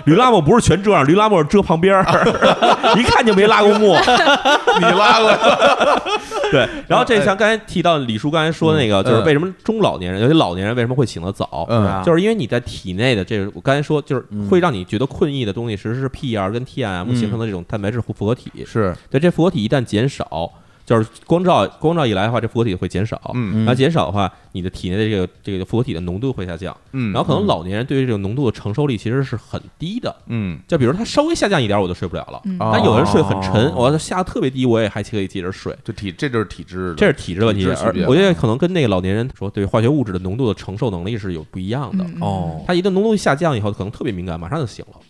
[SPEAKER 1] 驴拉磨不是全遮上，驴拉磨是遮旁边
[SPEAKER 3] *laughs*
[SPEAKER 1] 儿，一看就没拉过墨。
[SPEAKER 3] 你拉
[SPEAKER 1] *laughs*
[SPEAKER 3] 过，哎
[SPEAKER 1] 对，然后这像刚才提到李叔刚才说那个，就是为什么中老年人，尤其老年人为什么会醒得早，
[SPEAKER 2] 对
[SPEAKER 3] 嗯
[SPEAKER 2] 啊
[SPEAKER 1] 就是因为你在体内的这，我刚才说就是会让你觉得困意的东西，其实是 PR 跟 TIM
[SPEAKER 2] 嗯
[SPEAKER 1] 形成的这种蛋白质复合体。
[SPEAKER 3] 是
[SPEAKER 1] 对，这复合体一旦减少，就是光照光照一来的话，这复合体会减少。
[SPEAKER 3] 嗯
[SPEAKER 2] 嗯
[SPEAKER 1] 然后减少的话，你的体内的这个这个复合体的浓度会下降，
[SPEAKER 3] 嗯，
[SPEAKER 1] 然后可能老年人对于这种浓度的承受力其实是很低的，
[SPEAKER 3] 嗯，
[SPEAKER 1] 就比如他稍微下降一点，我就睡不了了。
[SPEAKER 4] 嗯
[SPEAKER 3] 啊
[SPEAKER 1] 但有的人睡很沉
[SPEAKER 2] 哦，
[SPEAKER 1] 我要下得特别低，我也还可以接着睡。
[SPEAKER 3] 这体这就是体质的，
[SPEAKER 1] 这是体质问题，
[SPEAKER 3] 体质区
[SPEAKER 1] 而
[SPEAKER 3] 别嗯
[SPEAKER 1] 我觉得可能跟那个老年人说对化学物质的浓度的承受能力是有不一样的。
[SPEAKER 4] 嗯
[SPEAKER 2] 哦，
[SPEAKER 1] 他一旦浓度一下降以后，可能特别敏感，马上就醒了。
[SPEAKER 3] 嗯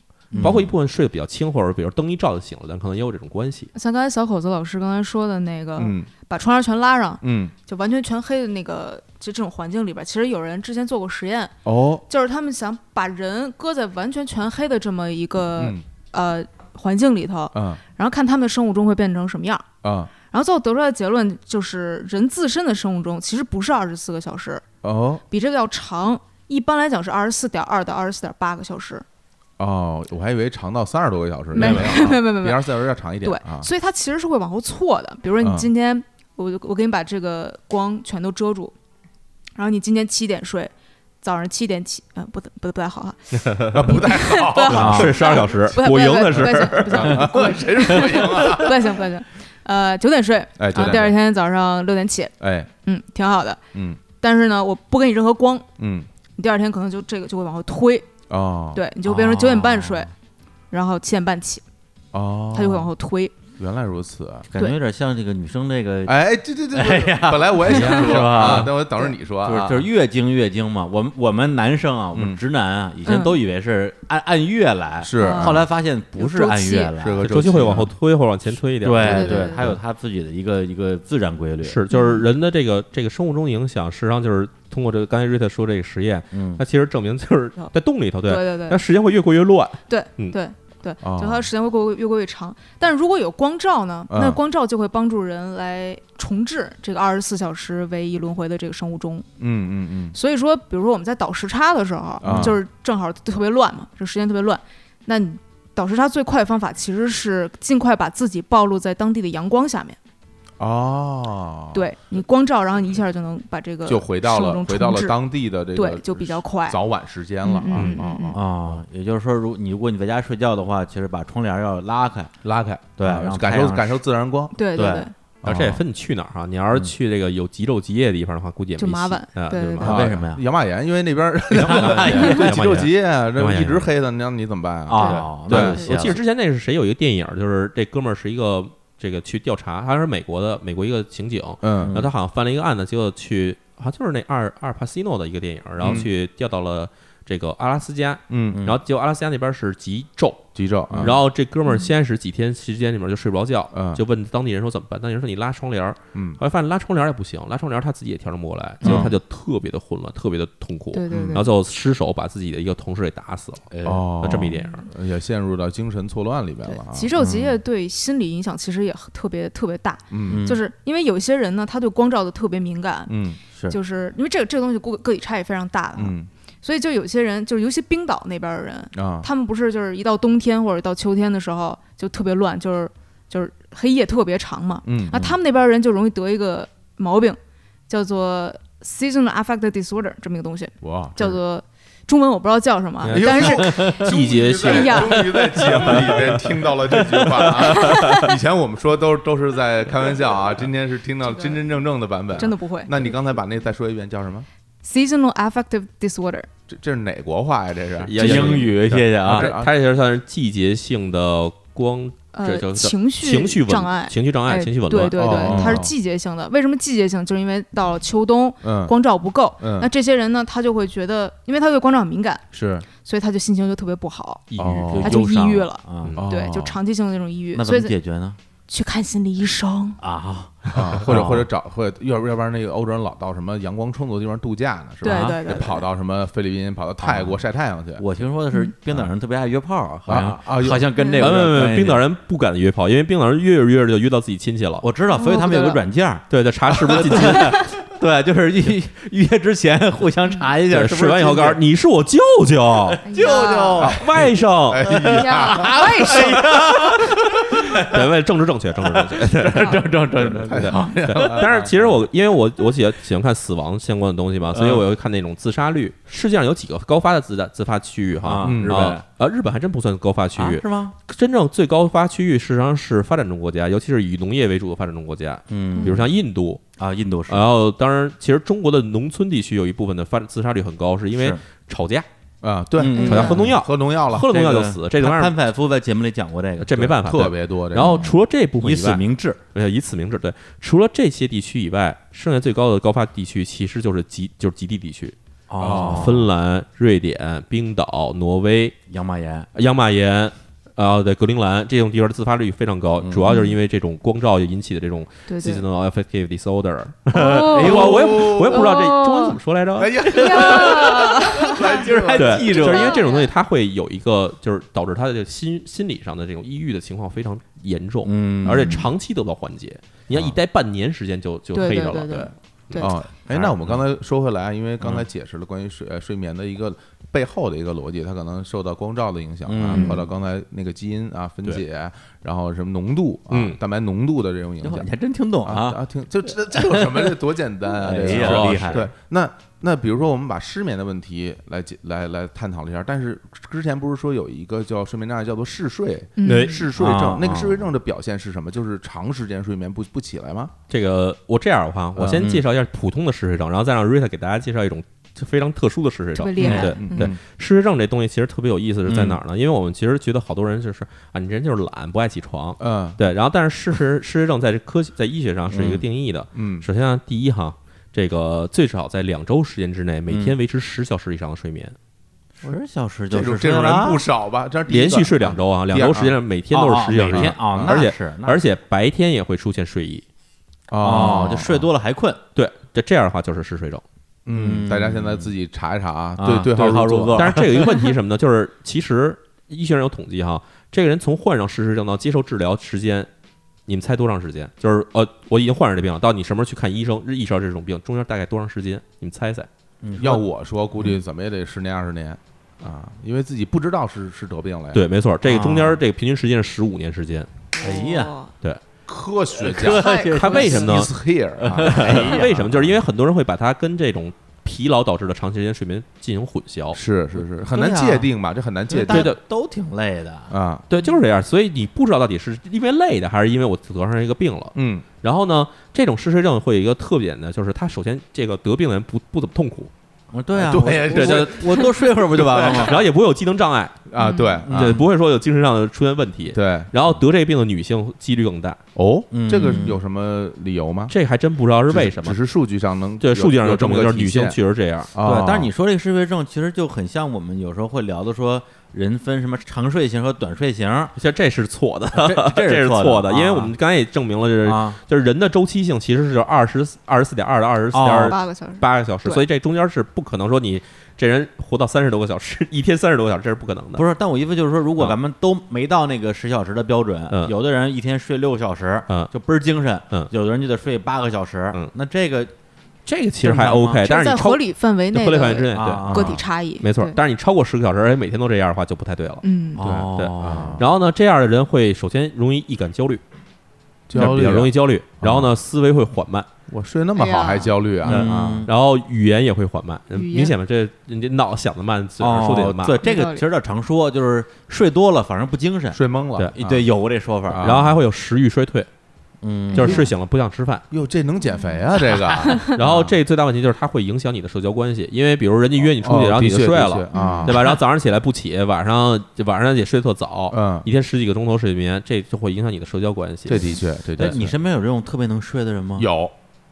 [SPEAKER 1] 包括一部分睡得比较轻，或者比如灯一照就醒了，但可能也有这种关系。
[SPEAKER 4] 嗯像刚才小口子老师刚才说的那个，
[SPEAKER 3] 嗯
[SPEAKER 4] 把窗帘全拉上，
[SPEAKER 3] 嗯
[SPEAKER 4] 就完全全黑的那个，就这种环境里边，其实有人之前做过实验，
[SPEAKER 3] 哦，
[SPEAKER 4] 就是他们想把人搁在完全全黑的这么一个、
[SPEAKER 3] 嗯
[SPEAKER 4] 呃环境里头，
[SPEAKER 3] 嗯
[SPEAKER 4] 然后看他们的生物钟会变成什么样。
[SPEAKER 3] 啊
[SPEAKER 4] 然后最后得出来的结论就是，人自身的生物钟其实不是二十四个小时，
[SPEAKER 3] 哦
[SPEAKER 4] 比这个要长。一般来讲是二十四点二到二十四点八个小时，
[SPEAKER 3] 哦，我还以为长到三十多个小时，
[SPEAKER 4] 没
[SPEAKER 3] 没有，啊
[SPEAKER 4] 没没没
[SPEAKER 3] 比
[SPEAKER 4] 没，
[SPEAKER 3] 二十四小时要长一点
[SPEAKER 4] 对，
[SPEAKER 3] 啊。 *laughs*
[SPEAKER 4] 所以它其实是会往后错的。比如说
[SPEAKER 3] 嗯
[SPEAKER 4] 你今天，我就我给你把这个光全都遮住，然后你今天七点睡，早上七点起，嗯、不不不太好哈，
[SPEAKER 3] 啊不太好，啊
[SPEAKER 4] 不太好，
[SPEAKER 1] 睡十二小时
[SPEAKER 4] 不太
[SPEAKER 1] 果
[SPEAKER 4] 不太
[SPEAKER 1] 蝇
[SPEAKER 4] 不
[SPEAKER 1] 的
[SPEAKER 4] 太
[SPEAKER 1] 是
[SPEAKER 4] 不太行，不太行，
[SPEAKER 3] 谁是不赢啊？
[SPEAKER 4] 不太行，不太行，呃，九点睡，
[SPEAKER 3] 哎，
[SPEAKER 4] 然
[SPEAKER 3] 对
[SPEAKER 4] 后第二，天早上六点起，
[SPEAKER 3] 哎，
[SPEAKER 4] 嗯，挺好的。
[SPEAKER 3] 嗯
[SPEAKER 4] 但是呢，我不给你任何光，
[SPEAKER 3] 嗯，
[SPEAKER 4] 你第二天可能就这个就会往后推，
[SPEAKER 3] 哦，，
[SPEAKER 4] 对，你就变成九点半睡
[SPEAKER 2] 哦，
[SPEAKER 4] 然后七点半起，
[SPEAKER 3] 哦，
[SPEAKER 4] 它就会往后推。
[SPEAKER 3] 原来如此。
[SPEAKER 2] 感觉有点像这个女生这个，
[SPEAKER 3] 哎，对对对，
[SPEAKER 2] 哎呀
[SPEAKER 3] 本来我也想说
[SPEAKER 2] 是吧
[SPEAKER 3] 啊，但我等着你说
[SPEAKER 2] 就
[SPEAKER 3] 啊，
[SPEAKER 2] 是就是月经月经嘛。我们我们男生啊，我们
[SPEAKER 3] 嗯
[SPEAKER 2] 直男啊，以前都以为是按按月来，
[SPEAKER 4] 啊
[SPEAKER 3] 是啊
[SPEAKER 2] 后来发现不是按月来，
[SPEAKER 3] 是个嗯
[SPEAKER 1] 周期会往后推或者往前推一点。
[SPEAKER 4] 对
[SPEAKER 2] 对
[SPEAKER 4] 对对嗯
[SPEAKER 2] 它有它自己的一个一个自然规律。，
[SPEAKER 1] 是就是人的这个这个生物钟的影响，实际上就是通过这个刚才瑞特说这个实验，
[SPEAKER 2] 嗯
[SPEAKER 1] 它其实证明就是在洞里头，
[SPEAKER 4] 嗯对对
[SPEAKER 1] 但
[SPEAKER 4] 对
[SPEAKER 1] 时间会越过越乱。
[SPEAKER 4] 对
[SPEAKER 1] 嗯
[SPEAKER 4] 对，对，
[SPEAKER 3] 哦
[SPEAKER 4] 就它的时间会过越过越长。但如果有光照呢，
[SPEAKER 3] 嗯
[SPEAKER 4] 那光照就会帮助人来重置这个二十四小时为一轮回的这个生物钟。
[SPEAKER 3] 嗯嗯
[SPEAKER 4] 所以说，比如说我们在倒时差的时候，
[SPEAKER 3] 啊
[SPEAKER 4] 就是正好特别乱嘛，这时间特别乱，那你倒时差最快的方法其实是尽快把自己暴露在当地的阳光下面，
[SPEAKER 3] 嗯，哦，，
[SPEAKER 4] 对你光照，然后你一下就能把这个
[SPEAKER 3] 就回到
[SPEAKER 4] 生物
[SPEAKER 3] 了
[SPEAKER 4] 钟重
[SPEAKER 3] 回到了
[SPEAKER 4] 置
[SPEAKER 3] 当地的这个
[SPEAKER 4] 对，就比较快。
[SPEAKER 3] 早晚时间了啊
[SPEAKER 4] 嗯嗯嗯
[SPEAKER 3] 啊
[SPEAKER 4] 嗯
[SPEAKER 3] 啊，
[SPEAKER 2] 啊，也就是说，如你如果你在家睡觉的话，其实把窗帘要拉开，
[SPEAKER 3] 拉开，
[SPEAKER 2] 对
[SPEAKER 3] 啊
[SPEAKER 2] 然后
[SPEAKER 3] 感
[SPEAKER 2] 太
[SPEAKER 3] 受
[SPEAKER 2] 阳
[SPEAKER 3] 感受自然光，
[SPEAKER 4] 对
[SPEAKER 2] 对
[SPEAKER 4] 对，
[SPEAKER 1] 而
[SPEAKER 3] 哦
[SPEAKER 1] 且也分你去哪儿啊，你要
[SPEAKER 3] 嗯
[SPEAKER 1] 是去这个有极昼极夜的地方的话，估计也没
[SPEAKER 4] 就麻
[SPEAKER 1] 戏
[SPEAKER 4] 烦
[SPEAKER 1] 啊，
[SPEAKER 4] 对
[SPEAKER 1] 就是
[SPEAKER 4] 对
[SPEAKER 1] 麻
[SPEAKER 4] 对
[SPEAKER 1] 烦
[SPEAKER 2] 为什么呀
[SPEAKER 3] 养马岩，因为那边儿
[SPEAKER 1] *laughs* 对
[SPEAKER 3] *laughs* 极昼极
[SPEAKER 1] 夜。
[SPEAKER 3] 夜，啊这
[SPEAKER 1] 马岩
[SPEAKER 3] 一直黑的，你让你怎么办啊？
[SPEAKER 2] 啊，
[SPEAKER 3] 对
[SPEAKER 2] 那就
[SPEAKER 4] 对
[SPEAKER 2] 歇
[SPEAKER 1] 我记得
[SPEAKER 2] 了
[SPEAKER 1] 之前那是谁有一个电影，就是这哥们儿是一个这个去调查，他是美国的美国一个刑警，
[SPEAKER 3] 嗯
[SPEAKER 1] 然后他好像犯了一个案子，结果去好像就是那二二帕西诺的一个电影，然后去调到了这个阿拉斯加，
[SPEAKER 3] 嗯，
[SPEAKER 2] 嗯
[SPEAKER 1] 然后结果阿拉斯加那边是极昼，
[SPEAKER 3] 极昼，啊
[SPEAKER 1] 然后这哥们儿先是几天时间里面就睡不着觉，
[SPEAKER 3] 嗯
[SPEAKER 1] 就问当地人说怎么办，当地人说你拉窗帘儿，
[SPEAKER 3] 嗯
[SPEAKER 1] 后来发现拉窗帘儿也不行，拉窗帘儿他自己也调整不过来，结果他就特别的混乱，特别的痛苦，
[SPEAKER 4] 对对
[SPEAKER 1] 然
[SPEAKER 3] 嗯
[SPEAKER 4] 对
[SPEAKER 1] 后最后失手把自己的一个同事给打死了，
[SPEAKER 3] 哦
[SPEAKER 1] 就这么一电影。
[SPEAKER 3] 也陷入到精神错乱里边
[SPEAKER 4] 对
[SPEAKER 3] 了啊，
[SPEAKER 4] 极昼极夜对心理影响其实也很特别特别大，
[SPEAKER 3] 嗯
[SPEAKER 4] 就是因为有些人呢，他对光照的特别敏感，
[SPEAKER 3] 嗯
[SPEAKER 2] 是
[SPEAKER 4] 就是因为这个这个东西个个体差异非常大的，
[SPEAKER 3] 嗯
[SPEAKER 4] 所以就有些人，就是尤其冰岛那边的人，
[SPEAKER 3] 啊，
[SPEAKER 4] 他们不是就是一到冬天或者到秋天的时候就特别乱，就是就是黑夜特别长嘛，
[SPEAKER 3] 嗯
[SPEAKER 4] 啊，他们那边人就容易得一个毛病，叫做 seasonal affective disorder 这么一个东西，
[SPEAKER 3] 哇，
[SPEAKER 4] 叫做中文我不知道叫什么啊
[SPEAKER 1] 嗯哎，
[SPEAKER 4] 但是
[SPEAKER 1] 季节性
[SPEAKER 4] 哎呀
[SPEAKER 3] 终于在节目里 *laughs* 面听到了这句话 *laughs* 啊！以前我们说都都是在开玩笑啊，今天是听到
[SPEAKER 4] 这个
[SPEAKER 3] 真真正正的版本。
[SPEAKER 4] *laughs* 真的？不会
[SPEAKER 3] 那你刚才把那再说一遍，叫什么？
[SPEAKER 4] seasonal affective disorder，
[SPEAKER 3] 这这是哪国话呀？这是
[SPEAKER 1] 也也
[SPEAKER 2] 英语，谢谢啊
[SPEAKER 3] 啊这，
[SPEAKER 1] 它它也是算是季节性的光这就
[SPEAKER 4] 呃，
[SPEAKER 1] 是
[SPEAKER 4] 情绪
[SPEAKER 1] 情绪紊
[SPEAKER 4] 障碍。
[SPEAKER 1] 情绪障碍、
[SPEAKER 4] 哎，
[SPEAKER 1] 情绪紊
[SPEAKER 4] 对
[SPEAKER 1] 乱。
[SPEAKER 4] 对
[SPEAKER 3] 哦
[SPEAKER 4] 对，它是季节性的。为什么季节性？就是因为到了秋冬，
[SPEAKER 3] 嗯
[SPEAKER 4] 光照不够，那
[SPEAKER 3] 嗯，
[SPEAKER 4] 这些人呢，他就会觉得，因为他对光照很敏感，
[SPEAKER 3] 是
[SPEAKER 4] 所以他就心情就特别不好，
[SPEAKER 1] 抑郁
[SPEAKER 3] 哦
[SPEAKER 4] 他
[SPEAKER 2] 就
[SPEAKER 4] 就
[SPEAKER 2] 忧
[SPEAKER 4] 抑
[SPEAKER 2] 伤
[SPEAKER 4] 郁了
[SPEAKER 2] 啊。
[SPEAKER 1] 嗯
[SPEAKER 4] 对，就长期性的那种抑郁
[SPEAKER 2] 那，怎么
[SPEAKER 4] 所以
[SPEAKER 2] 解决呢？
[SPEAKER 4] 去看心理医生。
[SPEAKER 2] 啊，
[SPEAKER 1] *laughs*
[SPEAKER 3] 啊，
[SPEAKER 1] 哦
[SPEAKER 3] 或者或者找或者要不要不然那个欧洲人老到什么阳光充足的地方度假呢？是
[SPEAKER 4] 对
[SPEAKER 1] 啊
[SPEAKER 3] 吧？
[SPEAKER 4] 对
[SPEAKER 3] 得
[SPEAKER 4] 对，对
[SPEAKER 3] 跑到什么菲律宾，跑到泰国晒太阳去。
[SPEAKER 2] 我听说的是
[SPEAKER 4] 嗯
[SPEAKER 2] 冰岛人特别爱约炮，好像
[SPEAKER 3] 啊啊有
[SPEAKER 2] 好像跟这
[SPEAKER 1] 哎没
[SPEAKER 2] 个有点
[SPEAKER 1] 有没有，
[SPEAKER 2] 关系
[SPEAKER 1] 冰岛人不敢约炮，因为冰岛人约着约着就约到自己亲戚了。
[SPEAKER 2] 我知道，所以
[SPEAKER 4] 哦
[SPEAKER 2] 他们有个
[SPEAKER 4] 不得了
[SPEAKER 2] 软件儿，
[SPEAKER 1] 对，就查是不是 *laughs* 近亲。
[SPEAKER 2] 对，就是预预约之 *laughs* 前互相查一下，
[SPEAKER 1] 对
[SPEAKER 2] 是不是啊
[SPEAKER 1] 睡完以后
[SPEAKER 2] 近
[SPEAKER 1] 告
[SPEAKER 2] 亲
[SPEAKER 1] 诉你是我舅舅、
[SPEAKER 4] 舅舅，
[SPEAKER 1] 外甥，
[SPEAKER 3] 哎
[SPEAKER 4] 哎
[SPEAKER 3] *laughs*
[SPEAKER 4] 呀，为什
[SPEAKER 1] 哎
[SPEAKER 4] 么？
[SPEAKER 1] 对，为了政治正确，政治正
[SPEAKER 2] *laughs*
[SPEAKER 1] 确。
[SPEAKER 2] 正正正正正，哎
[SPEAKER 1] 但是其实我因为我我喜欢喜欢看死亡相关的东西
[SPEAKER 2] 嗯
[SPEAKER 1] 嘛，所以我会看那种自杀率。世界上有几个高发的自杀自发区域哈？
[SPEAKER 2] 啊
[SPEAKER 3] 嗯
[SPEAKER 1] 日本
[SPEAKER 2] 啊
[SPEAKER 1] 啊，日本还真不算高发区域
[SPEAKER 2] 是，吗？
[SPEAKER 1] 真正最高发区域事实上是发展中国家，尤其是以农业为主的发展中国家，
[SPEAKER 2] 嗯
[SPEAKER 1] 比如像印度，
[SPEAKER 2] 啊，印度是
[SPEAKER 1] 然后，当然，其实中国的农村地区有一部分的发自杀率很高，是因为
[SPEAKER 2] 是
[SPEAKER 1] 吵架，
[SPEAKER 3] *laughs* 啊，对，
[SPEAKER 2] 嗯
[SPEAKER 1] 吵架喝农药，
[SPEAKER 3] 喝农药了，
[SPEAKER 1] 喝了农药就
[SPEAKER 2] 这个
[SPEAKER 1] 死，这玩意
[SPEAKER 2] 潘
[SPEAKER 1] 儿
[SPEAKER 2] 潘采夫在节目里讲过这个，
[SPEAKER 1] 这没办法。
[SPEAKER 3] 特
[SPEAKER 1] 对
[SPEAKER 3] 别多。这个
[SPEAKER 1] 然后除了这部分
[SPEAKER 2] 以
[SPEAKER 1] 以
[SPEAKER 2] 死
[SPEAKER 1] 外，
[SPEAKER 2] 明志，
[SPEAKER 1] 呃，以此明志，对，除了这些地区以外，剩下最高的高发地区其实就是极就是极地地区，啊
[SPEAKER 2] 哦
[SPEAKER 1] 芬兰、瑞典、冰岛、挪威、
[SPEAKER 2] 杨马岩
[SPEAKER 1] 央马岩。啊，对，格陵兰这种地方的自发率非常高，
[SPEAKER 2] 嗯
[SPEAKER 1] 主要就是因为这种光照引起的这种
[SPEAKER 4] 对对，
[SPEAKER 1] seasonal affective disorder。
[SPEAKER 4] 哦
[SPEAKER 1] 哎，我我也我也不知道这
[SPEAKER 4] 哦
[SPEAKER 1] 中文怎么说来着。
[SPEAKER 3] 哎呀，
[SPEAKER 4] 呀，
[SPEAKER 3] 哎今儿还
[SPEAKER 1] 对，
[SPEAKER 2] 记
[SPEAKER 1] 就
[SPEAKER 2] 住
[SPEAKER 1] 是因为
[SPEAKER 4] 了
[SPEAKER 1] 这种东西，它会有一个，就是导致他的心心理上的这种抑郁的情况非常严重，
[SPEAKER 2] 嗯
[SPEAKER 1] 而且长期得不到缓解。你看，一待半年时间就就
[SPEAKER 4] 对
[SPEAKER 1] 黑
[SPEAKER 4] 对
[SPEAKER 1] 着了，
[SPEAKER 4] 对对对
[SPEAKER 3] 啊，哎，那我们刚才说回来啊，因为
[SPEAKER 1] 嗯
[SPEAKER 3] 刚才解释了关于睡呃睡眠的一个背后的一个逻辑，它可能受到光照的影响啊，
[SPEAKER 2] 嗯
[SPEAKER 3] 或者刚才那个基因啊分解，然后什么浓度啊
[SPEAKER 1] 嗯，
[SPEAKER 3] 蛋白浓度的这种影响
[SPEAKER 2] 你还真听懂
[SPEAKER 3] 啊
[SPEAKER 2] 啊，
[SPEAKER 3] 啊，挺就这这有什么？这多简单啊！
[SPEAKER 2] 哎
[SPEAKER 3] 这个
[SPEAKER 1] 呀
[SPEAKER 3] 是
[SPEAKER 1] 厉
[SPEAKER 2] 害
[SPEAKER 3] 对，那那比如说我们把失眠的问题来解来来探讨了一下，但是之前不是说有一个叫睡眠障碍叫做嗜睡。
[SPEAKER 1] 对
[SPEAKER 4] 嗯，
[SPEAKER 3] 嗜睡
[SPEAKER 2] 啊
[SPEAKER 3] 症，那个
[SPEAKER 2] 啊
[SPEAKER 3] 嗜睡症的表现是什么？就是长时间睡眠不不起来吗？
[SPEAKER 1] 这个我这样的话，我先
[SPEAKER 2] 嗯
[SPEAKER 1] 介绍一下普通的嗜睡
[SPEAKER 3] 嗯
[SPEAKER 1] 症，然后再让 Rita 给大家介绍一种非常特殊的嗜睡
[SPEAKER 4] 特
[SPEAKER 1] 症
[SPEAKER 4] 别。厉害，
[SPEAKER 1] 对
[SPEAKER 4] 嗯
[SPEAKER 1] 对，嗜睡症这东西其实特别有意思是
[SPEAKER 3] 嗯
[SPEAKER 1] 在哪儿呢？因为我们其实觉得好多人就是啊，你这人就是懒，不爱起床。
[SPEAKER 3] 嗯
[SPEAKER 1] 对，然后但是事实 *laughs* 事实症在这科学在医学上是有一个定义的，
[SPEAKER 3] 嗯
[SPEAKER 1] 首先啊，第一哈，这个最少在两周时间之内，每
[SPEAKER 3] 嗯
[SPEAKER 1] 天维持十小时以上的睡眠，
[SPEAKER 2] 十小时就
[SPEAKER 3] 这
[SPEAKER 2] 是
[SPEAKER 3] 种这种人不少吧？这是第一
[SPEAKER 1] 连续
[SPEAKER 3] 个嗯
[SPEAKER 1] 睡两周啊，两周时间内每天都是十小时以
[SPEAKER 2] 天
[SPEAKER 1] 上，
[SPEAKER 2] 啊，
[SPEAKER 1] 而且
[SPEAKER 2] 是
[SPEAKER 1] 而且白天也会出现睡意。
[SPEAKER 3] 啊
[SPEAKER 2] 哦，就睡多了还困，
[SPEAKER 1] 对，这这样的话就是嗜睡症。
[SPEAKER 3] 嗯，
[SPEAKER 2] 嗯
[SPEAKER 3] 大家现在自己查一查啊，
[SPEAKER 2] 啊
[SPEAKER 3] 对
[SPEAKER 2] 对
[SPEAKER 3] 号
[SPEAKER 2] 号入
[SPEAKER 3] 座
[SPEAKER 2] 座
[SPEAKER 3] *laughs*
[SPEAKER 1] *laughs*
[SPEAKER 2] 嗯
[SPEAKER 1] 但是这有一个问题是什么呢？就是其实医学上有统计哈，这个人从患上失智症到接受治疗时间，你们猜多长时间？就是呃，我已经患上这病了，到你什么时候去看医生，意识到这种病，中间大概多长时间？你们猜猜？
[SPEAKER 2] 嗯
[SPEAKER 3] 要
[SPEAKER 2] 哦
[SPEAKER 3] 我说，估计怎么也得十年二十年啊，因为自己不知道是是得病了呀。，
[SPEAKER 1] 对，没错，这个中间
[SPEAKER 2] 啊
[SPEAKER 1] 这个平均时间是十五年时间。
[SPEAKER 2] 哎呀，
[SPEAKER 4] 哦
[SPEAKER 3] 科学家
[SPEAKER 2] 科
[SPEAKER 4] 太
[SPEAKER 2] 学
[SPEAKER 1] 他为什么呢
[SPEAKER 3] is here
[SPEAKER 2] *laughs*
[SPEAKER 3] 啊
[SPEAKER 1] 为什么？就是因为很多人会把它跟这种疲劳导致的长时间睡眠进行混淆。
[SPEAKER 3] 是是是，很难
[SPEAKER 2] 对啊
[SPEAKER 3] 界定吧？这很难界
[SPEAKER 2] 大
[SPEAKER 1] 对
[SPEAKER 2] 家
[SPEAKER 3] 定
[SPEAKER 1] 的
[SPEAKER 2] 都挺累的，
[SPEAKER 3] 啊。
[SPEAKER 1] 对，就是这样。所以你不知道到底是因为累的，还是因为我得上一个病了。
[SPEAKER 3] 嗯，
[SPEAKER 1] 然后呢，这种嗜睡症会有一个特点呢，就是他首先这个得病的人不不怎么痛苦，
[SPEAKER 2] 我说对啊，
[SPEAKER 3] 对
[SPEAKER 2] 我
[SPEAKER 1] 对
[SPEAKER 2] 我我多睡会儿不就完了吗？
[SPEAKER 1] 然后也不会有机能障碍，
[SPEAKER 3] 啊，对
[SPEAKER 2] 嗯
[SPEAKER 3] 啊
[SPEAKER 1] 对，不会说有精神上的出现问题。
[SPEAKER 3] 对
[SPEAKER 1] 然后得这病的女性几率更大，
[SPEAKER 3] 哦
[SPEAKER 2] *laughs* 嗯，
[SPEAKER 3] 这个有什么理由吗？
[SPEAKER 1] 这还真不知道是为什么
[SPEAKER 3] 只。是数据上能
[SPEAKER 1] 对，数据上就
[SPEAKER 3] 有有这
[SPEAKER 1] 证
[SPEAKER 3] 么
[SPEAKER 1] 明
[SPEAKER 3] 个
[SPEAKER 1] 就是女性
[SPEAKER 3] 体现
[SPEAKER 1] 确实这样。
[SPEAKER 3] 啊
[SPEAKER 2] 对，但是你说这个嗜睡症其实就很像我们有时候会聊的说，人分什么长睡型和短睡型啊，
[SPEAKER 1] 像这是错的，
[SPEAKER 2] 这
[SPEAKER 1] *laughs* 这
[SPEAKER 2] 这是
[SPEAKER 1] 是
[SPEAKER 2] 错
[SPEAKER 1] 错
[SPEAKER 2] 的
[SPEAKER 1] 的，因为
[SPEAKER 2] 啊
[SPEAKER 1] 我们刚才也证明了，就是就是人的周期性其实是二十二十四点二到二十四
[SPEAKER 2] 哦
[SPEAKER 1] 点
[SPEAKER 4] 八个小时，
[SPEAKER 1] 八个小时，
[SPEAKER 4] 啊对
[SPEAKER 1] 所以这中间是不可能说你这人活到三十多个小时， *laughs* 一天三十多个小时，这是不可能的。
[SPEAKER 2] 不是，但我意思就是说，如果
[SPEAKER 1] 啊
[SPEAKER 2] 咱们都没到那个十小时的标准，
[SPEAKER 1] 嗯
[SPEAKER 2] 有的人一天睡六个小时，
[SPEAKER 1] 嗯
[SPEAKER 2] 就倍儿精神，
[SPEAKER 1] 嗯
[SPEAKER 2] 有的人就得睡八个小时，
[SPEAKER 1] 嗯
[SPEAKER 2] 那这个
[SPEAKER 1] 这个其实还
[SPEAKER 2] 正常吗
[SPEAKER 1] OK，但是
[SPEAKER 4] 在
[SPEAKER 1] 你超
[SPEAKER 4] 合理范围
[SPEAKER 1] 对
[SPEAKER 4] 内
[SPEAKER 1] 合理范围之
[SPEAKER 4] 的
[SPEAKER 1] 内，
[SPEAKER 2] 啊
[SPEAKER 1] 对，
[SPEAKER 4] 个体差异，
[SPEAKER 1] 没错
[SPEAKER 4] 对。
[SPEAKER 1] 但是你超过十个小时，而且每天都这样的话，就不太对了。
[SPEAKER 4] 嗯，
[SPEAKER 1] 对对
[SPEAKER 3] 啊
[SPEAKER 2] 哦
[SPEAKER 1] 然后呢，这样的人会首先容易易感焦虑，
[SPEAKER 3] 焦虑啊嗯
[SPEAKER 1] 比较容易
[SPEAKER 3] 易，
[SPEAKER 1] 焦虑。然后呢，思维会缓慢，
[SPEAKER 3] 我睡那么
[SPEAKER 4] 哎
[SPEAKER 3] 好
[SPEAKER 4] 呀
[SPEAKER 3] 还焦虑啊
[SPEAKER 2] 嗯
[SPEAKER 3] 啊！
[SPEAKER 1] 然后语言也会缓慢，嗯
[SPEAKER 4] 语言
[SPEAKER 1] 明显嘛，这你这脑想的慢，嘴上说的也
[SPEAKER 2] 哦
[SPEAKER 1] 慢，。
[SPEAKER 2] 对，
[SPEAKER 4] 有
[SPEAKER 2] 这
[SPEAKER 4] 道
[SPEAKER 2] 个
[SPEAKER 4] 理
[SPEAKER 2] 其实要常说，就是睡多了反而不精神，
[SPEAKER 3] 睡懵了，
[SPEAKER 1] 对
[SPEAKER 3] 啊
[SPEAKER 2] 对，，有过这说法，
[SPEAKER 3] 啊
[SPEAKER 1] 然后还会有食欲衰退，
[SPEAKER 2] 嗯，
[SPEAKER 1] 就是睡醒了不想吃饭。
[SPEAKER 3] 哟，这能减肥
[SPEAKER 1] *laughs*
[SPEAKER 3] 啊，这个
[SPEAKER 4] 嗯
[SPEAKER 1] 然后这最大问题就是它会影响你的社交关系，因为比如人家约你出去，
[SPEAKER 3] 哦
[SPEAKER 1] 然后你
[SPEAKER 3] 的
[SPEAKER 1] 就
[SPEAKER 3] 确
[SPEAKER 1] 睡
[SPEAKER 3] 的
[SPEAKER 1] 了，
[SPEAKER 3] 确啊
[SPEAKER 1] 对，吧？然后早上起来不起，晚上晚上也睡得特早，
[SPEAKER 3] 嗯，
[SPEAKER 1] 一天十几个钟头睡眠，这就会影响你的社交关系。
[SPEAKER 3] 这的确，这
[SPEAKER 1] 哎
[SPEAKER 2] 对
[SPEAKER 3] 的确
[SPEAKER 2] 哎你身边有这种特别能睡的人吗？，
[SPEAKER 3] 有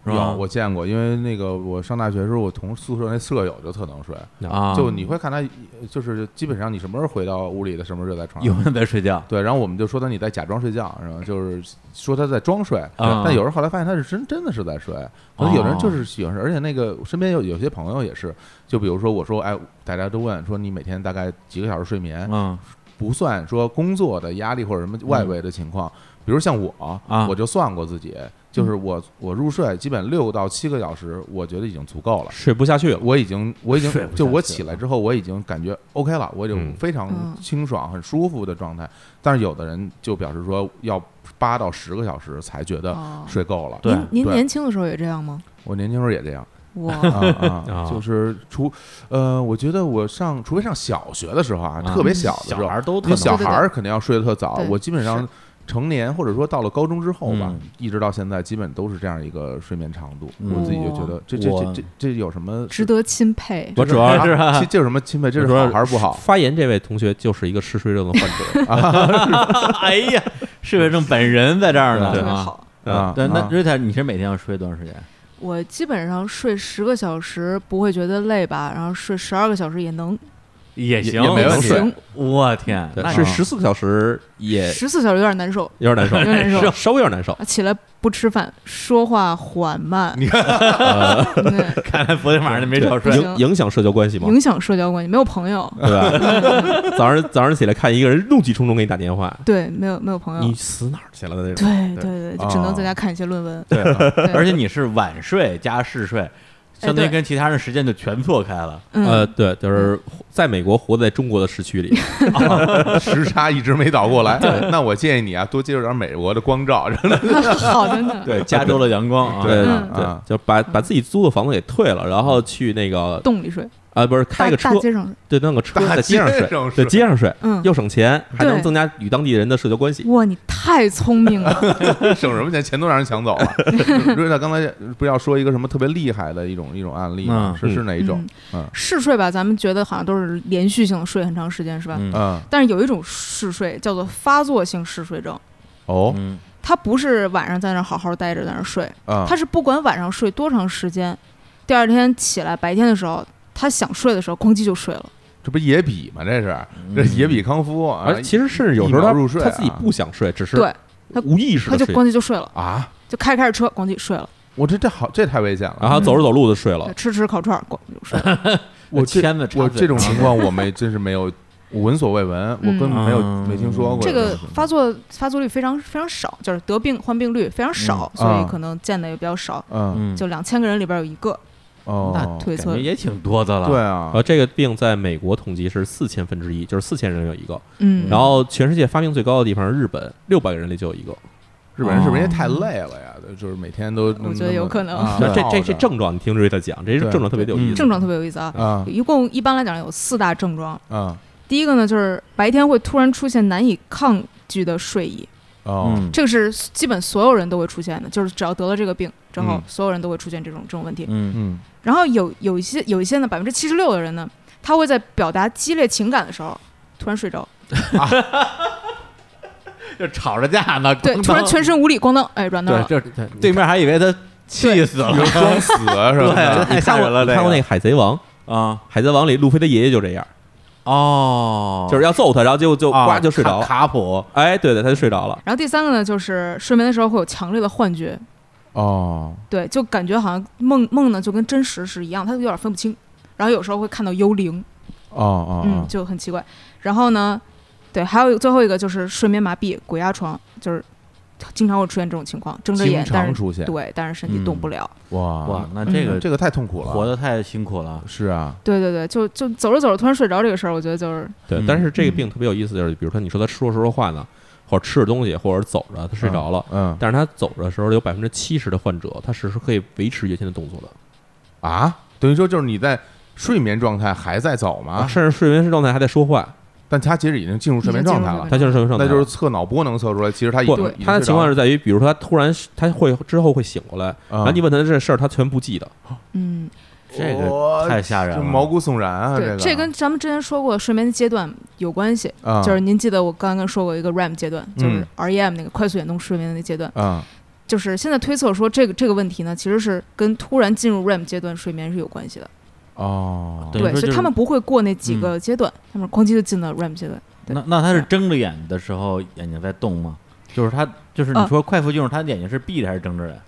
[SPEAKER 2] 是吧
[SPEAKER 3] 有我见过，因为那个我上大学的时候，我同宿舍那舍友就特能睡，
[SPEAKER 2] 啊，
[SPEAKER 3] 就你会看他，呃就是基本上你什么时候回到屋里的，什么时候就在床
[SPEAKER 2] 有
[SPEAKER 3] 上。
[SPEAKER 2] 人在睡觉，
[SPEAKER 3] 对，然后我们就说他你在假装睡觉，然后就是说他在装睡，
[SPEAKER 2] 啊
[SPEAKER 3] 但有人后来发现他是真真的是在睡，可能有人就是喜欢
[SPEAKER 2] 哦
[SPEAKER 3] 睡，而且那个身边有有些朋友也是，就比如说我说哎，大家都问说你每天大概几个小时睡眠，
[SPEAKER 2] 嗯
[SPEAKER 3] 不算说工作的压力或者什么外围的情
[SPEAKER 2] 嗯
[SPEAKER 3] 况，比如像我，
[SPEAKER 2] 啊
[SPEAKER 3] 我就算过自己，就是我我入睡基本六到七个小时，我觉得已经足够了。
[SPEAKER 1] 睡不下去了，
[SPEAKER 3] 我已经，我已经
[SPEAKER 2] 睡不下去
[SPEAKER 3] 就我起来之后，我已经感觉 OK 了，我就
[SPEAKER 1] 嗯
[SPEAKER 3] 非常
[SPEAKER 4] 嗯
[SPEAKER 3] 清爽、很舒服的状态。但是有的人就表示说，要八到十个小时才觉得
[SPEAKER 4] 哦
[SPEAKER 3] 睡够了。
[SPEAKER 2] 对
[SPEAKER 4] 您您年轻的时候也这样吗？
[SPEAKER 3] 我年轻时候也
[SPEAKER 2] *laughs*
[SPEAKER 3] 这样
[SPEAKER 4] 哇，
[SPEAKER 3] 啊
[SPEAKER 1] 啊
[SPEAKER 3] 啊，就是除呃，我觉得我上，除非上小学的时候啊，
[SPEAKER 2] 啊
[SPEAKER 3] 特别小的时
[SPEAKER 2] 小
[SPEAKER 3] 候
[SPEAKER 2] 孩，儿都特
[SPEAKER 3] 那
[SPEAKER 2] 能
[SPEAKER 3] 小
[SPEAKER 4] 对对
[SPEAKER 3] 孩儿肯定要睡得特早
[SPEAKER 4] 对，
[SPEAKER 3] 我基本上
[SPEAKER 4] 是
[SPEAKER 3] 成年或者说到了高中之后吧
[SPEAKER 2] 嗯，
[SPEAKER 3] 一直到现在，基本都是这样一个睡眠长度。
[SPEAKER 2] 嗯
[SPEAKER 3] 我自己就觉得这这这这这有什么
[SPEAKER 4] 值得钦佩。
[SPEAKER 1] 我主要
[SPEAKER 3] 啊 *laughs*
[SPEAKER 1] 是
[SPEAKER 2] 吧
[SPEAKER 3] 这这有什么钦佩？这
[SPEAKER 1] 我
[SPEAKER 3] 是
[SPEAKER 1] 主要
[SPEAKER 3] 好还是不好？
[SPEAKER 1] 发言这位同学就是一个嗜睡症的患 *laughs* 者
[SPEAKER 2] 哎呀，是为正本人在这儿呢，
[SPEAKER 4] 特别
[SPEAKER 2] 啊。
[SPEAKER 4] 好，
[SPEAKER 1] 啊
[SPEAKER 3] 啊，
[SPEAKER 2] 对，那
[SPEAKER 3] 啊
[SPEAKER 2] Rita，你是每天要睡多长时间？
[SPEAKER 4] 我基本上睡十个小时不会觉得累吧，然后睡十二个小时也能，
[SPEAKER 2] 也
[SPEAKER 3] 行也没问题
[SPEAKER 4] 行，
[SPEAKER 2] 我天，
[SPEAKER 1] 对
[SPEAKER 2] 那
[SPEAKER 1] 睡
[SPEAKER 2] 你
[SPEAKER 1] 十四个小时也
[SPEAKER 4] 十四小时有点难受，
[SPEAKER 1] *laughs* 有点难受，
[SPEAKER 4] 有点难受
[SPEAKER 1] 稍微有点难受。
[SPEAKER 4] 起来不吃饭，说话缓慢，
[SPEAKER 2] *laughs*
[SPEAKER 4] 对
[SPEAKER 2] *laughs* 看来昨天晚上就没少
[SPEAKER 4] 对
[SPEAKER 2] 睡。
[SPEAKER 1] 影影响社交关系吗？
[SPEAKER 4] 影响社交关系，没有朋友，
[SPEAKER 1] 对吧？早上早上起来看一个人怒气冲冲给你打电话，
[SPEAKER 4] 对，没有没有朋
[SPEAKER 1] 你
[SPEAKER 4] 友，
[SPEAKER 1] 死哪儿去了的那种。
[SPEAKER 4] 对对对，就只能在家看一些论文，
[SPEAKER 2] 对，
[SPEAKER 1] 呃
[SPEAKER 4] 对
[SPEAKER 2] 而且你是晚睡加嗜睡，相当于
[SPEAKER 4] 哎对
[SPEAKER 2] 跟其他人时间就全错开
[SPEAKER 3] 啊
[SPEAKER 2] 了。
[SPEAKER 1] 呃，
[SPEAKER 4] 嗯，
[SPEAKER 1] 对，就是在美国活在中国的时区 *laughs* 里，
[SPEAKER 3] 时差一直没倒过来。那我建议你啊，多接受点美国的光照，真的。
[SPEAKER 4] *laughs* 好的呢，
[SPEAKER 2] 对，加州的阳光啊，
[SPEAKER 1] 对
[SPEAKER 4] 嗯
[SPEAKER 1] 对
[SPEAKER 3] 啊，
[SPEAKER 1] 就把把自己租的房子给退了，然后去那个
[SPEAKER 4] 洞里睡，
[SPEAKER 1] 啊，不是开个车
[SPEAKER 4] 嗯大大，街上睡，
[SPEAKER 1] 对，弄个车
[SPEAKER 3] 大
[SPEAKER 1] 在街上
[SPEAKER 3] 街
[SPEAKER 1] 睡
[SPEAKER 3] 上，
[SPEAKER 1] 对，
[SPEAKER 3] 睡
[SPEAKER 1] 街上睡，
[SPEAKER 4] 嗯
[SPEAKER 1] 又省钱，还能
[SPEAKER 4] 对
[SPEAKER 1] 增加与当地人的社交关系。
[SPEAKER 4] 哇，你太聪明了，
[SPEAKER 3] 省什么钱？钱都让人抢走了。瑞塔刚才不是要说一个什么特别厉害的一种一种案例吗？
[SPEAKER 2] 嗯
[SPEAKER 3] 是是哪一种
[SPEAKER 4] 嗯？嗜睡吧，咱们觉得好像都是连续性的睡很长时间是吧？
[SPEAKER 2] 嗯
[SPEAKER 3] 嗯，
[SPEAKER 4] 但是有一种嗜睡叫做发作性嗜睡症，
[SPEAKER 3] 哦，
[SPEAKER 2] 嗯，
[SPEAKER 4] 他不是晚上在那儿好好待着在那儿睡，
[SPEAKER 3] 啊，
[SPEAKER 4] 他是不管晚上睡多长时间，第二天起来白天的时候，他想睡的时候，咣叽就睡了。
[SPEAKER 3] 这不野比吗？这是
[SPEAKER 2] 嗯
[SPEAKER 3] 这野比康夫啊
[SPEAKER 1] 而其实甚至有时候
[SPEAKER 3] 一秒入睡
[SPEAKER 1] 他
[SPEAKER 3] 啊
[SPEAKER 1] 他自己不想睡，只是
[SPEAKER 4] 对他
[SPEAKER 1] 无意识
[SPEAKER 4] 他
[SPEAKER 1] 的
[SPEAKER 4] 就
[SPEAKER 1] 睡，
[SPEAKER 4] 咣叽就睡了，
[SPEAKER 3] 啊！
[SPEAKER 4] 就开着开着车咣叽睡了，
[SPEAKER 3] 我这这好，这太危险
[SPEAKER 1] 然
[SPEAKER 3] 了。
[SPEAKER 1] 后走着走路
[SPEAKER 4] 嗯
[SPEAKER 1] 就睡了
[SPEAKER 4] 对，吃吃烤串咣就睡了。
[SPEAKER 3] 我这
[SPEAKER 2] 签子插
[SPEAKER 3] 我
[SPEAKER 2] 嘴
[SPEAKER 3] 这种情况我没真是没有我闻所未闻，我根本没有
[SPEAKER 2] 嗯
[SPEAKER 3] 没听说过
[SPEAKER 4] 这个
[SPEAKER 3] 东西
[SPEAKER 4] 发作发作率非常非常少，就是得病患病率非常少，
[SPEAKER 3] 嗯
[SPEAKER 4] 所
[SPEAKER 3] 啊
[SPEAKER 4] 以可能见的也比较少。
[SPEAKER 3] 嗯
[SPEAKER 2] 嗯，
[SPEAKER 4] 就两千个人里边有一个，
[SPEAKER 3] 哦，
[SPEAKER 4] 推
[SPEAKER 2] 感
[SPEAKER 4] 测
[SPEAKER 2] 觉也挺多的了。
[SPEAKER 3] 对啊
[SPEAKER 1] 呃，，这个病在美国统计是四千分之一，就是四千人有一个。
[SPEAKER 4] 嗯，
[SPEAKER 1] 然后全世界发病最高的地方是日本，六百个人里就有一个。
[SPEAKER 3] 日本人是不是也太累了呀？就是每天都
[SPEAKER 4] 我觉得有可能
[SPEAKER 3] 啊
[SPEAKER 1] 那这这
[SPEAKER 3] 耗着
[SPEAKER 1] 这症状，你听瑞特讲，这
[SPEAKER 3] 对
[SPEAKER 1] 症状特别有意思。
[SPEAKER 4] 症状特别有意思啊，
[SPEAKER 3] 啊
[SPEAKER 4] 一共一般来讲有四大症状。
[SPEAKER 3] 啊
[SPEAKER 4] 第一个呢，就是白天会突然出现难以抗拒的睡意，
[SPEAKER 3] 哦
[SPEAKER 2] 嗯，
[SPEAKER 4] 这个是基本所有人都会出现的，就是只要得了这个病之后
[SPEAKER 3] 嗯，
[SPEAKER 4] 所有人都会出现这种这种问题。
[SPEAKER 2] 嗯
[SPEAKER 3] 嗯
[SPEAKER 4] 然后有有一些有一些呢，百分之七十六的人呢，他会在表达激烈情感的时候突然睡着，
[SPEAKER 2] 就吵着架呢，
[SPEAKER 4] 对，突然全身无力，咣当，哎，软那儿
[SPEAKER 2] 对，
[SPEAKER 4] 了。
[SPEAKER 2] 这这对面还以为他气死了
[SPEAKER 3] 有装死啊什么的，
[SPEAKER 2] 嗯太
[SPEAKER 1] 你看
[SPEAKER 2] 吓
[SPEAKER 1] 过
[SPEAKER 2] 人了
[SPEAKER 1] 你看过那
[SPEAKER 2] 这
[SPEAKER 1] 个《海贼王》，《
[SPEAKER 2] 啊，
[SPEAKER 1] 海贼王》里路飞的爷爷就这样，
[SPEAKER 2] 哦，
[SPEAKER 1] 就是要揍他，然后结果就
[SPEAKER 2] 啊嗯
[SPEAKER 1] 呱就睡着
[SPEAKER 2] 卡
[SPEAKER 1] 了。
[SPEAKER 2] 卡普，
[SPEAKER 3] 啊
[SPEAKER 1] 哎，对对，他就睡着了。
[SPEAKER 4] 然后第三个呢，就是睡眠的时候会有强烈的幻觉，
[SPEAKER 3] 哦
[SPEAKER 4] 对，就感觉好像梦梦呢就跟真实是一样，他有点分不清。然后有时候会看到幽灵，
[SPEAKER 3] 哦哦
[SPEAKER 4] 嗯，
[SPEAKER 3] 哦
[SPEAKER 4] 就很奇怪。然后呢，对，还有最后一个就是睡眠麻痹、鬼压床，就是经常会出现这种情况，睁着
[SPEAKER 3] 经
[SPEAKER 4] 眼，但
[SPEAKER 3] 常
[SPEAKER 4] 是
[SPEAKER 3] 出现
[SPEAKER 4] 对，但是身体动不
[SPEAKER 2] 嗯
[SPEAKER 4] 了。
[SPEAKER 3] 哇
[SPEAKER 2] 哇，那
[SPEAKER 4] 嗯
[SPEAKER 2] 这个
[SPEAKER 3] 这个太痛苦了，
[SPEAKER 2] 活得太辛苦了，
[SPEAKER 3] 是啊
[SPEAKER 4] 对对对，就就走着走着突然睡着这个事儿，我觉得就是
[SPEAKER 1] 对
[SPEAKER 2] 嗯，
[SPEAKER 1] 但是这个病特别有意思，就是比如说你说他说着说着话呢，或者吃着东西，或者走着他睡着了，
[SPEAKER 3] 嗯
[SPEAKER 1] 但是他走着的时候有百分之七十的患者他是是可以维持原先的动作的
[SPEAKER 3] 啊，等于说就是你在睡眠状态还在走吗？
[SPEAKER 1] 甚至睡眠状态还在说话，
[SPEAKER 3] 但他其实已经进入睡眠状态了，
[SPEAKER 1] 他就是睡眠状态
[SPEAKER 3] 那
[SPEAKER 1] 了。
[SPEAKER 3] 就是测脑波能测出来，其实他已
[SPEAKER 1] 不
[SPEAKER 3] 经，
[SPEAKER 1] 他的情况是在于，比如说他突然他会之后会醒过来，然后
[SPEAKER 3] 啊
[SPEAKER 1] 你问他这事儿，他全不记得。
[SPEAKER 4] 嗯，
[SPEAKER 2] 这个太吓人
[SPEAKER 3] 啊就
[SPEAKER 2] 了，
[SPEAKER 3] 哦毛骨悚然啊，
[SPEAKER 4] 对，
[SPEAKER 3] 个
[SPEAKER 4] 这跟咱们之前说过睡眠阶段有关系。
[SPEAKER 3] 啊
[SPEAKER 4] 就是您记得我刚刚说过一个 REM 阶段，就是
[SPEAKER 3] 嗯
[SPEAKER 4] REM 那个快速眼动睡眠的那阶段，
[SPEAKER 3] 啊
[SPEAKER 4] 就是现在推测说这个这个问题呢，其实是跟突然进入 REM 阶段睡眠是有关系的。
[SPEAKER 3] 哦
[SPEAKER 2] 等于
[SPEAKER 4] 对，
[SPEAKER 2] 说
[SPEAKER 4] 所
[SPEAKER 2] 就
[SPEAKER 4] 以
[SPEAKER 2] 是
[SPEAKER 4] 他们不会过那
[SPEAKER 3] 嗯
[SPEAKER 4] 几个阶段，他们哐叽就进到 REM 阶段。对
[SPEAKER 2] 那那他是睁着眼的时候眼睛在动吗？就是他，就是你
[SPEAKER 4] 啊
[SPEAKER 2] 说快速进入，他眼睛是闭着还是睁着
[SPEAKER 1] 哦
[SPEAKER 2] 的？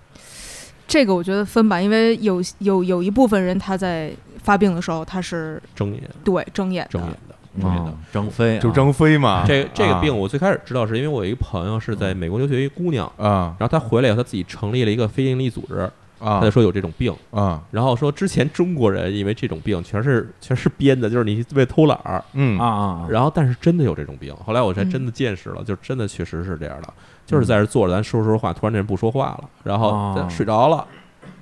[SPEAKER 4] 这个我觉得分吧，因为有有有一部分人他在发病的时候他是
[SPEAKER 1] 睁眼
[SPEAKER 4] 对睁眼
[SPEAKER 1] 睁眼
[SPEAKER 4] 的，
[SPEAKER 1] 的，睁眼的。
[SPEAKER 2] 嗯，张飞啊
[SPEAKER 3] 就张飞嘛，
[SPEAKER 1] 这这个
[SPEAKER 3] 啊嗯
[SPEAKER 1] 病我最开始知道是因为我有一个朋友是在美国留学一姑娘，
[SPEAKER 3] 啊
[SPEAKER 1] 然后她回来以后她自己成立了一个非营利组织，她
[SPEAKER 3] 啊
[SPEAKER 1] 就说有这种病，
[SPEAKER 3] 啊
[SPEAKER 1] 然后说之前中国人因为这种病全是全是编的，就是你为了偷懒儿，
[SPEAKER 3] 嗯
[SPEAKER 2] 啊啊，
[SPEAKER 1] 然后但是真的有这种病，后来我才
[SPEAKER 4] 嗯
[SPEAKER 1] 真的见识了，就真的确实是这样的，就是在这坐着咱说说话，突然这人不说话了，然后
[SPEAKER 2] 哦
[SPEAKER 1] 睡着了，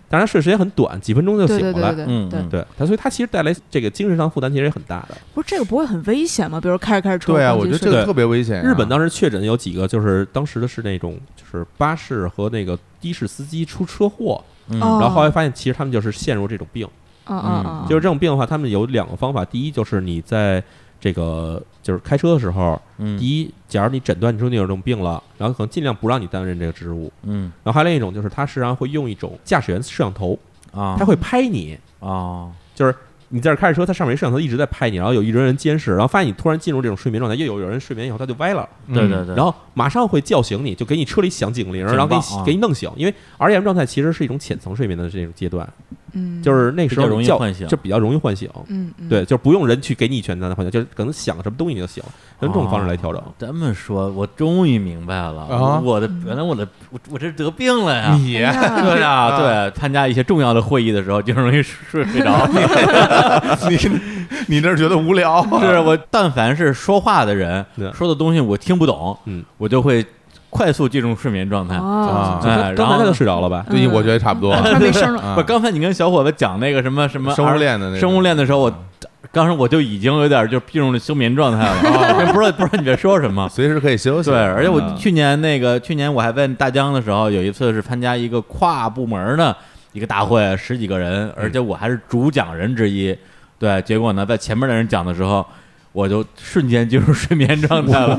[SPEAKER 1] 但是他睡时间很短，几分钟就
[SPEAKER 4] 对
[SPEAKER 1] 醒
[SPEAKER 4] 对
[SPEAKER 1] 过
[SPEAKER 4] 对
[SPEAKER 1] 来
[SPEAKER 4] 对，对
[SPEAKER 2] 嗯，
[SPEAKER 4] 对
[SPEAKER 2] 嗯，
[SPEAKER 1] 对他，所以他其实带来这个精神上负担其实也很大的。
[SPEAKER 4] 不是这个不会很危险吗？比如开着开着车，
[SPEAKER 3] 对啊，
[SPEAKER 4] 哐叽
[SPEAKER 3] 我觉得
[SPEAKER 4] 睡
[SPEAKER 3] 这个
[SPEAKER 1] 对
[SPEAKER 3] 特别危险啊。
[SPEAKER 1] 日本当时确诊有几个，就是当时的是那种就是巴士和那个的士司机出车祸，
[SPEAKER 2] 嗯
[SPEAKER 4] 哦
[SPEAKER 1] 然后后来发现其实他们就是陷入这种病，
[SPEAKER 4] 嗯嗯嗯，
[SPEAKER 1] 就是这种病的话，他们有两个方法，第一就是你在这个就是开车的时候，
[SPEAKER 2] 嗯
[SPEAKER 1] 第一，假如你诊断你说你有这种病了，然后可能尽量不让你担任这个职务，
[SPEAKER 2] 嗯
[SPEAKER 1] 然后还有另一种就是他实际上会用一种驾驶员摄像头，
[SPEAKER 2] 啊
[SPEAKER 1] 他会拍你，
[SPEAKER 2] 啊
[SPEAKER 1] 就是你在这开着车，它上面一摄像头一直在拍你，然后有一人人监视，然后发现你突然进入这种睡眠状态，又有有人睡眠以后他就歪了，
[SPEAKER 3] 嗯
[SPEAKER 2] 对对对，
[SPEAKER 1] 然后马上会叫醒你，就给你车里响警铃，
[SPEAKER 2] 警
[SPEAKER 1] 然后给
[SPEAKER 2] 报啊
[SPEAKER 1] 你给你弄醒，因为 REM 状态其实是一种浅层睡眠的这种阶段，
[SPEAKER 4] 嗯
[SPEAKER 1] 就是那时
[SPEAKER 2] 比较
[SPEAKER 1] 候
[SPEAKER 2] 容易
[SPEAKER 1] 叫
[SPEAKER 2] 唤醒
[SPEAKER 1] 就比较容易唤醒，
[SPEAKER 4] 嗯嗯
[SPEAKER 1] 对，就不用人去给你一拳才能唤醒，就是可能想什么东西你就醒，用这种方式来调整。
[SPEAKER 2] 这么说，我终于明白了，
[SPEAKER 3] 啊
[SPEAKER 2] 我的原来我的我我这得病了呀。
[SPEAKER 3] 你
[SPEAKER 4] 哎呀
[SPEAKER 3] *laughs*
[SPEAKER 2] 对啊，
[SPEAKER 3] 啊
[SPEAKER 2] 对，参加一些重要的会议的时候，就容易睡
[SPEAKER 1] *laughs*
[SPEAKER 2] 睡着。
[SPEAKER 4] 哎
[SPEAKER 3] 你这 *laughs* 是觉得无聊？啊
[SPEAKER 2] 是我但凡是说话的人
[SPEAKER 1] 对
[SPEAKER 2] 说的东西我听不懂，
[SPEAKER 1] 嗯，
[SPEAKER 2] 我就会快速进入睡眠状态。
[SPEAKER 4] 哦
[SPEAKER 3] 啊
[SPEAKER 1] 就
[SPEAKER 2] 哎，
[SPEAKER 1] 刚
[SPEAKER 2] 然
[SPEAKER 1] 刚才
[SPEAKER 2] 后
[SPEAKER 1] 他就
[SPEAKER 2] 呢
[SPEAKER 1] 睡着了吧？
[SPEAKER 4] 嗯
[SPEAKER 3] 对，我觉得差不
[SPEAKER 4] *laughs*
[SPEAKER 3] 多。
[SPEAKER 4] 突然没声了，
[SPEAKER 3] 啊
[SPEAKER 2] 哦不，刚才你跟小伙子讲那个什么什么
[SPEAKER 3] 生物链的那个
[SPEAKER 2] 生物链的时候，我当时我就已经有点就进入了休眠状态
[SPEAKER 3] *laughs*
[SPEAKER 2] 了，不知道不知道你在说什么。
[SPEAKER 3] 啊随时可以休息。
[SPEAKER 2] 对，而且我
[SPEAKER 3] 嗯
[SPEAKER 2] 去年那个去年我还在大疆的时候，有一次是参加一个跨部门的一个大会，十几个
[SPEAKER 3] 嗯
[SPEAKER 2] 人，而且我还是主讲人之一。对，结果呢，在前面的人讲的时候，我就瞬间进入睡眠状态
[SPEAKER 3] *laughs*
[SPEAKER 2] 了，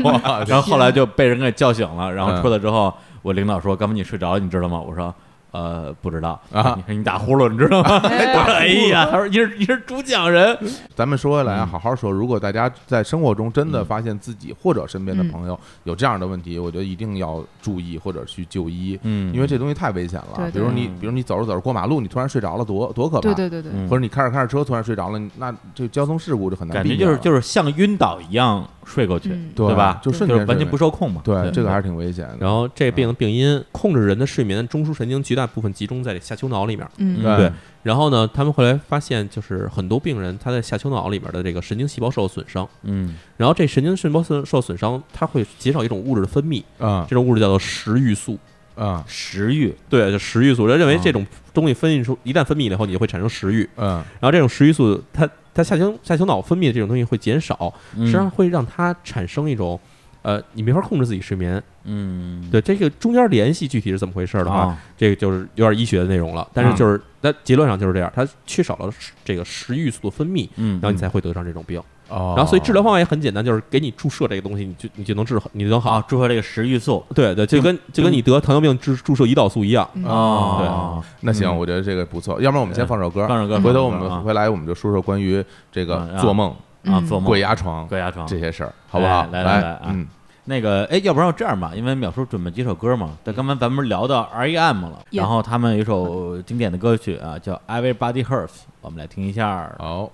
[SPEAKER 2] 然后后来就被人给叫醒了，然后
[SPEAKER 3] 嗯
[SPEAKER 2] 出来之后，我领导说：“刚才你睡着了，你知道吗？”我说：“呃，不知道
[SPEAKER 3] 啊
[SPEAKER 2] 你看你打呼噜，你知道 *laughs* 吗？哎呀，他说你是你是主讲人，
[SPEAKER 3] 咱们说回来啊，
[SPEAKER 2] 嗯
[SPEAKER 3] 好好说。如果大家在生活中真的发现自己或者身边的朋友有这样的问题，我觉得一定要注意或者去就医，
[SPEAKER 2] 嗯
[SPEAKER 3] 因为这东西太危险了
[SPEAKER 4] 对。
[SPEAKER 3] 比如你
[SPEAKER 2] 嗯，
[SPEAKER 3] 比如你走着走着过马路，你突然睡着了，多多可怕
[SPEAKER 4] 对！对对对，
[SPEAKER 2] 嗯
[SPEAKER 3] 或者你开着开着车突然睡着了，那这交通事故就很难
[SPEAKER 2] 感
[SPEAKER 3] 避
[SPEAKER 2] 觉
[SPEAKER 3] 免
[SPEAKER 2] 就是
[SPEAKER 3] 了
[SPEAKER 2] 就是像晕倒一样睡过去，
[SPEAKER 4] 嗯
[SPEAKER 3] 对啊
[SPEAKER 2] 吧？
[SPEAKER 3] 就
[SPEAKER 2] 就
[SPEAKER 3] 瞬
[SPEAKER 2] 是
[SPEAKER 3] 间
[SPEAKER 2] 完全
[SPEAKER 3] 睡
[SPEAKER 2] 不受控嘛。
[SPEAKER 3] 对，这个还是挺危险的。
[SPEAKER 1] 然后这
[SPEAKER 2] 嗯
[SPEAKER 1] 病的病因控制人的睡眠的中枢神经绝大部分集中在下丘脑里面。
[SPEAKER 4] 嗯
[SPEAKER 2] 对
[SPEAKER 1] 对，然后呢，他们后来发现，就是很多病人他在下丘脑里面的这个神经细胞受到损伤，
[SPEAKER 2] 嗯
[SPEAKER 1] 然后这神经细胞受受损伤，它会减少一种物质的分泌，
[SPEAKER 3] 啊
[SPEAKER 1] 这种物质叫做食欲素。
[SPEAKER 3] 啊
[SPEAKER 2] 食欲，
[SPEAKER 1] 对，就食欲素，人认为
[SPEAKER 2] 啊
[SPEAKER 1] 这种东西分泌出，一旦分泌了以后，你就会产生食欲。
[SPEAKER 3] 嗯
[SPEAKER 1] 然后这种食欲素，它它下丘下丘脑分泌的这种东西会减少，
[SPEAKER 2] 实
[SPEAKER 1] 实际上会让它产生一种，呃，你没法控制自己睡眠。
[SPEAKER 2] 嗯，
[SPEAKER 1] 对，这个中间联系具体是怎么回事的话，
[SPEAKER 2] 啊
[SPEAKER 1] 这个就是有点医学的内容了。但是
[SPEAKER 3] 嗯
[SPEAKER 1] 就是那结论上就是这样，它缺少了食这个食欲素的分泌，
[SPEAKER 2] 嗯，
[SPEAKER 1] 然后你才会得上这种病。
[SPEAKER 3] 哦，
[SPEAKER 1] 然后所以治疗方法也很简单，就是给你注射这个东西，你就你就能治好，你就能
[SPEAKER 2] 啊
[SPEAKER 1] 好。
[SPEAKER 2] 注射这个食欲素
[SPEAKER 1] 哦对对，就跟就跟你得糖尿病注注射胰岛素一样。
[SPEAKER 4] 嗯
[SPEAKER 2] 哦，
[SPEAKER 3] 那行，
[SPEAKER 2] 嗯
[SPEAKER 3] 我觉得这个不错。要不然我们先放首歌，
[SPEAKER 2] 放首歌
[SPEAKER 3] 啊回头我
[SPEAKER 2] 放首歌啊
[SPEAKER 3] 们回来我们就说说关于这个
[SPEAKER 2] 啊
[SPEAKER 3] 做梦、
[SPEAKER 2] 啊，
[SPEAKER 4] 嗯
[SPEAKER 2] 做梦
[SPEAKER 3] 鬼压床
[SPEAKER 2] 鬼压床
[SPEAKER 3] 这些事儿，好不好？
[SPEAKER 2] 来来来来
[SPEAKER 3] 来
[SPEAKER 2] 啊，
[SPEAKER 3] 嗯，
[SPEAKER 2] 那个，哎，要不然我这样吧，因为淼叔准备几首歌嘛，但刚才咱们聊到 R.E.M 了，
[SPEAKER 4] Yeah
[SPEAKER 2] 然后他们有一首经典的歌曲啊，叫《Everybody Hurts》，我们来听一下。
[SPEAKER 3] 好。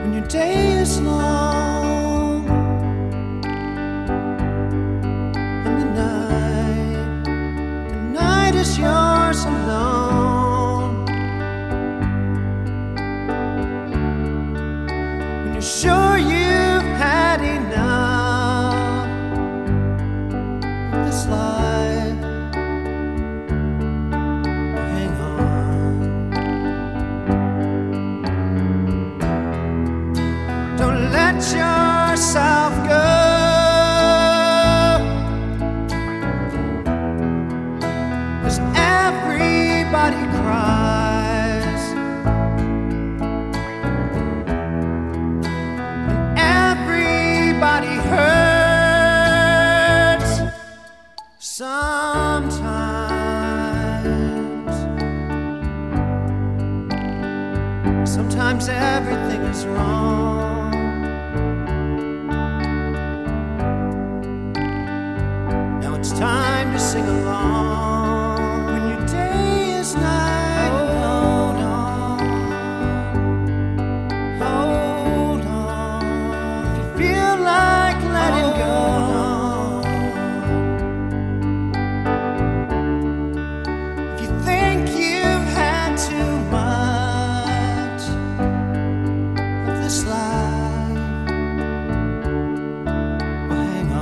[SPEAKER 6] when your day is long and the night the night is yours alone when you're sure you've had enough of this life hang on Don't let yourself go. Cause everybody cries. And everybody hurts sometimes. Sometimes everything is wrong. Now it's time to sing along. When your day is night, hold on. Hold on. If you feel like letting go. If you think you've had too much of this life, well, hang on.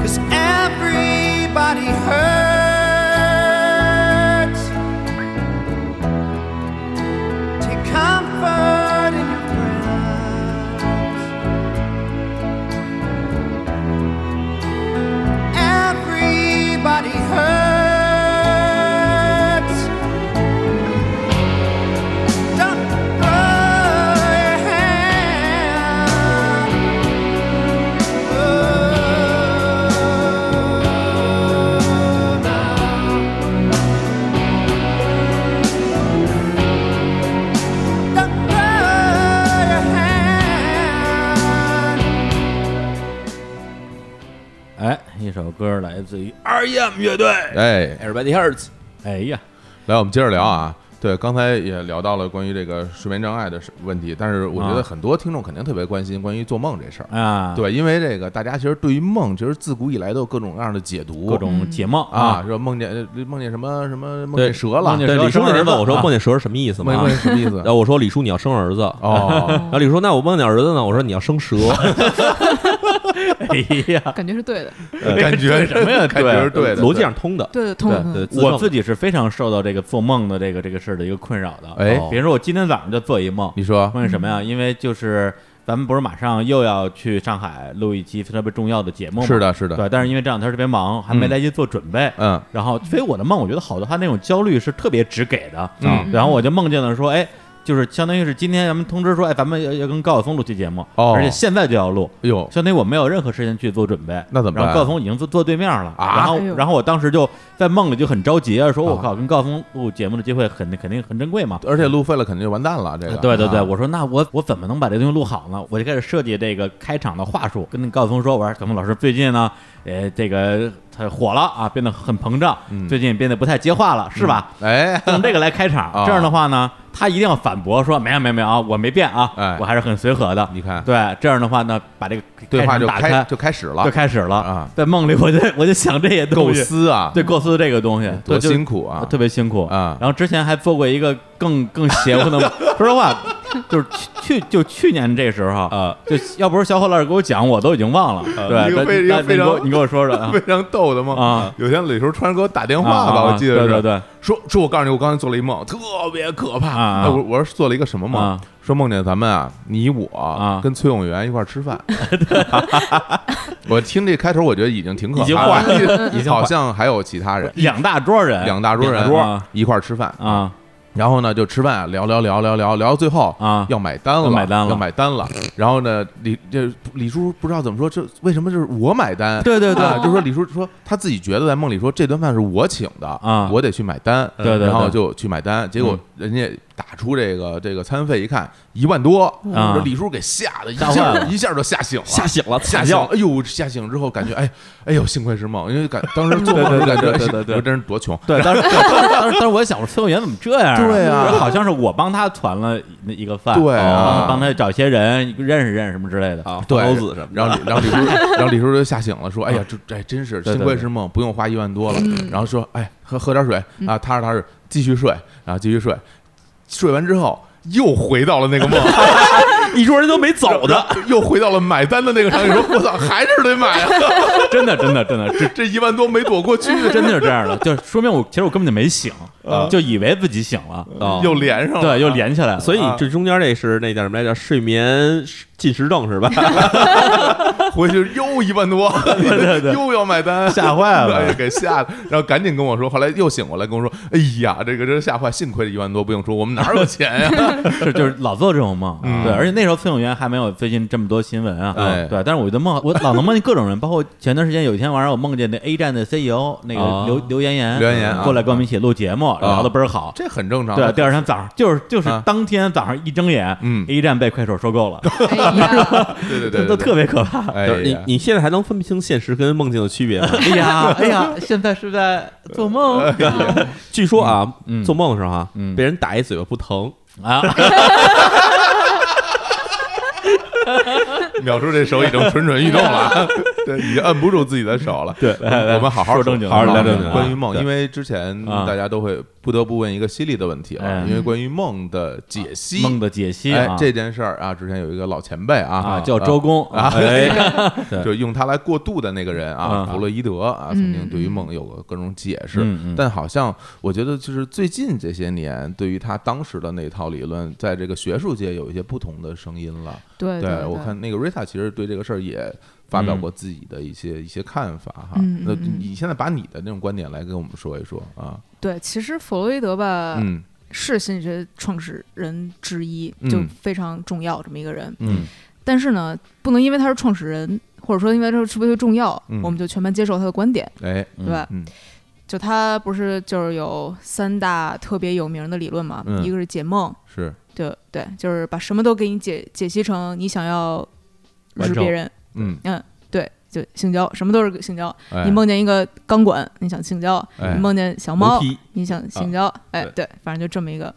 [SPEAKER 6] Cause everybody hurts. Take comfort in your friends. Everybody hurts. Don't throw your hand. Oh, no. Don't throw your hand.
[SPEAKER 2] 哎，一首歌来自于 R.E.M 乐队。
[SPEAKER 3] 哎，
[SPEAKER 1] Everybody hurts。
[SPEAKER 2] 哎呀，
[SPEAKER 3] 来，我们接着聊啊。对，刚才也聊到了关于这个睡眠障碍的事问题，但是我觉得
[SPEAKER 2] 啊
[SPEAKER 3] 很多听众肯定特别关心关于做梦这事儿。
[SPEAKER 2] 啊，，
[SPEAKER 3] 对，因为这个大家其实对于梦，其实自古以来都有各种各样的解读，
[SPEAKER 2] 各种解梦
[SPEAKER 3] 啊，，说梦见梦见什么什么梦见
[SPEAKER 1] 对
[SPEAKER 3] 蛇了
[SPEAKER 2] 梦，见
[SPEAKER 1] 对，
[SPEAKER 2] 蛇
[SPEAKER 1] 李叔
[SPEAKER 2] 生
[SPEAKER 1] 那
[SPEAKER 2] 儿
[SPEAKER 1] 天
[SPEAKER 2] 子
[SPEAKER 1] 问我说
[SPEAKER 2] 啊
[SPEAKER 1] 梦见蛇是什么意思嘛
[SPEAKER 3] 梦？见
[SPEAKER 1] 啊
[SPEAKER 3] 什么意思
[SPEAKER 1] 然？
[SPEAKER 2] *laughs*
[SPEAKER 1] 后我说李叔你要生儿子，
[SPEAKER 3] *laughs* 哦，
[SPEAKER 1] 然后李叔说那我梦见儿子呢？我说你要生 *laughs* 蛇，
[SPEAKER 2] 哎 *laughs* 呀，
[SPEAKER 4] 感觉是对的，
[SPEAKER 3] 感觉
[SPEAKER 2] 什么呀
[SPEAKER 3] 感觉是
[SPEAKER 2] 对
[SPEAKER 3] 对的，
[SPEAKER 1] 逻辑上通的。
[SPEAKER 4] 对的，通
[SPEAKER 1] 对
[SPEAKER 4] 通，
[SPEAKER 1] 自证
[SPEAKER 2] 我自己是非常受到这个做梦的这个这个事儿的一个困扰的。
[SPEAKER 3] 哎
[SPEAKER 2] 比如说我今天早上就做一梦，
[SPEAKER 3] 你说
[SPEAKER 2] 梦见什么呀？因为就是。咱们不是马上又要去上海录一期特别重要的节目吗？
[SPEAKER 3] 是的，是的，
[SPEAKER 2] 对，但是因为这两天特别忙，还没来得及做准备。
[SPEAKER 3] 嗯，
[SPEAKER 2] 然后，所以我的梦，我觉得好多他那种焦虑是特别直给的。
[SPEAKER 3] 嗯
[SPEAKER 2] 然后我就梦见了说，哎，就是相当于是今天咱们通知说，哎，咱们要要跟高晓松录期节目，
[SPEAKER 3] 哦
[SPEAKER 2] 而且现在就要录，
[SPEAKER 3] 哎呦，
[SPEAKER 2] 相当于我没有任何时间去做准备。
[SPEAKER 3] 那怎么办
[SPEAKER 2] 然后高晓松已经坐坐对面了，
[SPEAKER 3] 啊
[SPEAKER 2] 然后
[SPEAKER 4] 哎呦
[SPEAKER 2] 然后我当时就在梦里就很着急啊，说我
[SPEAKER 3] 啊
[SPEAKER 2] 靠，跟高晓松录节目的机会很肯定很珍贵嘛。
[SPEAKER 3] 而且路费了肯定就完蛋了，这个。
[SPEAKER 2] 对对对，
[SPEAKER 3] 啊
[SPEAKER 2] 我说那我我怎么能把这东西录好呢？我就开始设计这个开场的话术，跟那高晓松说，我说小峰老师最近呢，呃，这个他火了啊，变得很膨胀，
[SPEAKER 3] 嗯
[SPEAKER 2] 最近变得不太接话了，是吧？ *laughs*
[SPEAKER 3] 哎，
[SPEAKER 2] 用这个来开场，
[SPEAKER 3] *laughs* 啊
[SPEAKER 2] 这样的话呢，他一定要反驳说没有没有没有啊，我没变啊，
[SPEAKER 3] 哎
[SPEAKER 2] 我还是很随和的。
[SPEAKER 3] 你看
[SPEAKER 2] 对，这样的话呢，把这个
[SPEAKER 3] 对话
[SPEAKER 2] 场
[SPEAKER 3] 就
[SPEAKER 2] 打开
[SPEAKER 3] 开就开始了
[SPEAKER 2] 就，开始了
[SPEAKER 3] 啊
[SPEAKER 2] 在梦里我就我就想这些
[SPEAKER 3] 构
[SPEAKER 2] 东西，
[SPEAKER 3] 思啊，
[SPEAKER 2] 对构思这个东西，
[SPEAKER 3] 多
[SPEAKER 2] 对就
[SPEAKER 3] 辛苦啊
[SPEAKER 2] 特别辛苦
[SPEAKER 3] 啊
[SPEAKER 2] 然后之前还做过一个更更邪乎的 *laughs* 梦，说实话，就是去去就去年这时候，
[SPEAKER 1] 呃，
[SPEAKER 2] 就要不是小伙老师给我讲，我都已经忘了。
[SPEAKER 3] 啊
[SPEAKER 2] 对，
[SPEAKER 3] 一个
[SPEAKER 2] 但
[SPEAKER 3] 非一个
[SPEAKER 2] 但
[SPEAKER 3] 非
[SPEAKER 2] 你给
[SPEAKER 3] 常
[SPEAKER 2] 我你给我
[SPEAKER 3] *laughs*
[SPEAKER 2] 说说啊
[SPEAKER 3] 非常逗的梦
[SPEAKER 2] 啊。
[SPEAKER 3] 有天李叔突然给我打电
[SPEAKER 2] 啊
[SPEAKER 3] 话吧，
[SPEAKER 2] 啊
[SPEAKER 3] 我记得
[SPEAKER 2] 对对
[SPEAKER 3] 是， *laughs*
[SPEAKER 2] 对，
[SPEAKER 3] 说说我告诉你，我刚才做了一梦，特别可怕。
[SPEAKER 2] 啊啊
[SPEAKER 3] 哎我我是做了一个什么梦
[SPEAKER 2] 啊？
[SPEAKER 3] 说梦见咱们啊，你我
[SPEAKER 2] 啊
[SPEAKER 3] 跟崔永元一块儿吃饭。 *laughs* 我听这开头，我觉得已经挺可
[SPEAKER 2] 已经
[SPEAKER 3] 怕
[SPEAKER 2] 坏
[SPEAKER 3] 了，已经好像还有其他人，
[SPEAKER 2] 两大桌人，
[SPEAKER 3] 两大桌人
[SPEAKER 2] 两大桌
[SPEAKER 3] 一块儿吃饭。
[SPEAKER 2] 啊
[SPEAKER 3] 然后呢，就吃饭啊聊聊聊聊聊聊到最后
[SPEAKER 2] 啊
[SPEAKER 3] 要买单了，
[SPEAKER 2] 要买单了
[SPEAKER 3] 要买单了。然后呢，李这李叔不知道怎么说，这为什么就是我买单？
[SPEAKER 2] 对对对
[SPEAKER 3] 啊就说李叔说他自己觉得在梦里说这顿饭是我请的
[SPEAKER 2] 啊
[SPEAKER 3] 我得去买单，
[SPEAKER 2] 对对对嗯
[SPEAKER 3] 然后就去买单，结果人家打出这个这个餐费一看一万多，
[SPEAKER 2] 啊
[SPEAKER 3] 这李叔给吓得一
[SPEAKER 2] 吓坏
[SPEAKER 3] 下
[SPEAKER 2] 了
[SPEAKER 3] 一下就吓醒了，
[SPEAKER 1] 吓醒了，
[SPEAKER 3] 吓
[SPEAKER 1] 惨
[SPEAKER 3] 醒
[SPEAKER 1] 叫
[SPEAKER 3] 了，哎呦，吓醒之后感觉哎，哎呦，幸亏是梦，因为感当时做梦的时候感觉，
[SPEAKER 2] 对对对对对对
[SPEAKER 3] 哎呦真是多穷，
[SPEAKER 2] 对，当时当时当时我想，我说崔永元怎么这样？
[SPEAKER 3] 对啊
[SPEAKER 2] 好像是我帮他团了一个饭，
[SPEAKER 3] 对啊
[SPEAKER 2] 帮帮他找些人认识认识什么之类的
[SPEAKER 1] 啊，
[SPEAKER 3] 对，
[SPEAKER 1] 刀子什么的，
[SPEAKER 3] 然后李然后李
[SPEAKER 2] *laughs*
[SPEAKER 3] 叔，然后李叔就吓醒了，说：“哎呀，这这真是
[SPEAKER 2] 对对
[SPEAKER 3] 幸亏是梦，不用花一万多了。”然后说：“哎，喝喝点水啊，踏实踏实，继续睡啊，继续睡。”睡完之后又回到了那个梦，
[SPEAKER 1] 一桌人都没走的， *laughs*
[SPEAKER 3] 又回到了买单的那个场景，说：“我操，还是得
[SPEAKER 2] *laughs*
[SPEAKER 3] 买啊，
[SPEAKER 2] 真的真的真的，这
[SPEAKER 3] 这一万多没躲过去，
[SPEAKER 2] *laughs* 真的是这样的，就是说明我其实我根本就没醒，就以为自己醒了，
[SPEAKER 1] 啊
[SPEAKER 3] 又连上了。”
[SPEAKER 2] 对，又连起来了。
[SPEAKER 1] 所以
[SPEAKER 3] 啊
[SPEAKER 1] 这中间这是那叫什么来着？睡眠进食症是吧？
[SPEAKER 3] 哎啊回去又一万多，
[SPEAKER 2] 对对
[SPEAKER 3] *laughs* 又要买单，
[SPEAKER 2] 吓坏了
[SPEAKER 3] 哎给吓的，然后赶紧跟我说，后来又醒过来跟我说，哎呀，这个真吓坏，幸亏这一万多不用说，我们哪有钱呀？ *laughs*
[SPEAKER 2] 是就是老做这种梦，
[SPEAKER 3] 嗯
[SPEAKER 2] 对，而且那时候崔永元还没有最近这么多新闻啊，
[SPEAKER 3] 哎
[SPEAKER 2] 对，但是我的梦，我老能梦见各种人，包括前段时间有一天晚上我梦见那 A 站的 CEO 那个
[SPEAKER 1] 哦
[SPEAKER 2] 刘刘妍妍，
[SPEAKER 3] 刘妍妍啊
[SPEAKER 2] 过来跟我们一起录节目，聊的倍儿好。
[SPEAKER 3] 这很正常，
[SPEAKER 2] 对，第二天早上就是就是
[SPEAKER 3] 啊
[SPEAKER 2] 当天早上一睁眼，
[SPEAKER 3] 嗯
[SPEAKER 2] ，A 站被快手收购了，
[SPEAKER 3] *laughs*
[SPEAKER 4] 哎呀，
[SPEAKER 3] 对对对，
[SPEAKER 2] *laughs* 这都
[SPEAKER 3] 对
[SPEAKER 2] 特别可怕。
[SPEAKER 3] 哎
[SPEAKER 1] 就是你
[SPEAKER 3] 呀
[SPEAKER 1] 你现在还能分不清现实跟梦境的区
[SPEAKER 3] *laughs*
[SPEAKER 1] 别吗？
[SPEAKER 2] 哎呀，哎 *laughs* 呀，现在是在做梦
[SPEAKER 1] 据说啊
[SPEAKER 2] 嗯，
[SPEAKER 1] 做梦的时候啊
[SPEAKER 2] 嗯，
[SPEAKER 1] 被人打一嘴巴不疼，
[SPEAKER 2] *laughs* 啊！
[SPEAKER 3] 秒叔这手已经蠢蠢欲动
[SPEAKER 2] *laughs*
[SPEAKER 3] 了，对，已经摁不住自己的手了。
[SPEAKER 2] 对来来
[SPEAKER 3] 我们好好
[SPEAKER 2] 说正经
[SPEAKER 3] 好好
[SPEAKER 1] 说
[SPEAKER 3] 聊
[SPEAKER 1] 正经啊
[SPEAKER 3] 关于梦，
[SPEAKER 1] 对
[SPEAKER 3] 因为之前
[SPEAKER 2] 啊
[SPEAKER 3] 大家都会不得不问一个犀利的问题
[SPEAKER 2] 哎
[SPEAKER 3] 啊，因为关于梦的解析，
[SPEAKER 2] 梦的解析
[SPEAKER 3] 哎
[SPEAKER 2] 啊，
[SPEAKER 3] 这件事儿啊，之前有一个老前辈啊
[SPEAKER 2] 啊叫周公哎
[SPEAKER 3] 啊，
[SPEAKER 2] 对
[SPEAKER 3] 就用它来过渡的那个人啊，
[SPEAKER 2] 嗯
[SPEAKER 3] 弗洛伊德啊，曾经对于梦有过各种解释
[SPEAKER 2] 嗯嗯，
[SPEAKER 3] 但好像我觉得就是最近这些年，对于他当时的那套理论，在这个学术界有一些不同的声音了。
[SPEAKER 4] 对对，
[SPEAKER 3] 我看那个 Rita 其实对这个事儿也发表过自己的一些一些看法哈
[SPEAKER 4] 嗯嗯。
[SPEAKER 3] 那
[SPEAKER 4] 嗯
[SPEAKER 3] 你现在把你的那种观点来跟我们说一说啊？
[SPEAKER 4] 对，其实弗洛伊德吧，
[SPEAKER 3] 嗯
[SPEAKER 4] 是心理学创始人之一，
[SPEAKER 3] 嗯
[SPEAKER 4] 就非常重要这么一个人。
[SPEAKER 3] 嗯
[SPEAKER 4] 但是呢，不能因为他是创始人，或者说因为他是特别重要，
[SPEAKER 3] 嗯
[SPEAKER 4] 我们就全盘接受他的观点，
[SPEAKER 3] 哎
[SPEAKER 2] 嗯
[SPEAKER 4] 对吧？
[SPEAKER 3] 嗯
[SPEAKER 4] 就他不是就是有三大特别有名的理论嘛，
[SPEAKER 3] 嗯
[SPEAKER 4] 一个是解梦，
[SPEAKER 3] 是
[SPEAKER 4] 对对，就是把什么都给你解解析成你想要
[SPEAKER 2] 完
[SPEAKER 4] 日
[SPEAKER 2] 成
[SPEAKER 4] 别人，
[SPEAKER 3] 嗯
[SPEAKER 4] 嗯，对，就性交，什么都是性交。
[SPEAKER 3] 哎
[SPEAKER 4] 你梦见一个钢管，你想性交；
[SPEAKER 3] 哎
[SPEAKER 4] 你梦见小
[SPEAKER 1] 楼
[SPEAKER 4] 猫，
[SPEAKER 1] 梯
[SPEAKER 4] 你想性交。哎，对，反正就这么一个。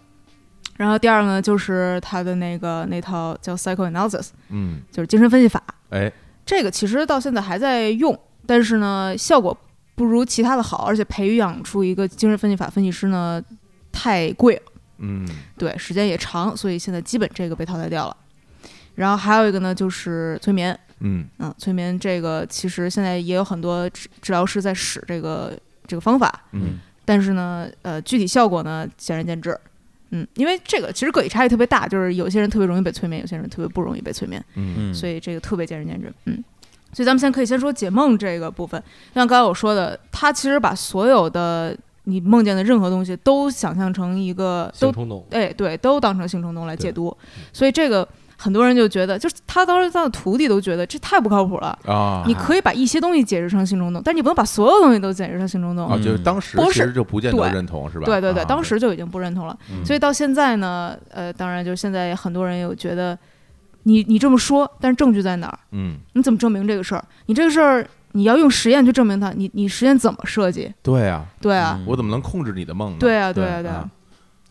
[SPEAKER 4] 然后第二个呢，就是他的那个那套叫 psychoanalysis，
[SPEAKER 3] 嗯
[SPEAKER 4] 就是精神分析法。
[SPEAKER 3] 哎
[SPEAKER 4] 这个其实到现在还在用，但是呢，效果不如其他的好，而且培养出一个精神分析法分析师呢，太贵了
[SPEAKER 3] 嗯
[SPEAKER 4] 对，时间也长，所以现在基本这个被淘汰掉了。然后还有一个呢，就是催眠，
[SPEAKER 3] 嗯
[SPEAKER 4] 嗯，催眠这个其实现在也有很多治治疗师在使这个这个方法，
[SPEAKER 3] 嗯
[SPEAKER 4] 但是呢，呃，具体效果呢见仁见智。嗯，因为这个其实个体差异特别大，就是有些人特别容易被催眠，有些人特别不容易被催眠。
[SPEAKER 3] 嗯
[SPEAKER 2] *laughs* 嗯，
[SPEAKER 4] 所
[SPEAKER 2] 以
[SPEAKER 4] 以这个特别见仁见智。嗯，所以咱们先可以先说解梦这个部分。像刚才我说的，他其实把所有的你梦见的任何东西都想象成一个，
[SPEAKER 1] 性
[SPEAKER 4] 都
[SPEAKER 1] 冲动，
[SPEAKER 4] 哎对，都当成性冲动来
[SPEAKER 1] 对
[SPEAKER 4] 解读。
[SPEAKER 3] 嗯
[SPEAKER 4] 所以这个很多人就觉得，就是他当时他的徒弟都觉得这太不靠谱了。
[SPEAKER 3] 啊
[SPEAKER 4] 你可以把一些东西解释成性冲动，但你不能把所有东西都解释成性冲动。
[SPEAKER 3] 啊，就是当时
[SPEAKER 4] 不
[SPEAKER 3] 其
[SPEAKER 4] 是
[SPEAKER 3] 实就不见得
[SPEAKER 4] 对
[SPEAKER 3] 认同是吧？
[SPEAKER 4] 对对对，
[SPEAKER 3] 啊嗯
[SPEAKER 4] 当时就已经不认同了。所以到现在呢，呃，当然就是现在很多人有觉得你你这么说，但是证据在哪儿？
[SPEAKER 3] 嗯，
[SPEAKER 4] 你怎么证明这个事儿？你这个事儿你要用实验去证明它，你你实验怎么设计？
[SPEAKER 3] 对啊，
[SPEAKER 4] 对啊，
[SPEAKER 3] 我怎么能控制你的梦呢？
[SPEAKER 4] 对啊，对
[SPEAKER 3] 啊
[SPEAKER 4] 啊，对啊，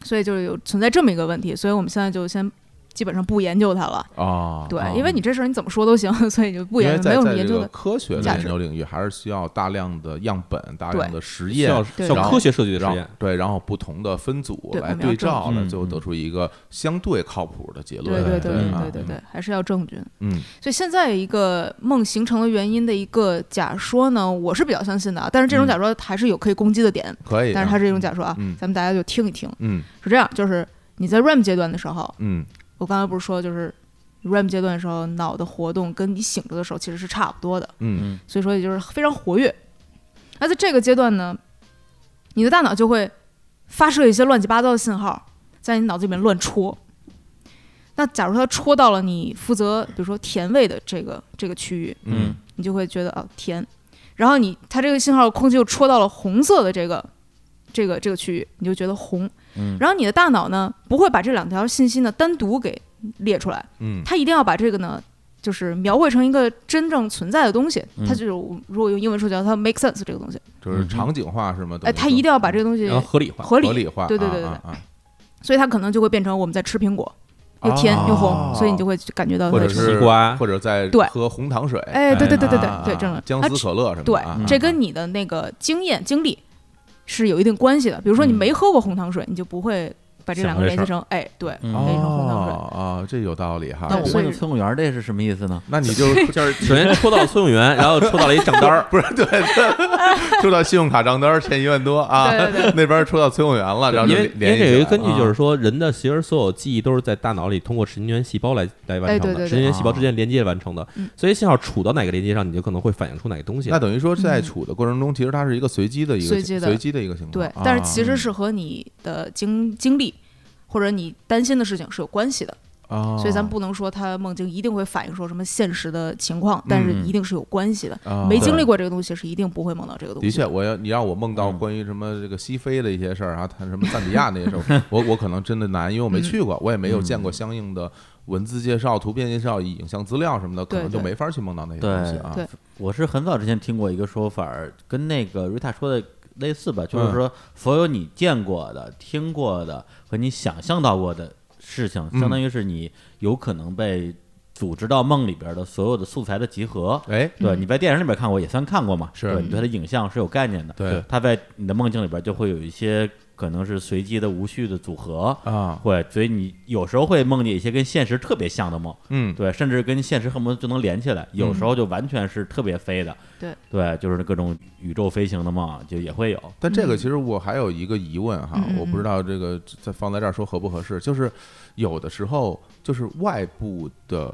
[SPEAKER 4] 所以就是有存在这么一个问题，所以我们现在就先基本上不研究它了。
[SPEAKER 3] 啊，
[SPEAKER 4] 对，
[SPEAKER 3] 啊
[SPEAKER 4] 因为你这事儿你怎么说都行， *laughs* 所以就不
[SPEAKER 3] 因为
[SPEAKER 4] 研究，
[SPEAKER 3] 在
[SPEAKER 4] 没有什
[SPEAKER 3] 在这
[SPEAKER 4] 么研究
[SPEAKER 3] 个
[SPEAKER 4] 的。
[SPEAKER 3] 科学的
[SPEAKER 4] 价
[SPEAKER 3] 研
[SPEAKER 4] 值
[SPEAKER 3] 究领域，还是需要大量的样本、大
[SPEAKER 4] 对
[SPEAKER 3] 量的实
[SPEAKER 1] 需
[SPEAKER 3] 验，
[SPEAKER 1] 要
[SPEAKER 4] 对
[SPEAKER 1] 需要科学设计的
[SPEAKER 3] 然
[SPEAKER 1] 实
[SPEAKER 3] 后
[SPEAKER 1] 验，嗯
[SPEAKER 3] 对，然后不同的分组
[SPEAKER 4] 对
[SPEAKER 3] 来
[SPEAKER 4] 我们要
[SPEAKER 3] 对照
[SPEAKER 2] 证
[SPEAKER 3] 了，
[SPEAKER 2] 据
[SPEAKER 3] 最后得出一个相对靠谱的结
[SPEAKER 4] 对
[SPEAKER 3] 论。
[SPEAKER 4] 对
[SPEAKER 3] 对
[SPEAKER 4] 对
[SPEAKER 3] 啊
[SPEAKER 4] 对对对，还是要证据。
[SPEAKER 3] 嗯
[SPEAKER 4] 所以现在一个梦形成的原因的一个假说呢，我是比较相信的啊，但是这种假说还是有可以攻击的点，
[SPEAKER 3] 可以啊，
[SPEAKER 4] 但是它是一种假说啊，
[SPEAKER 3] 嗯
[SPEAKER 4] 咱们大家就听一听。
[SPEAKER 3] 嗯
[SPEAKER 4] 是这样，就是你在 REM 阶段的时候，
[SPEAKER 3] 嗯
[SPEAKER 4] 我刚才不是说，就是 REM 阶段的时候，脑的活动跟你醒着的时候其实是差不多的，
[SPEAKER 3] 嗯
[SPEAKER 4] 所以说也就是非常活跃。那在这个阶段呢，你的大脑就会发射一些乱七八糟的信号，在你脑子里面乱戳。那假如它戳到了你负责，比如说甜味的这个这个区域，
[SPEAKER 3] 嗯
[SPEAKER 4] 你就会觉得啊甜。然后你它这个信号空气又戳到了红色的这个这个这个区域，你就觉得红。
[SPEAKER 2] 嗯
[SPEAKER 4] 然后你的大脑呢不会把这两条信息呢单独给列出来，
[SPEAKER 3] 嗯
[SPEAKER 4] 它一定要把这个呢就是描绘成一个真正存在的东西。它就是我如果用英文说叫它 make sense 这个东西，
[SPEAKER 1] 嗯
[SPEAKER 3] 就是场景化是吗？
[SPEAKER 4] 哎，它一定要把这个东西
[SPEAKER 1] 然后合理化。
[SPEAKER 4] 合理，
[SPEAKER 3] 合理化，
[SPEAKER 4] 对对
[SPEAKER 3] 啊
[SPEAKER 4] 对对
[SPEAKER 3] 啊啊
[SPEAKER 4] 所以它可能就会变成我们在吃苹果，又甜又红，所以你就会感觉到
[SPEAKER 3] 或
[SPEAKER 4] 它
[SPEAKER 3] 者
[SPEAKER 4] 是
[SPEAKER 3] 是
[SPEAKER 1] 西瓜
[SPEAKER 3] 或者在
[SPEAKER 4] 对
[SPEAKER 3] 喝红糖水，
[SPEAKER 4] 哎，对对对对对
[SPEAKER 3] 啊
[SPEAKER 4] 对，这种
[SPEAKER 3] 姜
[SPEAKER 4] 啊
[SPEAKER 3] 丝可乐什么
[SPEAKER 4] 对
[SPEAKER 3] 的啊，，
[SPEAKER 4] 这跟你的那个经验经历是有一定关系的。比如说
[SPEAKER 3] 嗯
[SPEAKER 4] 你没喝过红糖水，你就不会把这两个联系成，哎，对，
[SPEAKER 2] 嗯
[SPEAKER 4] 联系成红糖水。
[SPEAKER 3] 哦啊，这有道理哈。
[SPEAKER 2] 那我
[SPEAKER 4] 所
[SPEAKER 2] 问
[SPEAKER 4] 以
[SPEAKER 2] 问崔永元这是什么意思呢？
[SPEAKER 3] 那你
[SPEAKER 4] *laughs*
[SPEAKER 3] 就就是
[SPEAKER 1] 首先戳到了崔永元，然后戳到了一账单儿，
[SPEAKER 3] 不是对，对出到信用卡账单儿欠一万多啊
[SPEAKER 4] 对对，
[SPEAKER 3] *laughs* 那边出到崔永元了， *laughs* 然后就
[SPEAKER 1] 因为因
[SPEAKER 3] 联
[SPEAKER 1] 为
[SPEAKER 3] 系
[SPEAKER 1] 这有一
[SPEAKER 3] 起
[SPEAKER 1] 个
[SPEAKER 3] 来
[SPEAKER 1] 根据，
[SPEAKER 3] 了
[SPEAKER 1] 就是说人的其实所有记忆都是在大脑里通过神经元细胞来来完
[SPEAKER 4] 哎
[SPEAKER 1] 成
[SPEAKER 4] 对
[SPEAKER 1] 的，
[SPEAKER 4] 对对
[SPEAKER 1] 神经元细胞
[SPEAKER 3] 啊
[SPEAKER 1] 之间连接完成的
[SPEAKER 4] 嗯，
[SPEAKER 1] 所以信号处到哪个连接上，你就可能会反映出哪个东西
[SPEAKER 3] 那
[SPEAKER 1] 来。
[SPEAKER 3] 等于说在处的过程中，其实它是一个随机的一个
[SPEAKER 4] 嗯随机的
[SPEAKER 3] 随机的一个情况，
[SPEAKER 4] 对
[SPEAKER 3] 啊，
[SPEAKER 4] 但是其实是和你的经经历或者你担心的事情是有关系的，
[SPEAKER 3] 啊，
[SPEAKER 4] 所以咱不能说他梦境一定会反映说什么现实的情况，但是
[SPEAKER 2] 嗯
[SPEAKER 4] 一定是有关系的。
[SPEAKER 3] 啊
[SPEAKER 4] 没经历过这个东西是一定不会梦到这个东
[SPEAKER 3] 的
[SPEAKER 4] 西。
[SPEAKER 3] 确，我要你让我梦到
[SPEAKER 2] 嗯
[SPEAKER 3] 关于什么这个西非的一些事儿啊，谈什么赞比亚那些事儿，我我可能真的难，因为我没去
[SPEAKER 4] 嗯
[SPEAKER 3] 过，我也没有见过相应的文字介绍、图片介绍、影像资料什么的，可
[SPEAKER 4] 对
[SPEAKER 3] 能就
[SPEAKER 4] 对
[SPEAKER 3] 没法去梦到那些
[SPEAKER 2] 对
[SPEAKER 3] 东西啊。
[SPEAKER 4] 对
[SPEAKER 2] 我是很早之前听过一个说法儿，跟那个瑞塔说的类似吧，
[SPEAKER 3] 嗯
[SPEAKER 2] 就是说所有你见过的、听过的和你想象到过的事情，
[SPEAKER 3] 嗯
[SPEAKER 2] 相当于是你有可能被组织到梦里边的所有的素材的集合。
[SPEAKER 3] 哎，
[SPEAKER 2] 对，你在电影里边看过，也算看过嘛？
[SPEAKER 3] 是
[SPEAKER 2] 对，你对它的影像是有概念的。
[SPEAKER 3] 对
[SPEAKER 2] 它在你的梦境里边就会有一些可能是随机的、无序的组合。
[SPEAKER 3] 啊，
[SPEAKER 2] 会，所以你有时候会梦见一些跟现实特别像的梦，
[SPEAKER 3] 嗯，
[SPEAKER 2] 对，甚至跟现实恨不得就能连起来，有时候就完全是特别飞的，
[SPEAKER 4] 嗯对
[SPEAKER 2] 对，就是各种宇宙飞行的梦啊就也会有，
[SPEAKER 3] 但这个其实我还有一个疑问哈，
[SPEAKER 4] 嗯嗯嗯
[SPEAKER 3] 我不知道这个在放在这儿说合不合适，就是有的时候就是外部的，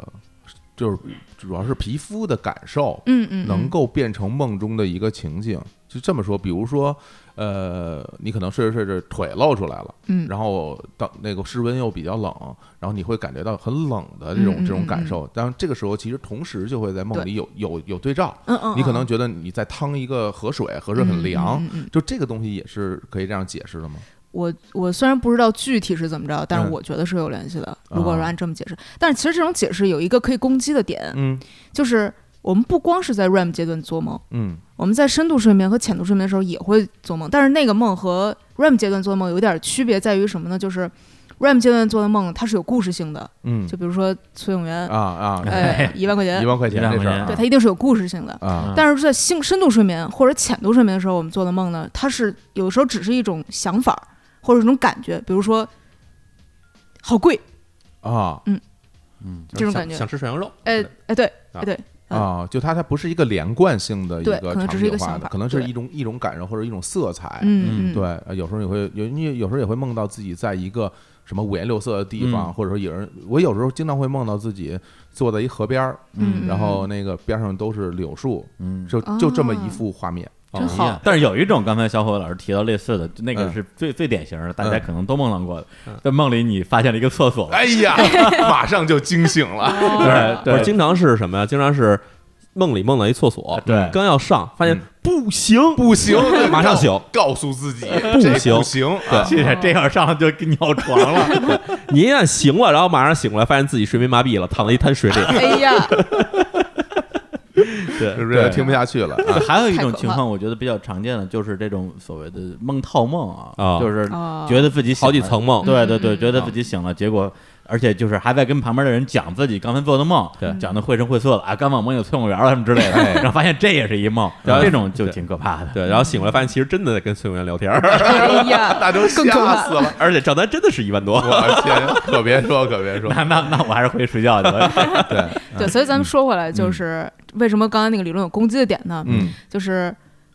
[SPEAKER 3] 就是主要是皮肤的感受，
[SPEAKER 4] 嗯嗯，嗯
[SPEAKER 3] 能够变成梦中的一个情景。就这么说，比如说，呃，你可能睡着睡着腿露出来了，
[SPEAKER 4] 嗯
[SPEAKER 3] 然后到那个室温又比较冷，然后你会感觉到很冷的这种
[SPEAKER 4] 嗯
[SPEAKER 3] 这
[SPEAKER 4] 嗯
[SPEAKER 3] 种
[SPEAKER 4] 嗯
[SPEAKER 3] 感
[SPEAKER 4] 嗯
[SPEAKER 3] 受。当然，这个时候其实同时就会在梦
[SPEAKER 4] 对
[SPEAKER 3] 里有有有对照，
[SPEAKER 4] 嗯嗯，
[SPEAKER 3] 你可能
[SPEAKER 4] 嗯
[SPEAKER 3] 觉得你在趟一个河水，河水很凉，
[SPEAKER 4] 嗯嗯嗯嗯
[SPEAKER 3] 就这个东西也是可以这样解释的吗？
[SPEAKER 4] 我我虽然不知道具体是怎么着，但是
[SPEAKER 3] 嗯
[SPEAKER 4] 我觉得是有联系的。如果
[SPEAKER 3] 啊
[SPEAKER 4] 说按这么解释，但是其实这种解释有一个可以攻击的点，
[SPEAKER 3] 嗯
[SPEAKER 4] 就是我们不光是在 REM 阶段做梦，
[SPEAKER 3] 嗯
[SPEAKER 4] 我们在深度睡眠和浅度睡眠的时候也会做梦，但是那个梦和 REM 阶段做梦有点区别在于什么呢？就是 REM 阶段做的梦它是有故事性的，
[SPEAKER 3] 嗯
[SPEAKER 4] 就比如说崔永元，
[SPEAKER 3] 啊啊， *laughs*
[SPEAKER 4] 呃，一万块钱
[SPEAKER 3] 一，万块钱
[SPEAKER 2] 一万
[SPEAKER 3] 这
[SPEAKER 2] 块
[SPEAKER 3] 事儿
[SPEAKER 2] 钱
[SPEAKER 3] 啊
[SPEAKER 4] 对，它一定是有故事性的。
[SPEAKER 3] 啊
[SPEAKER 4] 但是在深深度睡眠或者浅度睡眠的时候，我们做的梦呢，它是有的时候只是一种想法或者一种感觉，比如说好贵
[SPEAKER 3] 啊
[SPEAKER 4] 这种感
[SPEAKER 1] 想
[SPEAKER 4] 觉
[SPEAKER 1] 想吃涮羊肉，
[SPEAKER 4] 哎哎，对，
[SPEAKER 1] 啊
[SPEAKER 4] 哎对，呃
[SPEAKER 3] 啊，就它它不是一个连贯性的一
[SPEAKER 4] 对
[SPEAKER 3] 个
[SPEAKER 4] 可能
[SPEAKER 3] 场
[SPEAKER 4] 只是一
[SPEAKER 3] 景
[SPEAKER 4] 个
[SPEAKER 3] 化
[SPEAKER 4] 想
[SPEAKER 3] 的，
[SPEAKER 4] 法
[SPEAKER 3] 可能是
[SPEAKER 4] 对
[SPEAKER 3] 一种一种感受或者一种色彩。
[SPEAKER 4] 嗯嗯，
[SPEAKER 3] 对，呃有时候你会有你有时候也会梦到自己在一个什么五颜六色的地方，
[SPEAKER 2] 嗯
[SPEAKER 3] 或者说有人，我有时候经常会梦到自己坐在一河边儿，
[SPEAKER 4] 嗯
[SPEAKER 3] 然后那个边上都是柳树，
[SPEAKER 2] 嗯
[SPEAKER 3] 就就这么
[SPEAKER 4] 啊
[SPEAKER 3] 一幅画面。
[SPEAKER 4] 真
[SPEAKER 2] 哦不一样
[SPEAKER 4] 好，
[SPEAKER 2] 但是有一种，刚才小伙老师提到类似的，就那个
[SPEAKER 3] 嗯
[SPEAKER 2] 是最、最典型的，大家
[SPEAKER 3] 嗯
[SPEAKER 2] 可能都梦到过的，在梦里你发现了一个厕所，
[SPEAKER 3] 哎
[SPEAKER 4] *laughs*
[SPEAKER 3] 呀，马上就惊醒了。
[SPEAKER 4] 哦
[SPEAKER 2] 对
[SPEAKER 1] 我经常是什么呀？经常是梦里梦到一厕所，
[SPEAKER 2] 对
[SPEAKER 1] 刚要上，发现
[SPEAKER 3] 嗯
[SPEAKER 1] 不行，，
[SPEAKER 3] 不行
[SPEAKER 1] 马上醒
[SPEAKER 3] 告诉自己
[SPEAKER 1] 不
[SPEAKER 3] 这
[SPEAKER 1] 行
[SPEAKER 3] 不行啊！
[SPEAKER 2] 这这要上来就给尿床了，
[SPEAKER 4] *laughs*
[SPEAKER 1] 你一看醒了，然后马上醒过来，发现自己睡眠麻痹了，躺在一滩水里。
[SPEAKER 4] 哎呀，
[SPEAKER 2] 对
[SPEAKER 3] 是不是听不下去了？啊
[SPEAKER 2] 还有一种
[SPEAKER 4] 太可怕
[SPEAKER 2] 情况，我觉得比较常见的就是这种所谓的梦套梦啊，
[SPEAKER 1] 啊
[SPEAKER 2] 就是
[SPEAKER 4] 哦
[SPEAKER 2] 觉得自己醒
[SPEAKER 1] 好几
[SPEAKER 2] 了
[SPEAKER 1] 层梦
[SPEAKER 2] 对对
[SPEAKER 4] 嗯
[SPEAKER 2] 对，
[SPEAKER 3] 啊
[SPEAKER 4] 嗯
[SPEAKER 2] 觉得自己醒了，结果而且就是还在跟旁边的人讲自己刚才做的梦，
[SPEAKER 1] 对
[SPEAKER 2] 讲的绘声绘色的啊，刚往梦游动物园了什么之类的，
[SPEAKER 3] 哎
[SPEAKER 2] 然后发现这也是一梦，
[SPEAKER 1] 然后
[SPEAKER 2] 这种就挺可怕的。
[SPEAKER 1] 对，然后醒过来发现其实真的在跟崔永元聊天儿，
[SPEAKER 4] 哎
[SPEAKER 3] *laughs*
[SPEAKER 4] 呀，
[SPEAKER 3] 那都吓
[SPEAKER 4] 更可怕
[SPEAKER 3] 死了！
[SPEAKER 1] *laughs* 而且账单真的是一万多。
[SPEAKER 3] 我天，可别说，可别
[SPEAKER 2] *laughs*
[SPEAKER 3] 说，
[SPEAKER 2] 那那那我还是回去睡觉去
[SPEAKER 3] *laughs*
[SPEAKER 2] 吧。
[SPEAKER 3] 对，
[SPEAKER 4] 对，所以咱们说回来，就是为什么刚才那个理论有攻击的点呢？
[SPEAKER 3] 嗯，
[SPEAKER 4] 就是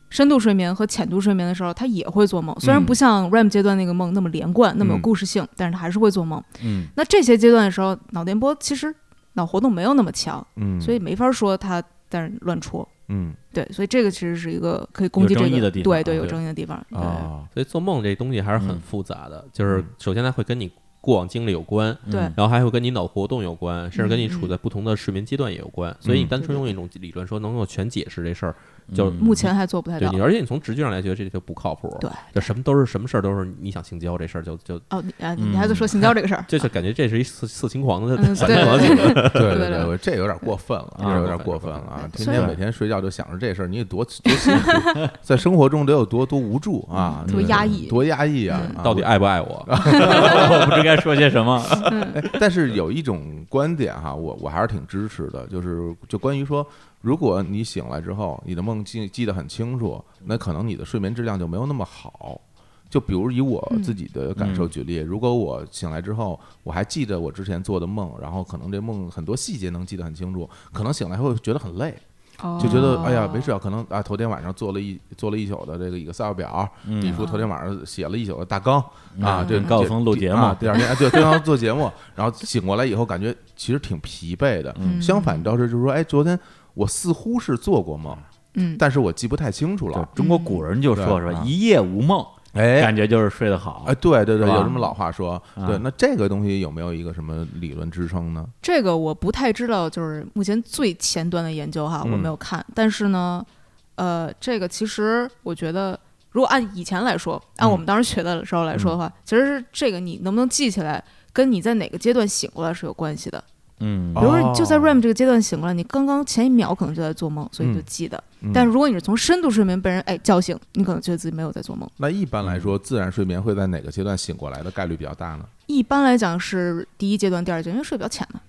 [SPEAKER 4] 深度睡眠和浅度睡眠的时候，他也会做梦，虽然不像 REM 阶段那个梦那么连贯、那么有故事性，但是他还是会做梦。
[SPEAKER 2] 嗯， *laughs*
[SPEAKER 4] 那这些阶段的时候，脑电波其实脑活动没有那么强，
[SPEAKER 3] 嗯，
[SPEAKER 4] 所以没法说他但是乱戳。
[SPEAKER 3] 嗯
[SPEAKER 4] 对，所以这个其实是一个可以攻击
[SPEAKER 2] 有
[SPEAKER 4] 这
[SPEAKER 2] 争议
[SPEAKER 4] 个
[SPEAKER 2] 的地方
[SPEAKER 4] 对对
[SPEAKER 2] 啊
[SPEAKER 4] 有
[SPEAKER 2] 对哦
[SPEAKER 4] 争议的地方。对，
[SPEAKER 3] 啊，
[SPEAKER 1] *laughs* 所以做梦这东西还是很复杂的，就是首先它会跟你过往经历有关，
[SPEAKER 4] 对
[SPEAKER 2] 嗯
[SPEAKER 1] 然后还会跟你脑活动有关，甚至跟你
[SPEAKER 4] 嗯
[SPEAKER 1] 处在不同的睡眠阶段也有关。所以你单纯用一种理论说能够全解释这事儿，就
[SPEAKER 2] 嗯
[SPEAKER 4] 目前还做不太
[SPEAKER 1] 对
[SPEAKER 4] 到
[SPEAKER 1] 你，。而且你从直觉上来觉得这就不靠谱。
[SPEAKER 4] 对，
[SPEAKER 1] 就什么都是什么事儿都是你想性交这事儿，就就
[SPEAKER 4] 哦，你啊，
[SPEAKER 2] 嗯
[SPEAKER 4] 你还
[SPEAKER 2] *laughs*
[SPEAKER 4] 在说性交这个事儿？
[SPEAKER 1] 就是感觉这是一色色情狂的 *laughs*
[SPEAKER 4] 嗯，
[SPEAKER 1] 反
[SPEAKER 4] 对
[SPEAKER 1] 正
[SPEAKER 4] 对对，
[SPEAKER 3] 对
[SPEAKER 4] 对
[SPEAKER 3] 对，
[SPEAKER 4] 对
[SPEAKER 3] 我这有点过分了，
[SPEAKER 2] 啊
[SPEAKER 3] 这有点过分了啊！天
[SPEAKER 4] 虽
[SPEAKER 3] 天
[SPEAKER 4] 然
[SPEAKER 3] 每天睡觉就想着这事儿，你得多多辛苦，在生活中得有多多无助啊，
[SPEAKER 4] 嗯多压抑
[SPEAKER 3] 多压抑啊！啊
[SPEAKER 1] 嗯到底
[SPEAKER 3] 我
[SPEAKER 1] 爱不爱我？
[SPEAKER 2] 我不知该说些什么。
[SPEAKER 3] 哎，但是有一种观点哈，我我还是挺支持的，就是就关于说，如果你醒来之后，你的梦记记得很清楚，那可能你的睡眠质量就没有那么好。就比如以我自己的感受举例，如果我醒来之后，我还记得我之前做的梦，然后可能这梦很多细节能记得很清楚，可能醒来会觉得很累，就觉得
[SPEAKER 4] 哦
[SPEAKER 3] 哎呀没睡好，可能啊头天晚上做了一做了一宿的这个 Excel 表，
[SPEAKER 2] 嗯
[SPEAKER 3] 比如说头天晚上写了一宿的大纲啊，
[SPEAKER 4] 嗯
[SPEAKER 3] 这
[SPEAKER 4] 嗯
[SPEAKER 2] 高晓松录节目
[SPEAKER 3] 啊第二天哎对，高晓松做节目，然后醒过来以后感觉其实挺疲惫的。
[SPEAKER 4] 嗯
[SPEAKER 3] 相反倒是就是说，哎，昨天我似乎是做过梦，
[SPEAKER 4] 嗯，
[SPEAKER 3] 但是我记不太清楚
[SPEAKER 2] 对
[SPEAKER 3] 了。
[SPEAKER 2] 中国古人就说
[SPEAKER 3] 嗯
[SPEAKER 2] 是
[SPEAKER 3] 对
[SPEAKER 2] 吧
[SPEAKER 3] 啊，
[SPEAKER 2] 一夜无梦，
[SPEAKER 3] 哎
[SPEAKER 2] 感觉就是睡得好
[SPEAKER 3] 哎，。对对
[SPEAKER 2] 是
[SPEAKER 3] 对，
[SPEAKER 2] 吧
[SPEAKER 3] 有这么老话说，
[SPEAKER 2] 啊
[SPEAKER 3] 对，那这个东西有没有一个什么理论支撑呢？
[SPEAKER 4] 这个我不太知道，就是目前最前端的研究
[SPEAKER 2] 嗯
[SPEAKER 4] 哈，我没有看。但是呢，呃，这个其实我觉得，如果按以前来说，
[SPEAKER 2] 嗯
[SPEAKER 4] 按我们当时学的时候来说的话，其实是这个你能不能记起来，跟你在哪个阶段醒过来是有关系的。
[SPEAKER 2] 嗯
[SPEAKER 3] 哦
[SPEAKER 4] 比如说你就在 REM 这个阶段醒过来，你刚刚前一秒可能就在做梦，所以你就记得。
[SPEAKER 3] 嗯
[SPEAKER 4] 但如果你是从深度睡眠被人哎叫醒，你可能觉得自己没有在做梦。
[SPEAKER 3] 那一般来说，自然睡眠会在哪个阶段醒过来的概率比较大呢？
[SPEAKER 4] 一般来讲是第一阶段、第二阶段，因为睡得比较浅嘛，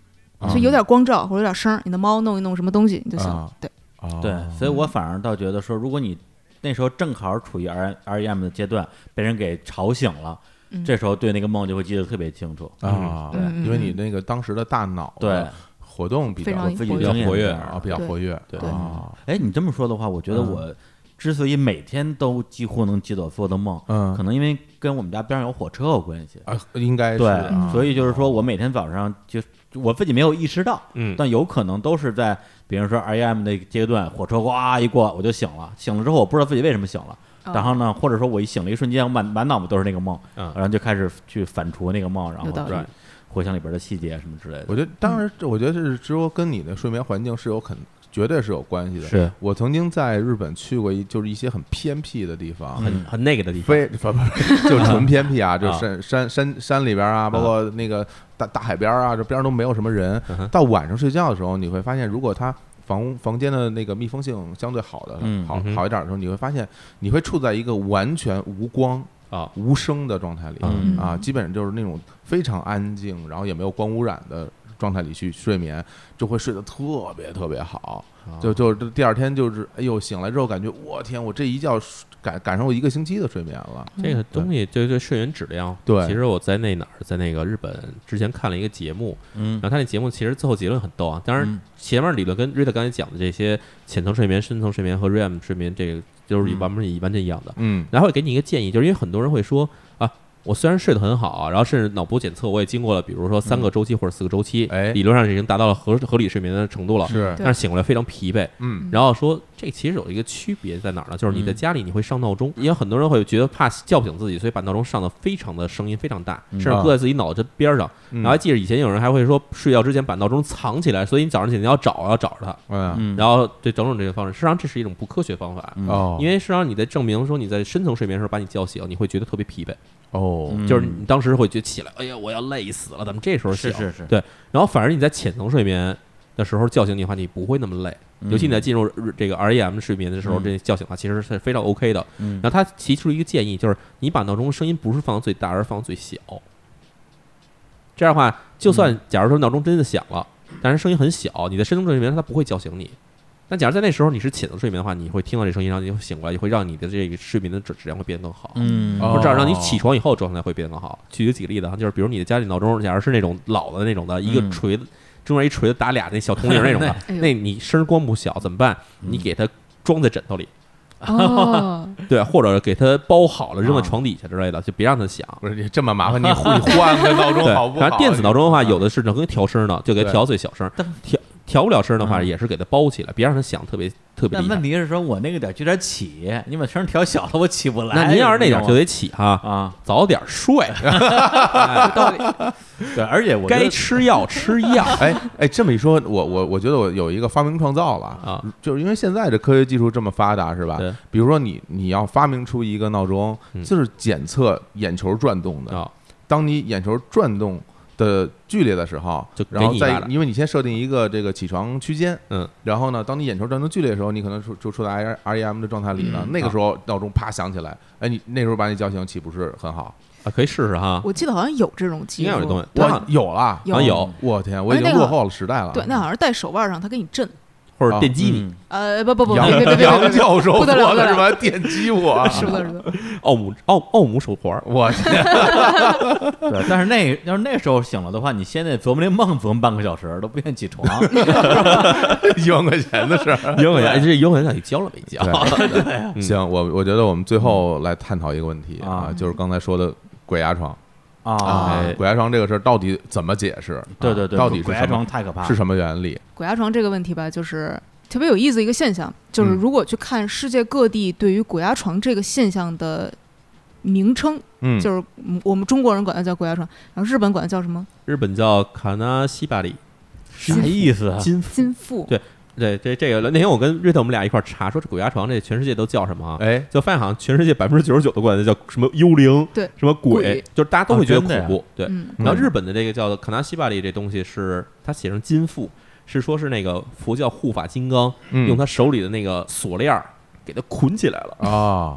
[SPEAKER 3] 啊
[SPEAKER 4] 所以有点光照或者有点声儿，你的猫弄一弄什么东西你就醒了。
[SPEAKER 3] 啊
[SPEAKER 4] 对，
[SPEAKER 3] 哦
[SPEAKER 2] 对，所以我反而倒觉得说，如果你那时候正好处于 R R E M 的阶段，被人给吵醒了，
[SPEAKER 4] 嗯
[SPEAKER 2] 这时候对那个梦就会记得特别清楚。
[SPEAKER 3] 啊，哦
[SPEAKER 4] 嗯嗯
[SPEAKER 3] 因为你那个当时的大脑
[SPEAKER 2] 对，
[SPEAKER 3] 活动比
[SPEAKER 4] 非
[SPEAKER 3] 较
[SPEAKER 4] 常
[SPEAKER 2] 自己
[SPEAKER 4] 活跃
[SPEAKER 2] 经验
[SPEAKER 1] 活跃
[SPEAKER 2] 这样
[SPEAKER 3] 啊比较
[SPEAKER 4] 对
[SPEAKER 3] 活跃，
[SPEAKER 1] 对
[SPEAKER 3] 啊，
[SPEAKER 2] 哎，你这么说的话，我觉得
[SPEAKER 3] 嗯
[SPEAKER 2] 我之所以每天都几乎能记得我做的梦，
[SPEAKER 3] 嗯
[SPEAKER 2] 可能因为跟我们家边上有火车有关系。
[SPEAKER 3] 啊，应该是
[SPEAKER 2] 对，
[SPEAKER 3] 啊
[SPEAKER 2] 所以就是说我每天早上就我自己没有意识到，
[SPEAKER 1] 嗯
[SPEAKER 2] 但有可能都是在比如说 R E M 那个阶段，火车呱一过我就醒了，醒了之后我不知道自己为什么醒了。
[SPEAKER 4] 哦
[SPEAKER 2] 然后呢，或者说我一醒了一瞬间，我满满脑子都是那个梦，
[SPEAKER 1] 嗯
[SPEAKER 2] 然后就开始去反刍那个梦，然后
[SPEAKER 4] 有道理
[SPEAKER 2] 去回想里边的细节什么之类的。
[SPEAKER 3] 我觉得当然，我觉得是只有跟你的睡眠环境是有很绝对是有关系的。
[SPEAKER 2] 是
[SPEAKER 3] 我曾经在日本去过一就是一些很偏僻的地方，
[SPEAKER 1] 很很那个的地方。
[SPEAKER 3] 非不不不就纯偏僻啊，就
[SPEAKER 1] 嗯啊
[SPEAKER 3] 山山山山里边啊，包括那个大大海边啊，这边上都没有什么人
[SPEAKER 1] 嗯哼。
[SPEAKER 3] 到晚上睡觉的时候，你会发现，如果它房房间的那个密封性相对好的
[SPEAKER 2] 嗯，
[SPEAKER 3] 好
[SPEAKER 1] 嗯哼
[SPEAKER 3] 好一点的时候，你会发现你会处在一个完全无光
[SPEAKER 1] 啊
[SPEAKER 3] 无声的状态里
[SPEAKER 2] 嗯
[SPEAKER 3] 啊，基本上就是那种非常安静，然后也没有光污染的状态里去睡眠，就会睡得特别特别好。就就就第二天就是，哎呦，醒来之后感觉我天，我这一觉睡感感受一个星期的睡眠了。
[SPEAKER 4] 嗯
[SPEAKER 1] 这个东西对对睡眠质量，
[SPEAKER 3] 对
[SPEAKER 1] 其实我在那哪儿，在那个日本之前看了一个节目，
[SPEAKER 2] 嗯
[SPEAKER 1] 然后他那节目其实最后结论很逗啊。当
[SPEAKER 2] 嗯
[SPEAKER 1] 然，前面理论跟瑞德刚才讲的这些浅层睡眠、深层睡眠和 REM 睡眠，这个就是一
[SPEAKER 2] 嗯
[SPEAKER 1] 完全一完全一样的。
[SPEAKER 3] 嗯
[SPEAKER 1] 然后会给你一个建议，就是因为很多人会说啊，我虽然睡得很好啊，然后甚至脑波检测我也经过了，比如说三个周期或者四个周期，
[SPEAKER 3] 嗯哎
[SPEAKER 1] 理论上已经达到了合合理睡眠的程度了，
[SPEAKER 3] 是
[SPEAKER 1] 但是醒过来非常疲惫。
[SPEAKER 3] 啊嗯
[SPEAKER 1] 然后说，这其实有一个区别在哪儿呢？就是你在家里你会上闹钟，
[SPEAKER 3] 嗯
[SPEAKER 1] 因为很多人会觉得怕叫不醒自己，所以把闹钟上的非常的声音非常大，甚至搁在自己脑袋边儿上。
[SPEAKER 3] 嗯
[SPEAKER 1] 然后还记得以前有人还会说，睡觉之前把闹钟藏起来，所以你早上起来要找要找着它。
[SPEAKER 3] 嗯
[SPEAKER 2] 嗯
[SPEAKER 1] 然后对种种这些方式，实际上这是一种不科学方法，啊
[SPEAKER 2] 嗯
[SPEAKER 3] 哦，
[SPEAKER 1] 因为实际上你在证明说你在深层睡眠的时候把你叫醒，你会觉得特别疲惫，
[SPEAKER 3] 哦
[SPEAKER 2] 嗯
[SPEAKER 1] 就是你当时会觉得起来，哎呀我要累死了，咱们这时候醒
[SPEAKER 2] 是是是
[SPEAKER 1] 对，然后反而你在浅层睡眠的时候叫醒你的话，你不会那么累。尤其你在进入这个 REM 睡眠的时候，
[SPEAKER 2] 嗯
[SPEAKER 1] 这叫醒它其实是非常 OK 的。
[SPEAKER 2] 嗯
[SPEAKER 1] 然后他提出一个建议，就是你把闹钟声音不是放最大，而是放最小。这样的话，就
[SPEAKER 2] 嗯
[SPEAKER 1] 算假如说闹钟真的响了，但是声音很小，你的深层睡眠它不会叫醒你。但假如在那时候你是浅层睡眠的话，你会听到这声音，然后你会醒过来，也会让你的这个睡眠的质质量会变得更好。
[SPEAKER 2] 嗯
[SPEAKER 3] 哦
[SPEAKER 1] 或者至少让你起床以后状态会变得更好。举几个例子啊，就是比如你的家里闹钟，假如是那种老的那种的，一个
[SPEAKER 2] 嗯
[SPEAKER 1] 锤子中间一锤子打俩那小铜铃那种的
[SPEAKER 4] *laughs* ，哎呦
[SPEAKER 1] 那你声光不小怎么办？
[SPEAKER 2] 嗯
[SPEAKER 1] 你给它装在枕头里，
[SPEAKER 4] 哦，
[SPEAKER 1] 对，或者给它包好了扔在
[SPEAKER 2] 啊
[SPEAKER 1] 床底下之类的，就别让它响。
[SPEAKER 3] 不是你这么麻烦，你你换 *laughs* 个闹钟
[SPEAKER 1] 对
[SPEAKER 3] 好不，好？
[SPEAKER 1] 反正电子闹钟的话，有的是能跟调声的，就给它
[SPEAKER 3] 对
[SPEAKER 1] 调最小声；调调不了声的话，
[SPEAKER 2] 嗯
[SPEAKER 1] 也是给它包起来，别让它响特别特别
[SPEAKER 2] 但
[SPEAKER 1] 厉
[SPEAKER 2] 问
[SPEAKER 1] 害。
[SPEAKER 2] 题是说，我那个点儿就点起，你把声调小了，我起不来。
[SPEAKER 1] 那您要是那点儿
[SPEAKER 2] 你
[SPEAKER 1] 就
[SPEAKER 2] 知
[SPEAKER 1] 得起哈，
[SPEAKER 2] 道吗啊，
[SPEAKER 1] 早点睡，哎
[SPEAKER 2] 对，而且我觉
[SPEAKER 1] 该
[SPEAKER 2] 得
[SPEAKER 1] 吃药吃药。
[SPEAKER 3] 哎哎，这么一说，我我我觉得我有一个发明创造了
[SPEAKER 1] 啊，
[SPEAKER 3] 就是因为现在这科学技术这么发达，是吧？
[SPEAKER 1] *laughs* 对
[SPEAKER 3] 比如说你你要发明出一个闹钟，
[SPEAKER 1] 嗯
[SPEAKER 3] 就是检测眼球转动的，
[SPEAKER 1] 啊，
[SPEAKER 3] 当你眼球转动的剧烈的时候，
[SPEAKER 1] 就
[SPEAKER 3] 然
[SPEAKER 1] 给
[SPEAKER 3] 后
[SPEAKER 1] 你一
[SPEAKER 3] 再
[SPEAKER 1] 巴掌
[SPEAKER 3] 因为你先设定一个这个起床区间，
[SPEAKER 1] 嗯，
[SPEAKER 3] 然后呢，当你眼球转动剧烈的时候，你可能处就处在 R R E M 的状态里了，那个时候闹钟啪响起来，哎，你那时候把你叫醒，岂不是很好？
[SPEAKER 1] 啊可以试试哈。
[SPEAKER 4] 我记得好像有这种技
[SPEAKER 1] 应
[SPEAKER 4] 术，
[SPEAKER 1] 该有这东西，
[SPEAKER 4] 对
[SPEAKER 1] 它
[SPEAKER 3] 我有了，
[SPEAKER 1] 好像
[SPEAKER 4] 有
[SPEAKER 1] 有，
[SPEAKER 3] 我天，我已
[SPEAKER 4] 哎
[SPEAKER 3] 经
[SPEAKER 4] 那个
[SPEAKER 3] 落后了时代了。
[SPEAKER 4] 对，那好像是戴手腕上，它给你震。
[SPEAKER 1] 或者
[SPEAKER 3] 啊
[SPEAKER 1] 电击你。
[SPEAKER 2] 嗯
[SPEAKER 4] 呃，不不不，
[SPEAKER 3] 杨
[SPEAKER 4] 别别别别别
[SPEAKER 3] 杨教授
[SPEAKER 4] 不
[SPEAKER 3] 做
[SPEAKER 4] 得了
[SPEAKER 3] 的什么电击我？啊
[SPEAKER 4] 是的，是的，
[SPEAKER 1] 奥姆奥奥姆手
[SPEAKER 3] *laughs*
[SPEAKER 1] 环儿，
[SPEAKER 3] 我天，
[SPEAKER 2] 嗯对，但是那要是那时候醒了的话，你现在琢磨这梦琢磨半个小时都不愿意起
[SPEAKER 3] *laughs*
[SPEAKER 2] 床。
[SPEAKER 3] 一万块钱的事儿。
[SPEAKER 1] 英文哎这英文到底教了没
[SPEAKER 3] *laughs*
[SPEAKER 1] 教？嗯
[SPEAKER 3] 行，我我觉得我们最后来探讨一个问题啊，
[SPEAKER 2] 嗯啊
[SPEAKER 3] 就是刚才说的鬼压床
[SPEAKER 2] 啊，
[SPEAKER 1] 哎
[SPEAKER 3] 鬼压床这个事儿到底怎么解释？
[SPEAKER 2] 对啊
[SPEAKER 3] 啊
[SPEAKER 2] 对对，
[SPEAKER 3] 到底是
[SPEAKER 2] 鬼压
[SPEAKER 3] 什么
[SPEAKER 2] 床太可怕了，
[SPEAKER 3] 是什么原理？
[SPEAKER 4] 鬼压床这个问题吧，就是特别有意思的一个现象，就是
[SPEAKER 3] 嗯
[SPEAKER 4] 如果去看世界各地对于鬼压床这个现象的名称，
[SPEAKER 3] 嗯，
[SPEAKER 4] 就是嗯我们中国人管它叫鬼压床，然后日本管它叫什么
[SPEAKER 1] 日本叫卡纳西巴里
[SPEAKER 2] 啥意思啊？
[SPEAKER 1] 金夫。
[SPEAKER 4] 金腹。
[SPEAKER 1] 对，这这个那天我跟瑞特我们俩一块儿查，说这鬼压床这全世界都叫什么啊？
[SPEAKER 3] 哎，
[SPEAKER 1] 就发现好像全世界百分之九十九都管它叫什么幽灵，
[SPEAKER 4] 对，
[SPEAKER 1] 什么鬼
[SPEAKER 4] 鬼，
[SPEAKER 1] 就是大家都会觉得
[SPEAKER 2] 啊真的
[SPEAKER 1] 恐
[SPEAKER 2] 呀
[SPEAKER 1] 怖。对，
[SPEAKER 4] 嗯，
[SPEAKER 1] 然后日本的这个叫做卡纳西巴里这东西是它写成金腹，是说是那个佛教护法金刚
[SPEAKER 3] 嗯
[SPEAKER 1] 用他手里的那个锁链儿给他捆起来了。
[SPEAKER 3] 啊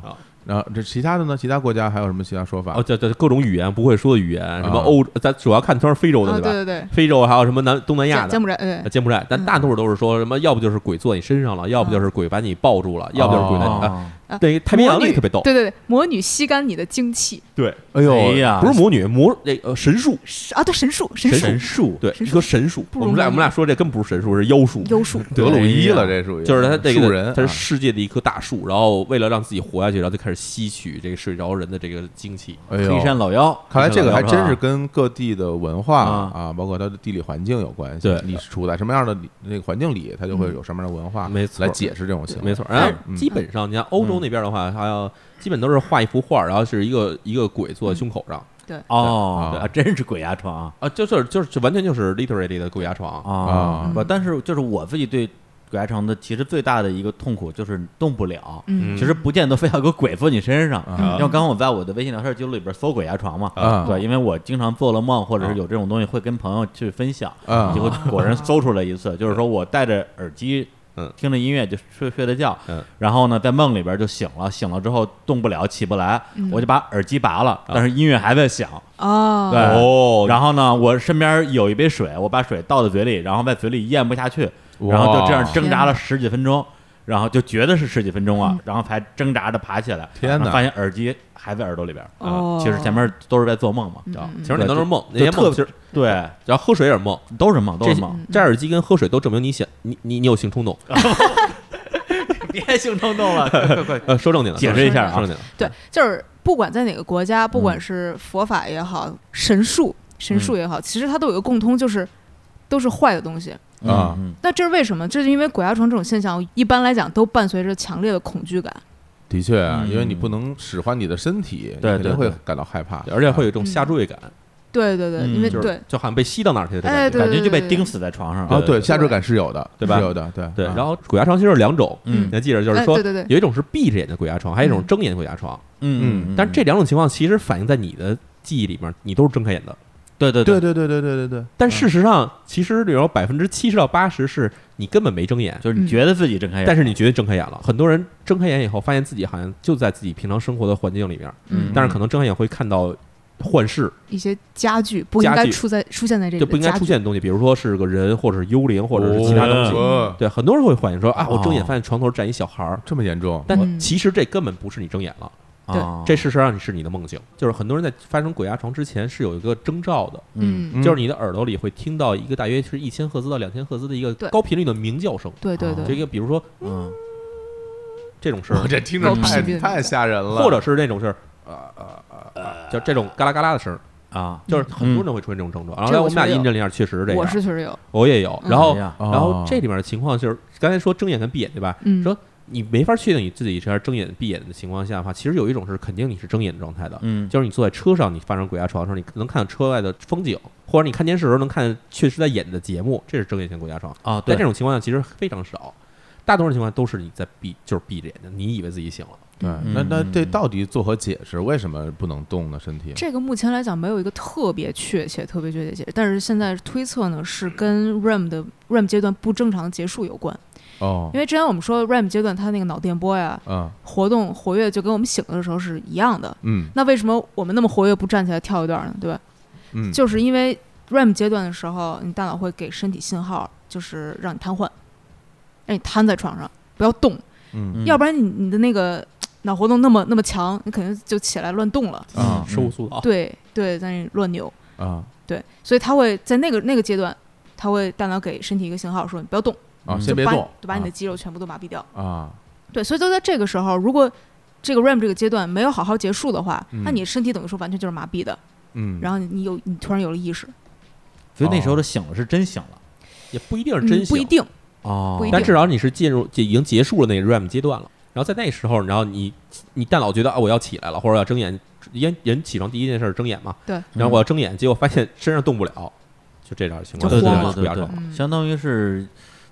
[SPEAKER 1] 啊，
[SPEAKER 3] 然后这其他的呢？其他国家还有什么其他说法
[SPEAKER 1] 哦，？对对，各种语言不会说的语言，什么
[SPEAKER 3] 啊
[SPEAKER 1] 欧，咱主要看都是非洲的，
[SPEAKER 4] 啊，对
[SPEAKER 1] 吧？
[SPEAKER 4] 对对，
[SPEAKER 1] 非洲还有什么南东南亚
[SPEAKER 4] 柬
[SPEAKER 1] 的
[SPEAKER 4] 柬。埔寨，对
[SPEAKER 1] 呃，柬埔寨，但
[SPEAKER 4] 嗯
[SPEAKER 1] 大多数都是说什么，要不就是鬼坐你身上了，要不就是鬼把你抱住了，要不就是鬼来。啊
[SPEAKER 2] 啊，
[SPEAKER 1] 那个太平洋
[SPEAKER 4] 魔
[SPEAKER 1] 那
[SPEAKER 4] 女
[SPEAKER 1] 个特别逗，
[SPEAKER 4] 对对对，魔女吸干你的精气
[SPEAKER 1] 对，
[SPEAKER 2] 哎
[SPEAKER 3] 哎呦，
[SPEAKER 2] 呀，
[SPEAKER 1] 不是魔女，魔那个呃神术，
[SPEAKER 4] 是啊，对神术，神术，
[SPEAKER 1] 神术，对，
[SPEAKER 4] 神
[SPEAKER 1] 一
[SPEAKER 4] 术
[SPEAKER 1] 个神术。
[SPEAKER 4] 如
[SPEAKER 1] 我们俩
[SPEAKER 4] 魔
[SPEAKER 1] 我
[SPEAKER 4] 女
[SPEAKER 1] 们俩说这根本不是神术，是妖术，
[SPEAKER 4] 妖术，
[SPEAKER 3] 德鲁伊了，
[SPEAKER 2] 哎
[SPEAKER 3] 这属于
[SPEAKER 1] 就是他这
[SPEAKER 3] 树
[SPEAKER 1] 个
[SPEAKER 3] 人，
[SPEAKER 1] 他是
[SPEAKER 3] 啊
[SPEAKER 1] 世界的一棵大树，然后为了让自己活下去，然后就开始吸取这个睡着人的这个精气。
[SPEAKER 3] 哎呦
[SPEAKER 2] 黑山老妖，
[SPEAKER 3] 看来这个还
[SPEAKER 2] 黑山
[SPEAKER 3] 真
[SPEAKER 2] 老妖啊
[SPEAKER 3] 是
[SPEAKER 2] 吧
[SPEAKER 3] 跟各地的文化
[SPEAKER 2] 啊
[SPEAKER 3] 啊，包括它的地理环境有关系。
[SPEAKER 1] 对
[SPEAKER 3] 你处在什么样的里那个环境里，它就会有什么样的文
[SPEAKER 2] 嗯
[SPEAKER 3] 化，
[SPEAKER 1] 没错
[SPEAKER 3] 来解释这种行为。
[SPEAKER 1] 没错，
[SPEAKER 3] 哎
[SPEAKER 1] 然后
[SPEAKER 3] 嗯
[SPEAKER 1] 基本上你看欧洲那边的话，还有基本都是画一幅画，然后是一个一个鬼坐在胸口上
[SPEAKER 2] 哦，
[SPEAKER 3] 对
[SPEAKER 2] 还真是鬼压床啊
[SPEAKER 1] 啊，就是就是就完全就是 literally 的鬼压床啊，
[SPEAKER 3] 啊
[SPEAKER 2] 不，但是就是我自己对鬼压床的其实最大的一个痛苦就是动不了。
[SPEAKER 4] 嗯，
[SPEAKER 2] 其实不见得非要有个鬼坐你身上，
[SPEAKER 3] 啊
[SPEAKER 2] 因为刚刚我在我的微信聊天记录里边搜鬼压床嘛，
[SPEAKER 3] 啊
[SPEAKER 2] 对，因为我经常做了梦，或者
[SPEAKER 1] 啊
[SPEAKER 2] 是有这种东西会跟朋友去分享，
[SPEAKER 3] 啊
[SPEAKER 2] 结果果然搜出来一次，就是说我戴着耳机
[SPEAKER 1] 嗯
[SPEAKER 2] 听着音乐就睡睡的觉，
[SPEAKER 1] 嗯
[SPEAKER 2] 然后呢，在梦里边就醒了，醒了之后动不了，起不来，我就把耳机拔了，但是音乐还在响，
[SPEAKER 4] 哦，
[SPEAKER 2] 对，
[SPEAKER 1] 哦
[SPEAKER 2] 然后呢，我身边有一杯水，我把水倒在嘴里，然后在嘴里咽不下去，
[SPEAKER 3] 哇
[SPEAKER 2] 然后就这样挣扎
[SPEAKER 4] 天
[SPEAKER 2] 了
[SPEAKER 4] 哪
[SPEAKER 2] 十几分钟，然后就觉得是十几分钟啊，然后才挣扎着爬起来，
[SPEAKER 3] 天哪
[SPEAKER 2] 然后发现耳机还在耳朵里边，呃
[SPEAKER 4] 哦
[SPEAKER 2] 其实前面都是在做梦嘛，
[SPEAKER 1] 啊其实那都是梦，那
[SPEAKER 2] 对
[SPEAKER 1] 些
[SPEAKER 2] 就特
[SPEAKER 1] 梦其实，
[SPEAKER 2] 对，
[SPEAKER 1] 然后喝水也是梦，
[SPEAKER 2] 都是梦，都
[SPEAKER 1] 这
[SPEAKER 2] 是
[SPEAKER 1] 些
[SPEAKER 2] *laughs*
[SPEAKER 4] 嗯
[SPEAKER 2] 梦，
[SPEAKER 1] 摘耳机跟喝水都证明你想你你你有性冲动。
[SPEAKER 2] 别性冲动了，
[SPEAKER 1] 呃，说正经的，
[SPEAKER 2] 嗯解释一下啊
[SPEAKER 1] 说正经的，
[SPEAKER 4] 对，就是不管在哪个国家，不
[SPEAKER 1] 嗯
[SPEAKER 4] 管是佛法也好，神术、神术也好，其实它都有一个共通，就是都是坏的东西。
[SPEAKER 3] 啊
[SPEAKER 2] *laughs* 嗯，
[SPEAKER 4] 那这是为什么？这是因为鬼压床这种现象，一般来讲都伴随着强烈的恐惧感。
[SPEAKER 3] 的确啊，
[SPEAKER 2] 嗯
[SPEAKER 3] 因为你不能使唤你的身体，你
[SPEAKER 2] 对
[SPEAKER 3] 肯
[SPEAKER 2] 对
[SPEAKER 3] 定会感到害怕，
[SPEAKER 1] 而且会有一种下坠感，
[SPEAKER 4] 对对对，
[SPEAKER 2] 嗯
[SPEAKER 4] 因为
[SPEAKER 1] 就是
[SPEAKER 4] 对，
[SPEAKER 1] 就好像被吸到哪儿去的感
[SPEAKER 4] 哎
[SPEAKER 1] 觉。
[SPEAKER 4] 对
[SPEAKER 2] 感觉就被钉死在床上
[SPEAKER 3] 啊，
[SPEAKER 2] 了，
[SPEAKER 3] 对，下坠感是有的，
[SPEAKER 1] 对吧
[SPEAKER 3] 是有的，对
[SPEAKER 1] 对，
[SPEAKER 3] 啊
[SPEAKER 1] 然后鬼压床其实有两种，
[SPEAKER 2] 嗯
[SPEAKER 1] 你还记着，就是
[SPEAKER 4] 哎
[SPEAKER 1] 说
[SPEAKER 4] 对对对
[SPEAKER 1] 有一种是闭着眼的鬼压床，还有一种睁眼鬼压床。
[SPEAKER 2] 嗯嗯，
[SPEAKER 1] 但是这两种情况其实反映在你的记忆里面，你都是睁开眼的。
[SPEAKER 2] 对对
[SPEAKER 3] 对，对对对对对哦对，
[SPEAKER 1] 但
[SPEAKER 2] 嗯
[SPEAKER 1] 事实上，其实比如百分之七十到八十是你根本没睁眼，
[SPEAKER 2] 就是你觉得自己睁开眼，
[SPEAKER 1] 但
[SPEAKER 2] 是
[SPEAKER 1] 是你觉得睁开眼了。很多人睁开眼以后，发现自己好像就在自己平常生活的环境里面，
[SPEAKER 4] 嗯
[SPEAKER 1] 但是可能睁开眼会看到幻视，
[SPEAKER 4] 一些家具不应
[SPEAKER 1] 家
[SPEAKER 4] 该
[SPEAKER 1] 具
[SPEAKER 4] 出在出现在这里，
[SPEAKER 1] 就不应该出。现的东西，比如说是个人，或者是幽灵，或者是其他东西。
[SPEAKER 3] 哦
[SPEAKER 1] 对，很多人会反映说啊，我睁眼
[SPEAKER 2] 哦
[SPEAKER 1] 发现床头站一小孩儿，
[SPEAKER 3] 这么严重，
[SPEAKER 1] 但
[SPEAKER 4] 嗯
[SPEAKER 1] 其实这根本不是你睁眼了，
[SPEAKER 4] 对
[SPEAKER 2] 啊，
[SPEAKER 1] 这事实上是你的梦境。就是很多人在发生鬼压床之前是有一个征兆的，
[SPEAKER 2] 嗯，
[SPEAKER 3] 嗯
[SPEAKER 1] 就是你的耳朵里会听到一个大约是一千赫兹到两千赫兹的一个
[SPEAKER 4] 对
[SPEAKER 1] 高频率的鸣叫声，
[SPEAKER 4] 对对
[SPEAKER 1] 这
[SPEAKER 4] 对，
[SPEAKER 1] 个比如说
[SPEAKER 2] 嗯
[SPEAKER 1] 这种声儿
[SPEAKER 3] 我， *laughs* 这听着
[SPEAKER 4] 狗
[SPEAKER 3] 太
[SPEAKER 4] 屁的
[SPEAKER 3] 太吓人了，
[SPEAKER 1] 嗯或者是那种是呃呃呃呃，就这种嘎啦嘎啦的声儿，
[SPEAKER 2] 啊，
[SPEAKER 1] 就是很多人会出现这种症状。然后
[SPEAKER 4] 嗯这
[SPEAKER 1] 来
[SPEAKER 4] 我
[SPEAKER 1] 我们俩
[SPEAKER 4] 确实有
[SPEAKER 1] 印证了一下，确实是这
[SPEAKER 4] 我
[SPEAKER 1] 样，
[SPEAKER 4] 是确实有，
[SPEAKER 1] 我也有。
[SPEAKER 4] 嗯
[SPEAKER 1] 然后
[SPEAKER 2] 哎呀
[SPEAKER 1] 然后这
[SPEAKER 3] 哦
[SPEAKER 1] 里面的情况就是刚才说睁眼跟闭眼对吧？
[SPEAKER 4] 嗯
[SPEAKER 1] 说你没法确定你自己是睁眼闭眼的情况下的话，其实有一种是肯定你是睁眼状态的，
[SPEAKER 2] 嗯
[SPEAKER 1] 就是你坐在车上，你发生鬼压床的时候，你能看到车外的风景，或者你看电视的时候能看见确实在演的节目，这是睁眼前鬼压床。
[SPEAKER 2] 啊，
[SPEAKER 1] 在
[SPEAKER 2] 对
[SPEAKER 1] 这种情况下，其实非常少，大多数情况都是你在闭，就是闭着眼睛，你以为自己醒了。
[SPEAKER 3] 对，那那这到底作何解释？为什么不能动呢？身体
[SPEAKER 4] 这个目前来讲没有一个特别确切、特别确切解释，但是现在推测呢是跟 REM 的 REM 阶段不正常结束有关，
[SPEAKER 3] 哦
[SPEAKER 4] 因，为之前我们说 REM 阶段它那个脑电波呀
[SPEAKER 3] 嗯
[SPEAKER 4] 活动活跃就跟我们醒的时候是一样的，
[SPEAKER 3] 嗯
[SPEAKER 4] 那为什么我们那么活跃不站起来跳一段呢？对吧？
[SPEAKER 3] 嗯，
[SPEAKER 4] 就是因为 REM 阶段的时候，你大脑会给身体信号，就是让你瘫痪，让你瘫在床上不要动，
[SPEAKER 3] 嗯
[SPEAKER 4] 要不然你你的那个脑活动那么那么强，你肯定就起来乱动了。
[SPEAKER 3] 啊
[SPEAKER 1] 手舞足蹈，
[SPEAKER 4] 对对，在那里乱扭，
[SPEAKER 3] 啊
[SPEAKER 4] 对，所以它会在那个那个阶段，它会大脑给身体一个信号，说你不要动，
[SPEAKER 3] 啊，
[SPEAKER 2] 嗯
[SPEAKER 3] 先别
[SPEAKER 4] 把
[SPEAKER 3] 动，
[SPEAKER 4] 就把你的肌肉全部都麻痹掉。
[SPEAKER 3] 啊，
[SPEAKER 4] 对，所以就在这个时候，如果这个 REM 这个阶段没有好好结束的话，那
[SPEAKER 3] 嗯
[SPEAKER 4] 你身体等于说完全就是麻痹的，
[SPEAKER 3] 嗯，
[SPEAKER 4] 然后你你有你突然有了意识，
[SPEAKER 2] 所以那时候他醒了是真醒了
[SPEAKER 1] 也不一定是
[SPEAKER 4] 嗯
[SPEAKER 1] 真
[SPEAKER 4] 不
[SPEAKER 1] 醒，
[SPEAKER 4] 一定，
[SPEAKER 2] 哦
[SPEAKER 4] 不一定
[SPEAKER 1] 但至少你是进入就已经结束了那个 REM 阶段了。然后在那时候，然后你你大脑觉得啊我要起来了，或者要睁眼，人人起床第一件事是睁眼嘛，
[SPEAKER 4] 对，
[SPEAKER 1] 然后我要睁眼，结果发现身上动不了，就这种情况，
[SPEAKER 2] 对
[SPEAKER 4] 就
[SPEAKER 2] 对
[SPEAKER 4] 慌
[SPEAKER 2] 对
[SPEAKER 4] 了
[SPEAKER 1] 不
[SPEAKER 2] 对
[SPEAKER 1] 要
[SPEAKER 2] 对
[SPEAKER 1] 了。
[SPEAKER 4] 嗯
[SPEAKER 2] 相当于是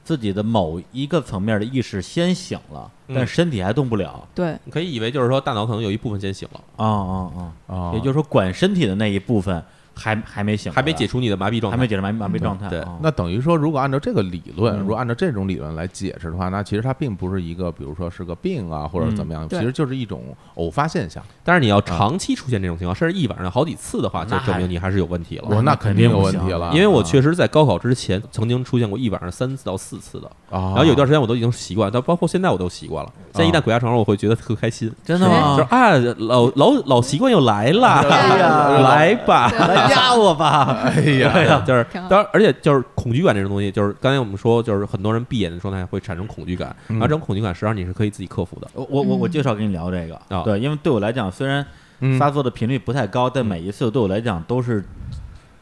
[SPEAKER 2] 自己的某一个层面的意识先醒了，
[SPEAKER 1] 嗯
[SPEAKER 2] 但身体还动不了。
[SPEAKER 3] 嗯
[SPEAKER 4] 对，
[SPEAKER 1] 你可以以为就是说大脑可能有一部分先醒了，
[SPEAKER 2] 哦哦
[SPEAKER 3] 啊
[SPEAKER 2] 哦，，也就是说管身体的那一部分还还没醒过来，
[SPEAKER 1] 还没解除你的麻痹状态，
[SPEAKER 2] 还没解除麻麻痹状态。
[SPEAKER 1] 对
[SPEAKER 2] 哦
[SPEAKER 3] 那等于说，如果按照这个理论，
[SPEAKER 2] 嗯
[SPEAKER 3] 如果按照这种理论来解释的话，那其实它并不是一个，比如说是个病啊，或者怎么样，其
[SPEAKER 4] 对
[SPEAKER 3] 实就是一种偶发现象。
[SPEAKER 1] 但是你要长期出现这种情况，甚至一晚上好几次的话，就
[SPEAKER 2] 那
[SPEAKER 1] 证
[SPEAKER 2] 还
[SPEAKER 1] 明你还是有问题了。啊
[SPEAKER 3] 我哦那肯定有问题了，
[SPEAKER 1] 因为我
[SPEAKER 3] 去，
[SPEAKER 1] 确实在高考之前曾经出现过一晚上三次到四次的，
[SPEAKER 3] 然
[SPEAKER 1] 然后有段时间我都已经习惯，但包括现在我都习惯了。现在一旦鬼压床了，我会觉得特开心，
[SPEAKER 2] 真的
[SPEAKER 1] 就是
[SPEAKER 2] 吗？
[SPEAKER 1] 啊，老老老习惯又来
[SPEAKER 4] 哎
[SPEAKER 1] 了，
[SPEAKER 4] 呀
[SPEAKER 1] *laughs* 来吧，啊
[SPEAKER 2] 来压
[SPEAKER 1] *laughs*
[SPEAKER 2] 我吧！
[SPEAKER 3] 哎呀，
[SPEAKER 1] 就是
[SPEAKER 4] 挺好
[SPEAKER 1] 当然，而且就是恐惧感这种东西，就是刚才我们说，就是很多人闭眼的状态会产生恐惧感，然后这种恐惧感实际上你是可以自己克服的。
[SPEAKER 2] 我我我我介绍跟你聊这
[SPEAKER 1] 啊
[SPEAKER 2] 个，对，因为对我来讲，虽然
[SPEAKER 3] 嗯
[SPEAKER 2] 发作的频率不太高，但
[SPEAKER 1] 嗯
[SPEAKER 2] 每一次对我来讲都是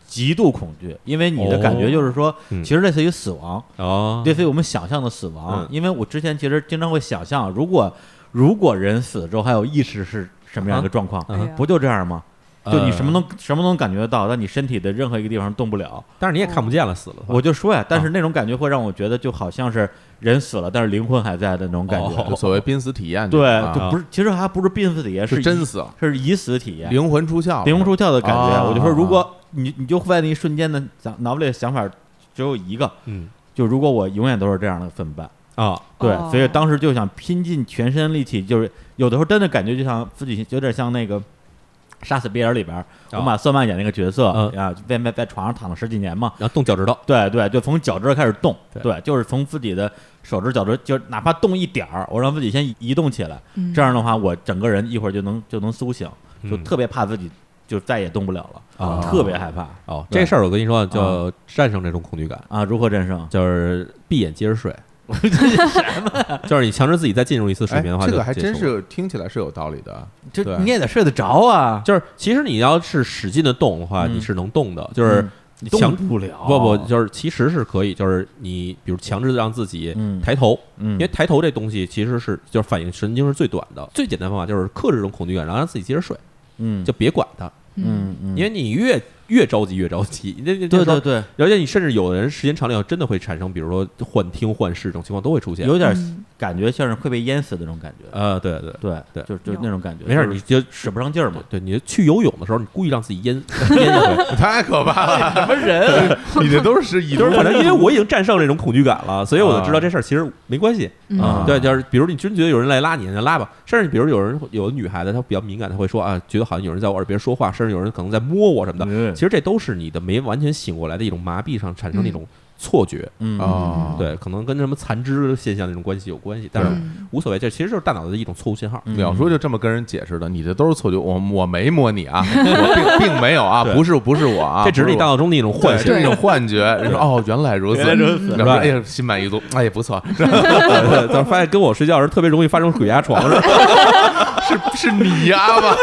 [SPEAKER 2] 极度恐惧，因为你的感觉就是说，
[SPEAKER 1] 哦嗯
[SPEAKER 2] 其实类似于死亡，
[SPEAKER 3] 啊
[SPEAKER 1] 哦，
[SPEAKER 2] 类似于我们想象的死亡
[SPEAKER 1] 嗯，
[SPEAKER 2] 因为我之前其实经常会想象，如果如果人死了之后还有意识是什么样一个状况
[SPEAKER 1] 嗯
[SPEAKER 4] 哎呀，
[SPEAKER 2] 不就这样吗？啊就你
[SPEAKER 1] 呃
[SPEAKER 3] 嗯
[SPEAKER 2] 什么能什么能感觉得到，但你身体的任何一个地方动不了。
[SPEAKER 1] 但是你也看不见了，死
[SPEAKER 3] 嗯
[SPEAKER 1] 了的话。
[SPEAKER 2] 我就说呀，但是那种感觉会让我觉得就好像是人死了，但是灵魂还在的那种感
[SPEAKER 1] 哦
[SPEAKER 2] 觉
[SPEAKER 3] 就。所谓濒死体验这种
[SPEAKER 2] 对
[SPEAKER 3] 啊，
[SPEAKER 2] 就不是，其实还不是濒死体验，
[SPEAKER 3] 是
[SPEAKER 2] 是
[SPEAKER 3] 真
[SPEAKER 2] 已，
[SPEAKER 3] 死，
[SPEAKER 2] 是已死体验，
[SPEAKER 3] 灵魂出窍，
[SPEAKER 2] 灵魂出窍的感觉。
[SPEAKER 3] 啊
[SPEAKER 2] 我就说，如果你你就会在那一瞬间的想脑子里的想法只有一个，
[SPEAKER 1] 嗯，
[SPEAKER 2] 就如果我永远都是这样的怎么办？
[SPEAKER 1] 啊，
[SPEAKER 2] 对，
[SPEAKER 4] 哦
[SPEAKER 2] 所以当时就想拼尽全身力气，就是有的时候真的感觉就像自己有点像那个《杀死比尔》里边儿，
[SPEAKER 1] 啊
[SPEAKER 2] 我马瑟曼演那个角色
[SPEAKER 1] 嗯
[SPEAKER 2] 啊，在在在床上躺了十几年嘛，
[SPEAKER 1] 然后动脚趾头，
[SPEAKER 2] 对对，就从脚趾开始动，
[SPEAKER 1] 对
[SPEAKER 2] 对，就是从自己的手指、脚趾，就哪怕动一点儿，我让自己先移动起来，
[SPEAKER 4] 嗯
[SPEAKER 2] 这样的话，我整个人一会儿就能就能苏醒，就
[SPEAKER 1] 嗯
[SPEAKER 2] 特别怕自己就再也动不了了，
[SPEAKER 1] 啊
[SPEAKER 2] 特别害怕
[SPEAKER 1] 哦，
[SPEAKER 2] 对
[SPEAKER 1] 这事儿我跟你说叫战胜这种恐惧感，
[SPEAKER 2] 啊！如何战胜？
[SPEAKER 1] 就是闭眼接着睡。就是你强制自己再进入一次睡
[SPEAKER 3] 哎
[SPEAKER 1] 眠的话，
[SPEAKER 3] 这
[SPEAKER 1] 就
[SPEAKER 3] 个还
[SPEAKER 1] 结
[SPEAKER 3] 真
[SPEAKER 1] 束了。
[SPEAKER 3] 是听起来是有道理的。
[SPEAKER 2] 这
[SPEAKER 3] 对
[SPEAKER 2] 你也得睡得着啊，
[SPEAKER 1] 就是其实你要是使劲的动的话，
[SPEAKER 2] 嗯
[SPEAKER 1] 你是能动的。就是
[SPEAKER 2] 嗯你
[SPEAKER 1] 强
[SPEAKER 2] 动不了，
[SPEAKER 1] 不不，就是其实是可以，就是你比如强制让自己
[SPEAKER 2] 嗯
[SPEAKER 1] 抬头，
[SPEAKER 2] 嗯
[SPEAKER 1] 因为抬头这东西其实是就是反应神经是最短的，最简单方法就是克制这种恐惧感，然后让自己接着睡，
[SPEAKER 2] 嗯
[SPEAKER 1] 就别管它，
[SPEAKER 2] 嗯嗯，
[SPEAKER 1] 因为你越越着急越着急，那那
[SPEAKER 2] 对对，
[SPEAKER 1] 那时
[SPEAKER 2] 对，
[SPEAKER 1] 候而且你甚至有的人时间长了以后，真的会产生比如说幻听幻视这种情况都会出现。
[SPEAKER 2] 有点
[SPEAKER 4] 嗯
[SPEAKER 2] 感觉像是会被淹死的那种感觉，
[SPEAKER 1] 呃，对对，
[SPEAKER 2] 对
[SPEAKER 1] 对
[SPEAKER 2] 就就
[SPEAKER 4] 有
[SPEAKER 2] 那种感觉，
[SPEAKER 1] 没事儿，
[SPEAKER 2] 就
[SPEAKER 1] 你
[SPEAKER 2] 是
[SPEAKER 1] 就
[SPEAKER 2] 使不上劲儿嘛，
[SPEAKER 1] 对，你去游泳的时候，你故意让自己淹淹一回。
[SPEAKER 3] *laughs* 太可怕了，
[SPEAKER 2] 什么人？
[SPEAKER 3] *laughs* 你这都是以
[SPEAKER 1] 就 *laughs*
[SPEAKER 3] 毒
[SPEAKER 1] 是反正因为我已经战胜这种恐惧感了，所以我就知道这事儿其实没关系。
[SPEAKER 2] 啊
[SPEAKER 4] 嗯
[SPEAKER 1] 对，就是比如你真觉得有人来拉你，那就拉吧。甚至比如有人有的女孩子她比较敏感，她会说啊，觉得好像有人在我耳边说话，甚至有人可能在摸我什么的。
[SPEAKER 2] 嗯
[SPEAKER 1] 其实这都是你的没完全醒过来的一种麻痹上产生的一种错觉，
[SPEAKER 2] 嗯
[SPEAKER 3] 啊，
[SPEAKER 1] 对，可能跟什么残肢现象那种关系有关系，但是
[SPEAKER 4] 嗯
[SPEAKER 1] 无所谓，这其实就是大脑的一种错误信号。
[SPEAKER 2] 嗯
[SPEAKER 3] 淼叔就这么跟人解释的，你这都是错觉，我我没摸你啊，我并并没有啊，
[SPEAKER 1] 对
[SPEAKER 3] 不是不是我啊，
[SPEAKER 1] 这只是你大
[SPEAKER 3] 当
[SPEAKER 1] 脑中的一种幻
[SPEAKER 3] 对，
[SPEAKER 1] 想
[SPEAKER 3] 是。一种幻觉。人说哦，原来
[SPEAKER 1] *laughs*
[SPEAKER 3] 如此，
[SPEAKER 2] 原来如此
[SPEAKER 3] 淼叔说
[SPEAKER 1] 对
[SPEAKER 3] 哎呀，心满意足，哎呀不错，
[SPEAKER 1] 啊对，但是发现跟我睡觉时特别容易发生鬼压床是吧？
[SPEAKER 3] 是是你
[SPEAKER 1] *laughs*
[SPEAKER 3] 呀吗？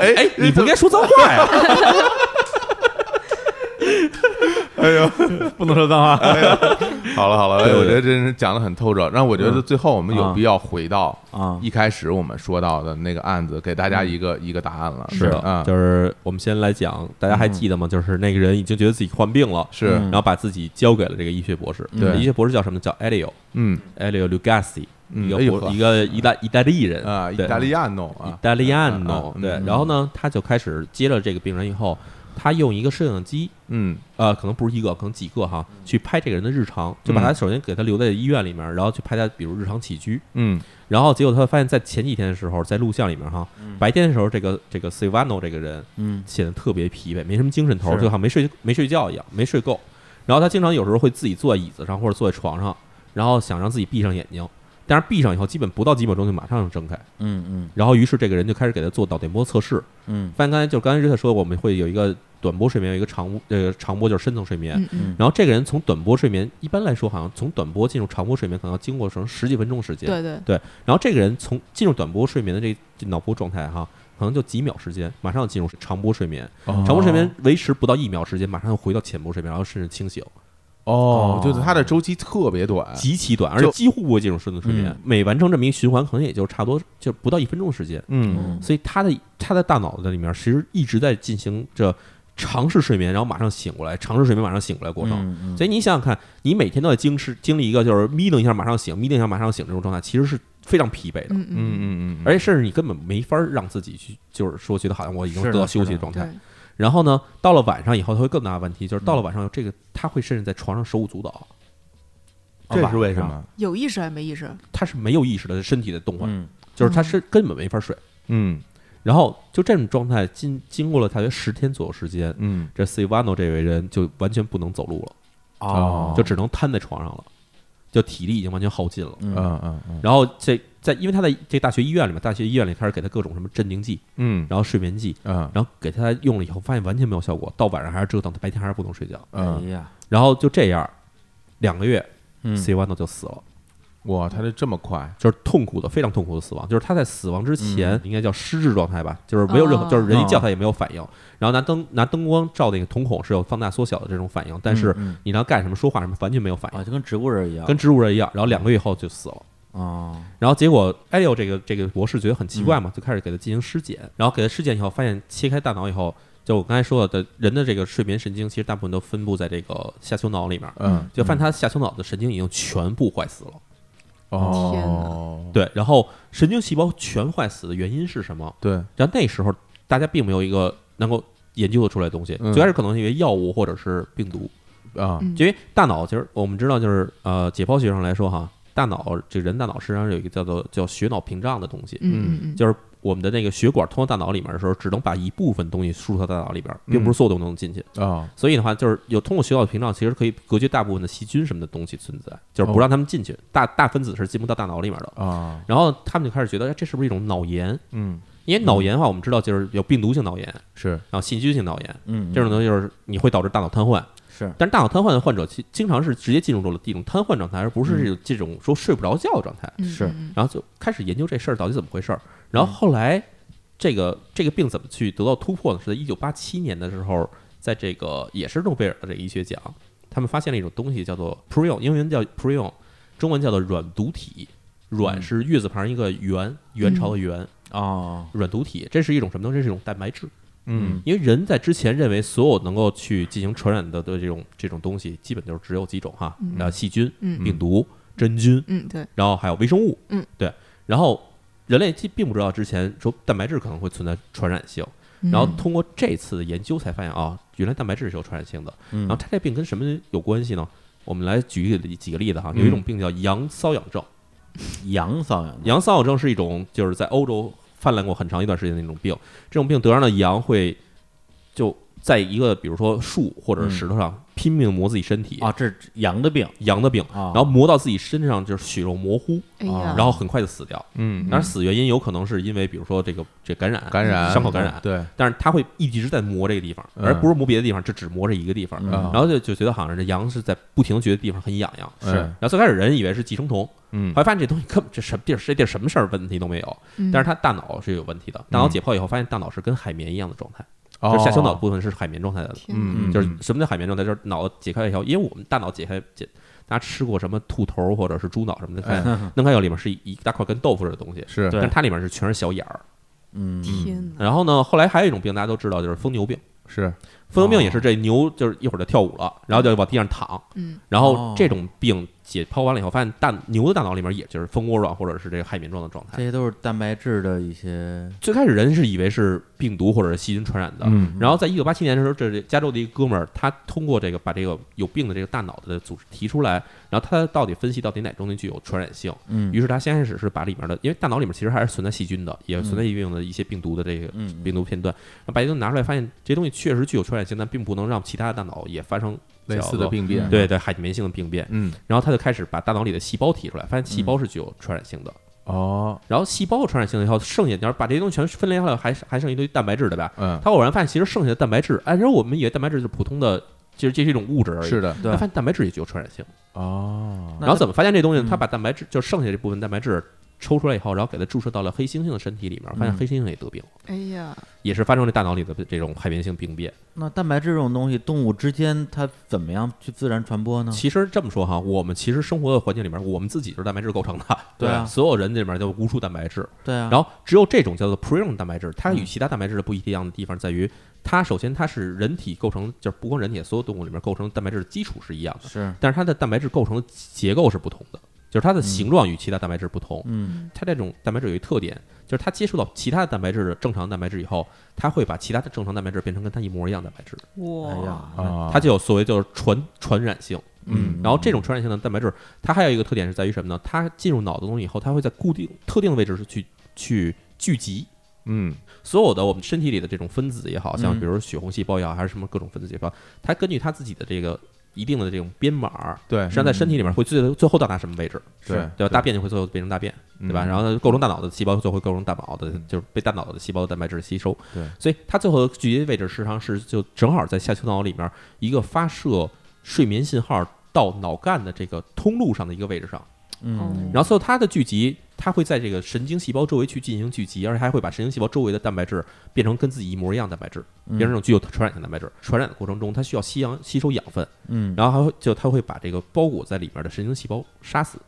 [SPEAKER 1] 哎，你不该说脏话呀！
[SPEAKER 3] 哎呦，
[SPEAKER 2] 不能说脏话，
[SPEAKER 3] 好了好了，哎我觉得真是讲的很透彻。让我觉
[SPEAKER 1] 嗯
[SPEAKER 3] 得最后我们有
[SPEAKER 2] 啊
[SPEAKER 3] 必要回到
[SPEAKER 2] 啊
[SPEAKER 3] 一开始我们说到的那个案子，给大家一个一个答案了。
[SPEAKER 1] 是
[SPEAKER 3] 啊
[SPEAKER 1] 的，，就是我们先来讲，大家还记得吗？就是那个人已经觉得自己患病了，
[SPEAKER 3] 是
[SPEAKER 1] 然后把自己交给了这个医学博士。
[SPEAKER 3] 嗯对
[SPEAKER 1] 医学博士叫什么？叫 Elio
[SPEAKER 3] 嗯
[SPEAKER 1] Elio Lugasi，
[SPEAKER 3] 嗯
[SPEAKER 1] 一个
[SPEAKER 3] 哎呦
[SPEAKER 1] 博
[SPEAKER 3] 呵
[SPEAKER 1] 一个意大意大利人
[SPEAKER 3] 啊，意
[SPEAKER 1] 对
[SPEAKER 3] 大利亚弄
[SPEAKER 1] 意
[SPEAKER 3] 啊，
[SPEAKER 1] 大利
[SPEAKER 3] 啊
[SPEAKER 1] ano
[SPEAKER 3] 嗯
[SPEAKER 1] 对
[SPEAKER 3] 嗯。
[SPEAKER 1] 然后呢，他就开始接了这个病人以后，他用一个摄像机。
[SPEAKER 3] 嗯
[SPEAKER 1] 呃，可能不是一个，可能几个哈，去拍这个人的日常，就把他
[SPEAKER 3] 嗯
[SPEAKER 1] 首先给他留在医院里面，然后去拍他比如日常起居，
[SPEAKER 3] 嗯
[SPEAKER 1] 然后结果他发现，在前几天的时候，在录像里面哈，
[SPEAKER 3] 嗯
[SPEAKER 1] 白天的时候，这个这个 Silvano 这个人
[SPEAKER 2] 嗯
[SPEAKER 1] 显得特别疲惫，没什么精神头儿，
[SPEAKER 2] 是
[SPEAKER 1] 就好像没睡没睡觉一样，没睡够。然后他经常有时候会自己坐在椅子上或者坐在床上，然后想让自己闭上眼睛，但是闭上以后，基本不到几秒钟就马上就睁开。
[SPEAKER 2] 嗯嗯
[SPEAKER 1] 然后于是这个人就开始给他做脑电波测试，
[SPEAKER 2] 嗯
[SPEAKER 1] 发现刚才就刚才瑞特说，我们会有一个短波睡眠，有一个长呃长波就是深层睡眠。
[SPEAKER 4] 嗯嗯，
[SPEAKER 2] 嗯，
[SPEAKER 1] 然后这个人从短波睡眠，一般来说好像从短波进入长波睡眠，可能要经过成十几分钟时间。
[SPEAKER 4] 对对，
[SPEAKER 1] 对，然后这个人从进入短波睡眠的这这脑波状态哈，可能就几秒时间，马上就进入长波睡眠。
[SPEAKER 3] 嗯
[SPEAKER 1] 长
[SPEAKER 2] 哦
[SPEAKER 1] 波睡眠维持不到一秒时间，马上又回到浅波睡眠，然后甚至清醒，
[SPEAKER 3] 哦，就是它的周期特别短，
[SPEAKER 1] 极其短，而且
[SPEAKER 3] 就
[SPEAKER 1] 几乎不会进入深度睡眠。
[SPEAKER 2] 哎嗯
[SPEAKER 1] 每完成这么一循环，可能也就差不多就不到一分钟时间。
[SPEAKER 3] 嗯
[SPEAKER 1] 所以他的他的大脑的里面其实一直在进行着尝试睡眠，然后马上醒过来，尝试睡眠马上醒过来的过程。
[SPEAKER 2] 嗯嗯
[SPEAKER 1] 所以你想想看，你每天都在经吃经历一个就是眯瞪一下马上醒，眯瞪一下马上醒这种状态，其实是非常疲惫的。
[SPEAKER 4] 嗯
[SPEAKER 3] 嗯嗯
[SPEAKER 4] 嗯
[SPEAKER 3] 嗯嗯，
[SPEAKER 1] 而且甚至你根本没法让自己去，就是说觉得好像我已经
[SPEAKER 2] 是的
[SPEAKER 1] 得到休息
[SPEAKER 2] 是的
[SPEAKER 1] 的状态。
[SPEAKER 4] 对，
[SPEAKER 1] 然后呢，到了晚上以后，他会更大的问题，就是到
[SPEAKER 3] 嗯
[SPEAKER 1] 了晚上，这个他会甚至在床上手舞足蹈，啊
[SPEAKER 3] 这是为什？么？
[SPEAKER 4] 有意识还是没意识？
[SPEAKER 1] 他是没有意识的身体的动换，
[SPEAKER 2] 嗯
[SPEAKER 1] 就是他是根本没法睡。
[SPEAKER 3] 嗯
[SPEAKER 1] 然后就这种状态，经经过了大约十天左右时间，
[SPEAKER 3] 嗯
[SPEAKER 1] 这 Silvano 这位人就完全不能走路了，
[SPEAKER 3] 哦
[SPEAKER 1] 啊就只能瘫在床上了，就体力已经完全耗尽了。
[SPEAKER 2] 嗯
[SPEAKER 3] 嗯嗯嗯
[SPEAKER 1] 然后这在因为他在这大学医院里面，大学医院里开始给他各种什么镇定剂，
[SPEAKER 3] 嗯
[SPEAKER 1] 然后睡眠剂，
[SPEAKER 3] 嗯
[SPEAKER 1] 然后给他用了以后，发现完全没有效果，到晚上还是折腾，他白天还是不能睡觉。
[SPEAKER 2] 哎
[SPEAKER 3] 嗯，
[SPEAKER 2] 呀，
[SPEAKER 1] 然后就这样，两个月
[SPEAKER 2] 嗯
[SPEAKER 1] c 1 o 就死了，
[SPEAKER 3] 哇，它这这么快，
[SPEAKER 1] 就是痛苦的，非常痛苦的死亡。就是他在死亡之前
[SPEAKER 2] 嗯，
[SPEAKER 1] 应该叫失智状态吧，就是没有任何，
[SPEAKER 4] 哦
[SPEAKER 1] 就是人一叫
[SPEAKER 2] 哦
[SPEAKER 1] 他也没有反应。然后拿灯拿灯光照那个瞳孔是有放大缩小的这种反应，但是
[SPEAKER 2] 嗯嗯
[SPEAKER 1] 你让他干什么说话什么完全没有反
[SPEAKER 2] 啊，
[SPEAKER 1] 应，
[SPEAKER 2] 就跟植物人一样，
[SPEAKER 1] 跟植物人一样。然后两个月后就死了。
[SPEAKER 2] 啊
[SPEAKER 1] 然后结果艾利奥这个这个博士觉得很奇怪
[SPEAKER 2] 嗯
[SPEAKER 1] 嘛，就开始给他进行尸检，然后给他尸检以后，发现切开大脑以后，就我刚才说的，人的这个睡眠神经其实大部分都分布在这个下丘脑里面，
[SPEAKER 3] 嗯
[SPEAKER 1] 就发现他下丘脑的神经已经全部坏死了。嗯
[SPEAKER 3] 哦，
[SPEAKER 1] 对，然后神经细胞全坏死的原因是什么？
[SPEAKER 3] 对
[SPEAKER 1] 然后那时候大家并没有一个能够研究得出来的东西，
[SPEAKER 3] 嗯
[SPEAKER 1] 最开始可能是因为药物或者是病毒，
[SPEAKER 3] 啊
[SPEAKER 4] 嗯
[SPEAKER 1] 因为大脑其实我们知道，就是呃解剖学上来说哈，大脑这人大脑身上有一个叫做叫血脑屏障的东西，
[SPEAKER 4] 嗯嗯嗯，
[SPEAKER 1] 就是我们的那个血管通到大脑里面的时候，只能把一部分东西输出到大脑里边，并
[SPEAKER 3] 嗯
[SPEAKER 1] 不是所有东西都能进去。
[SPEAKER 3] 啊，
[SPEAKER 1] 所以的话，就是有通过血管屏障，其实可以隔绝大部分的细菌什么的东西存在，就是不
[SPEAKER 3] 哦
[SPEAKER 1] 让他们进去。大大分子是进不到大脑里面的。
[SPEAKER 3] 啊，
[SPEAKER 1] 然后他们就开始觉得，哎，这是不是一种脑炎？
[SPEAKER 3] 嗯，
[SPEAKER 1] 因为脑炎的话，我们知道就是有病毒性脑炎，
[SPEAKER 3] 是
[SPEAKER 1] 然后细菌性脑炎，
[SPEAKER 2] 嗯，
[SPEAKER 1] 这种东西就是你会导致大脑瘫痪。
[SPEAKER 2] 是
[SPEAKER 1] 但是大脑瘫痪的患者，其经常是直接进入了一种瘫痪状态，而不
[SPEAKER 2] 嗯
[SPEAKER 1] 是这种这种说睡不着觉的状态。
[SPEAKER 4] 嗯
[SPEAKER 2] 是
[SPEAKER 4] 嗯
[SPEAKER 1] 然后就开始研究这事儿到底怎么回事儿。然后后来，这个这个病怎么去得到突破呢？是在一九八七年的时候，在这个也是诺贝尔的这个医学奖，他们发现了一种东西叫做 prion，英文叫 prion，中文叫做软毒体。软
[SPEAKER 2] 嗯
[SPEAKER 1] 是月字旁一个元，元朝
[SPEAKER 4] 嗯
[SPEAKER 1] 的元，
[SPEAKER 2] 哦，
[SPEAKER 1] 软毒体，这是一种什么东西？这是一种蛋白质。
[SPEAKER 3] 嗯
[SPEAKER 1] 因为人在之前认为所有能够去进行传染的的这种这种东西，基本就是只有几种哈，
[SPEAKER 4] 嗯
[SPEAKER 1] 然后细菌、
[SPEAKER 4] 嗯
[SPEAKER 1] 病毒、真菌，
[SPEAKER 4] 嗯，对，
[SPEAKER 1] 然后还有微生物，
[SPEAKER 4] 嗯，
[SPEAKER 1] 对。然后人类既并不知道之前说蛋白质可能会存在传染性，
[SPEAKER 4] 嗯
[SPEAKER 1] 然后通过这次的研究才发现啊，原来蛋白质是有传染性的。
[SPEAKER 2] 嗯
[SPEAKER 1] 然后它这病跟什么有关系呢？我们来举一个例几个例子哈，有一
[SPEAKER 2] 嗯
[SPEAKER 1] 种病叫羊瘙痒症，
[SPEAKER 2] 羊瘙痒
[SPEAKER 1] 羊瘙痒症是一种就是在欧洲泛滥过很长一段时间的那种病，这种病得上的羊会就在一个比如说树或者
[SPEAKER 2] 嗯
[SPEAKER 1] 石头上拼命磨自己身体，
[SPEAKER 2] 啊，这是羊的病
[SPEAKER 1] 羊的病，
[SPEAKER 2] 啊，
[SPEAKER 1] 然后磨到自己身上就是血肉模糊，
[SPEAKER 4] 哎呀，
[SPEAKER 1] 然后很快就死掉。
[SPEAKER 3] 嗯，
[SPEAKER 1] 当然，死原因有可能是因为，比如说这个这感染，
[SPEAKER 3] 感染
[SPEAKER 1] 伤口感染
[SPEAKER 3] 对，
[SPEAKER 1] 但是它会一直在磨这个地方，
[SPEAKER 3] 嗯
[SPEAKER 1] 而不是磨别的地方，就只磨这一个地方。
[SPEAKER 2] 嗯
[SPEAKER 3] 啊
[SPEAKER 1] 然后就就觉得好像这羊是在不停地觉得地方很痒痒，
[SPEAKER 3] 是
[SPEAKER 1] 然后最开始人以为是寄生虫，
[SPEAKER 3] 嗯
[SPEAKER 1] 后来发现这东西根本这什么地儿，这地儿什么事儿问题都没有。
[SPEAKER 4] 嗯
[SPEAKER 1] 但是它大脑是有问题的，大脑解剖以后发现大脑是跟海绵一样的状态，
[SPEAKER 3] 嗯哦
[SPEAKER 1] 就是下丘脑部分是海绵状态的，
[SPEAKER 4] 天哪
[SPEAKER 3] 嗯，
[SPEAKER 1] 就是什么叫海绵状态？就是脑解开以后，因为我们大脑解开解，大家吃过什么兔头或者是猪脑什么的，
[SPEAKER 3] 哎
[SPEAKER 1] 看弄开以后里面是一一大块跟豆腐似的东西，
[SPEAKER 3] 是
[SPEAKER 2] 对
[SPEAKER 1] 但是它里面是全是小眼儿。
[SPEAKER 2] *laughs* 嗯，
[SPEAKER 4] 天哪，
[SPEAKER 1] 然后呢，后来还有一种病大家都知道，就是疯牛病。
[SPEAKER 3] 是
[SPEAKER 1] 疯牛病
[SPEAKER 2] 哦
[SPEAKER 1] 也是这牛就是一会儿就跳舞了，然后就往地上躺，
[SPEAKER 4] 嗯
[SPEAKER 1] 然
[SPEAKER 2] 哦
[SPEAKER 1] 后这种病解剖完了以后，发现大牛的大脑里面也就是蜂窝状或者是这个海绵状的状
[SPEAKER 2] 这
[SPEAKER 1] 态。
[SPEAKER 2] 些都是蛋白质的一些
[SPEAKER 1] 最开始人是以为是病毒或者是细菌传染的，
[SPEAKER 3] 嗯
[SPEAKER 1] 然后在一九八七年的时候，这是加州的一个哥们儿，他通过这个把这个有病的这个大脑的组织提出来，然后他到底分析到底哪东西具有传染性。
[SPEAKER 2] 嗯
[SPEAKER 1] 于是他先开始是把里面的，因为大脑里面其实还是存在细菌的，也存在一定的一些病毒的这个
[SPEAKER 2] 嗯
[SPEAKER 1] 病毒片段。然后把这东西拿出来，发现这些东西确实具有传染性，但并不能让其他的大脑也发生
[SPEAKER 3] 类
[SPEAKER 1] 叫
[SPEAKER 3] 似的
[SPEAKER 1] 做。
[SPEAKER 3] 病变，
[SPEAKER 1] 对对，海绵性的病变。
[SPEAKER 3] 嗯，
[SPEAKER 1] 然后他就开始把大脑里的细胞提出来，发现细胞是具有传染性的。
[SPEAKER 3] 哦，
[SPEAKER 1] 然后细胞有传染性以后，剩下你要是把这些东西全分裂开了，还还剩一堆蛋白质对吧？
[SPEAKER 3] 嗯，
[SPEAKER 1] 他偶然发现，其实剩下的蛋白质，按照我们以为蛋白质就是普通的，其实这是一种物质而已。
[SPEAKER 3] 是的，
[SPEAKER 1] 他
[SPEAKER 2] 对
[SPEAKER 1] 发现蛋白质也具有传染性。
[SPEAKER 3] 哦，
[SPEAKER 2] 那
[SPEAKER 1] 然后
[SPEAKER 2] 它
[SPEAKER 1] 怎么发现这东西呢？
[SPEAKER 2] 嗯
[SPEAKER 1] 他把蛋白质，就剩下这部分蛋白质抽出来以后，然后给它注射到了黑猩猩的身体里面，发现
[SPEAKER 2] 嗯
[SPEAKER 1] 黑猩猩也得病了，
[SPEAKER 4] 哎呀，
[SPEAKER 1] 也是发生了大脑里的这种海绵性病变。
[SPEAKER 2] 那蛋白质这种东西，动物之间它怎么样去自然传播呢？
[SPEAKER 1] 其实这么说哈，我们其实生活的环境里面，我们自己就是蛋白质构成的。
[SPEAKER 2] *laughs* 对啊
[SPEAKER 1] 所有人里面都有无数蛋白质，
[SPEAKER 2] 对啊，
[SPEAKER 1] 然后只有这种叫做 prion 蛋白质，它与
[SPEAKER 2] 嗯
[SPEAKER 1] 其他蛋白质的不一样的地方在于，它首先它是人体构成，就是不光人体，所有动物里面构成蛋白质的基础是一样的。
[SPEAKER 2] 是
[SPEAKER 1] 但是它的蛋白质构成的结构是不同的，就是它的形状与其他蛋白质不同。
[SPEAKER 2] 嗯
[SPEAKER 1] 它这种蛋白质有一特点，就是它接触到其他的蛋白质的正常蛋白质以后，它会把其他的正常蛋白质变成跟它一模一样的蛋白质，
[SPEAKER 4] 哇，
[SPEAKER 2] 哎呀，
[SPEAKER 3] 啊，
[SPEAKER 1] 它就有所谓就是传传染性。
[SPEAKER 2] 嗯
[SPEAKER 1] 然后这种传染性的蛋白质，它还有一个特点是在于什么呢？它进入脑子中以后，它会在固定特定的位置去去聚集。
[SPEAKER 3] 嗯
[SPEAKER 1] 所有的我们身体里的这种分子也好像，
[SPEAKER 2] 嗯
[SPEAKER 1] 比如血红细胞也好，还是什么各种分子细胞，它根据它自己的这个一定的这种编码，
[SPEAKER 3] 对嗯
[SPEAKER 1] 实际上在身体里面会最最后到达什么位置，
[SPEAKER 3] 对
[SPEAKER 1] 对吧？大便就会最后变成大便，对
[SPEAKER 3] 嗯
[SPEAKER 1] 吧？然后呢，构成大脑的细胞最后会构成大脑的，就是被大脑的细胞的蛋白质吸收。
[SPEAKER 3] 对，
[SPEAKER 1] 所以它最后的聚集位置时常是就正好在下丘脑里面一个发射睡眠信号到脑干的这个通路上的一个位置上，
[SPEAKER 4] 哦
[SPEAKER 2] 嗯
[SPEAKER 1] 然后所有它的聚集。它会在这个神经细胞周围去进行聚集，而且还会把神经细胞周围的蛋白质变成跟自己一模一样的蛋白质，变成这种具有传染性蛋白质。传染的过程中，它需要吸氧吸收养分，
[SPEAKER 2] 嗯
[SPEAKER 1] 然后还会就它会把这个包裹在里面的神经细胞杀死。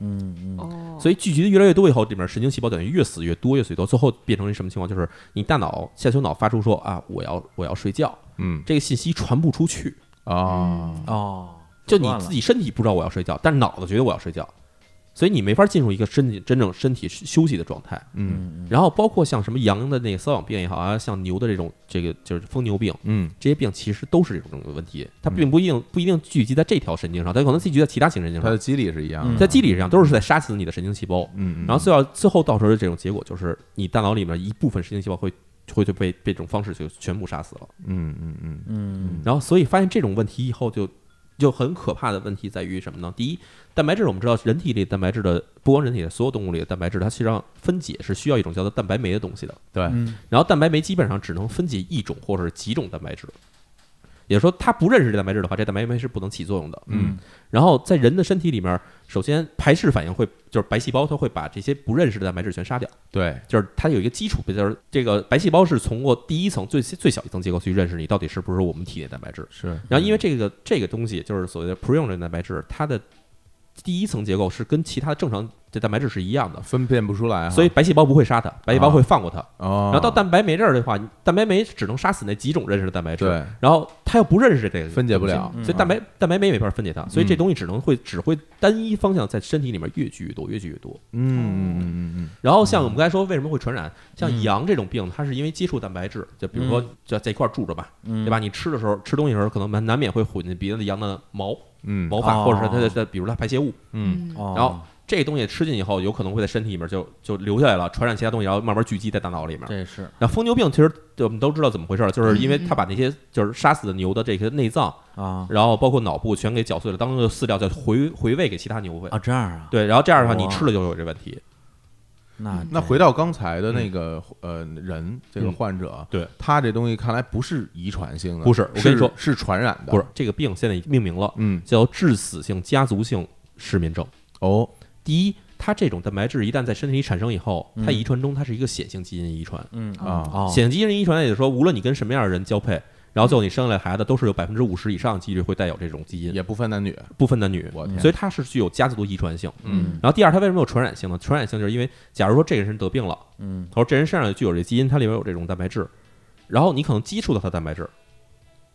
[SPEAKER 2] 嗯嗯
[SPEAKER 4] 哦，
[SPEAKER 1] 所以聚集的越来越多以后，里面神经细胞等于越死越多，越死越多，最后变成一什么情况？就是你大脑下丘脑发出说啊，我要我要睡觉，
[SPEAKER 3] 嗯
[SPEAKER 1] 这个信息传不出去，
[SPEAKER 3] 啊，
[SPEAKER 2] 哦，
[SPEAKER 1] 就你
[SPEAKER 2] 乱了
[SPEAKER 1] 自己身体不知道我要睡觉，但是脑子觉得我要睡觉，所以你没法进入一个身体真正身体休息的状态。
[SPEAKER 3] 嗯
[SPEAKER 1] 然后包括像什么羊的那个瘙痒病也好啊，像牛的这种这个就是疯牛病，
[SPEAKER 3] 嗯
[SPEAKER 1] 这些病其实都是这种问题，它并不一定不一定聚集在这条神经上，它有可能聚集在其他型神经
[SPEAKER 3] 它
[SPEAKER 1] 上
[SPEAKER 3] 的，机理是一样
[SPEAKER 2] 嗯
[SPEAKER 3] 的
[SPEAKER 1] 在。机理上都是在杀死你的神经细胞。
[SPEAKER 3] 嗯，嗯
[SPEAKER 1] 然后最后最后到时候的这种结果就是，你大脑里面一部分神经细胞会会就被被这种方式就全部杀死了。
[SPEAKER 3] 嗯嗯嗯嗯
[SPEAKER 2] 嗯
[SPEAKER 1] 然后所以发现这种问题以后就就很可怕的问题在于什么呢？第一，蛋白质我们知道，人体里蛋白质的不光人体，所有动物里的蛋白质，它实际上分解是需要一种叫做蛋白酶的东西的。
[SPEAKER 3] 对
[SPEAKER 2] 嗯
[SPEAKER 1] 然后蛋白酶基本上只能分解一种或者是几种蛋白质，也就是说，它不认识这蛋白质的话，这蛋白酶是不能起作用的。
[SPEAKER 3] 嗯
[SPEAKER 1] 然后在人的身体里面，首先排斥反应会就是白细胞它会把这些不认识的蛋白质全杀掉，
[SPEAKER 3] 对
[SPEAKER 1] 就是它有一个基础，就是这个白细胞是通过第一层最最小一层结构去认识你到底是不是我们体内蛋白质。
[SPEAKER 3] 是
[SPEAKER 1] 然后因为这个这个东西就是所谓的 prion 蛋白质，它的第一层结构是跟其他正常的蛋白质是一样的，
[SPEAKER 3] 分辨不出来哈，
[SPEAKER 1] 所以白细胞不会杀它，白细胞
[SPEAKER 3] 啊
[SPEAKER 1] 会放过它。
[SPEAKER 3] 哦，
[SPEAKER 1] 然后到蛋白酶这儿的话，蛋白酶只能杀死那几种认识的蛋白质，
[SPEAKER 3] 对
[SPEAKER 1] 然后它又不认识这个，
[SPEAKER 3] 分解不了，啊嗯
[SPEAKER 1] 所以蛋白蛋白酶也没法分解它，所以这东西只能会只会单一方向在身体里面越聚越多，越聚越多。
[SPEAKER 3] 嗯嗯嗯嗯
[SPEAKER 1] 然后像我们刚才说为什么会传染，
[SPEAKER 2] 嗯
[SPEAKER 1] 像羊这种病，它是因为接触蛋白质，就比如说就在一块儿住着吧，
[SPEAKER 2] 嗯
[SPEAKER 1] 对吧？你吃的时候吃东西的时候，可能难难免会混进别的羊的毛
[SPEAKER 3] 嗯
[SPEAKER 1] 毛发，
[SPEAKER 2] 哦
[SPEAKER 1] 或者是它的它的比如它排泄物，
[SPEAKER 3] 嗯
[SPEAKER 2] 哦
[SPEAKER 1] 然后这个东西吃进以后，有可能会在身体里面就就留下来了，传染其他东西，然后慢慢聚集在大脑里面。
[SPEAKER 2] 这是
[SPEAKER 1] 那疯牛病其实就我们都知道怎么回事儿，
[SPEAKER 2] 嗯
[SPEAKER 1] 就是因为他把那些就是杀死的牛的这些内脏，
[SPEAKER 2] 啊
[SPEAKER 1] 然后包括脑部全给搅碎了，当做饲料再回回喂给其他牛喂。
[SPEAKER 2] 啊这样啊，
[SPEAKER 1] 对，然后这样的话，
[SPEAKER 2] 哇
[SPEAKER 1] 你吃了就有这问题。
[SPEAKER 2] 那
[SPEAKER 3] 那回到刚才的那个呃人，这个
[SPEAKER 1] 嗯
[SPEAKER 3] 患者，
[SPEAKER 1] 对
[SPEAKER 3] 他这东西看来不是遗传性的，
[SPEAKER 1] 不是我跟你说
[SPEAKER 3] 是传染的，
[SPEAKER 1] 不是，这个病现在已经命名了，
[SPEAKER 3] 嗯，
[SPEAKER 1] 叫致死性家族性失眠症。
[SPEAKER 3] 哦，
[SPEAKER 1] 第一，它这种蛋白质一旦在身体里产生以后，它遗传中它是一个显性基因遗传。
[SPEAKER 2] 嗯
[SPEAKER 3] 啊，
[SPEAKER 2] 哦
[SPEAKER 1] 显性基因遗传也就是说，无论你跟什么样的人交配，然后最后你生下来孩子都是有百分之五十以上的几率会带有这种基因，
[SPEAKER 3] 也不分男女，
[SPEAKER 1] 不分男女。
[SPEAKER 3] 我天，
[SPEAKER 1] 所以它是具有家族的遗传性。
[SPEAKER 2] 嗯
[SPEAKER 1] 然后第二，它为什么有传染性呢？传染性就是因为，假如说这个人得病了，
[SPEAKER 2] 嗯，
[SPEAKER 1] 他说这人身上就有这基因，它里面有这种蛋白质，然后你可能接触到它蛋白质，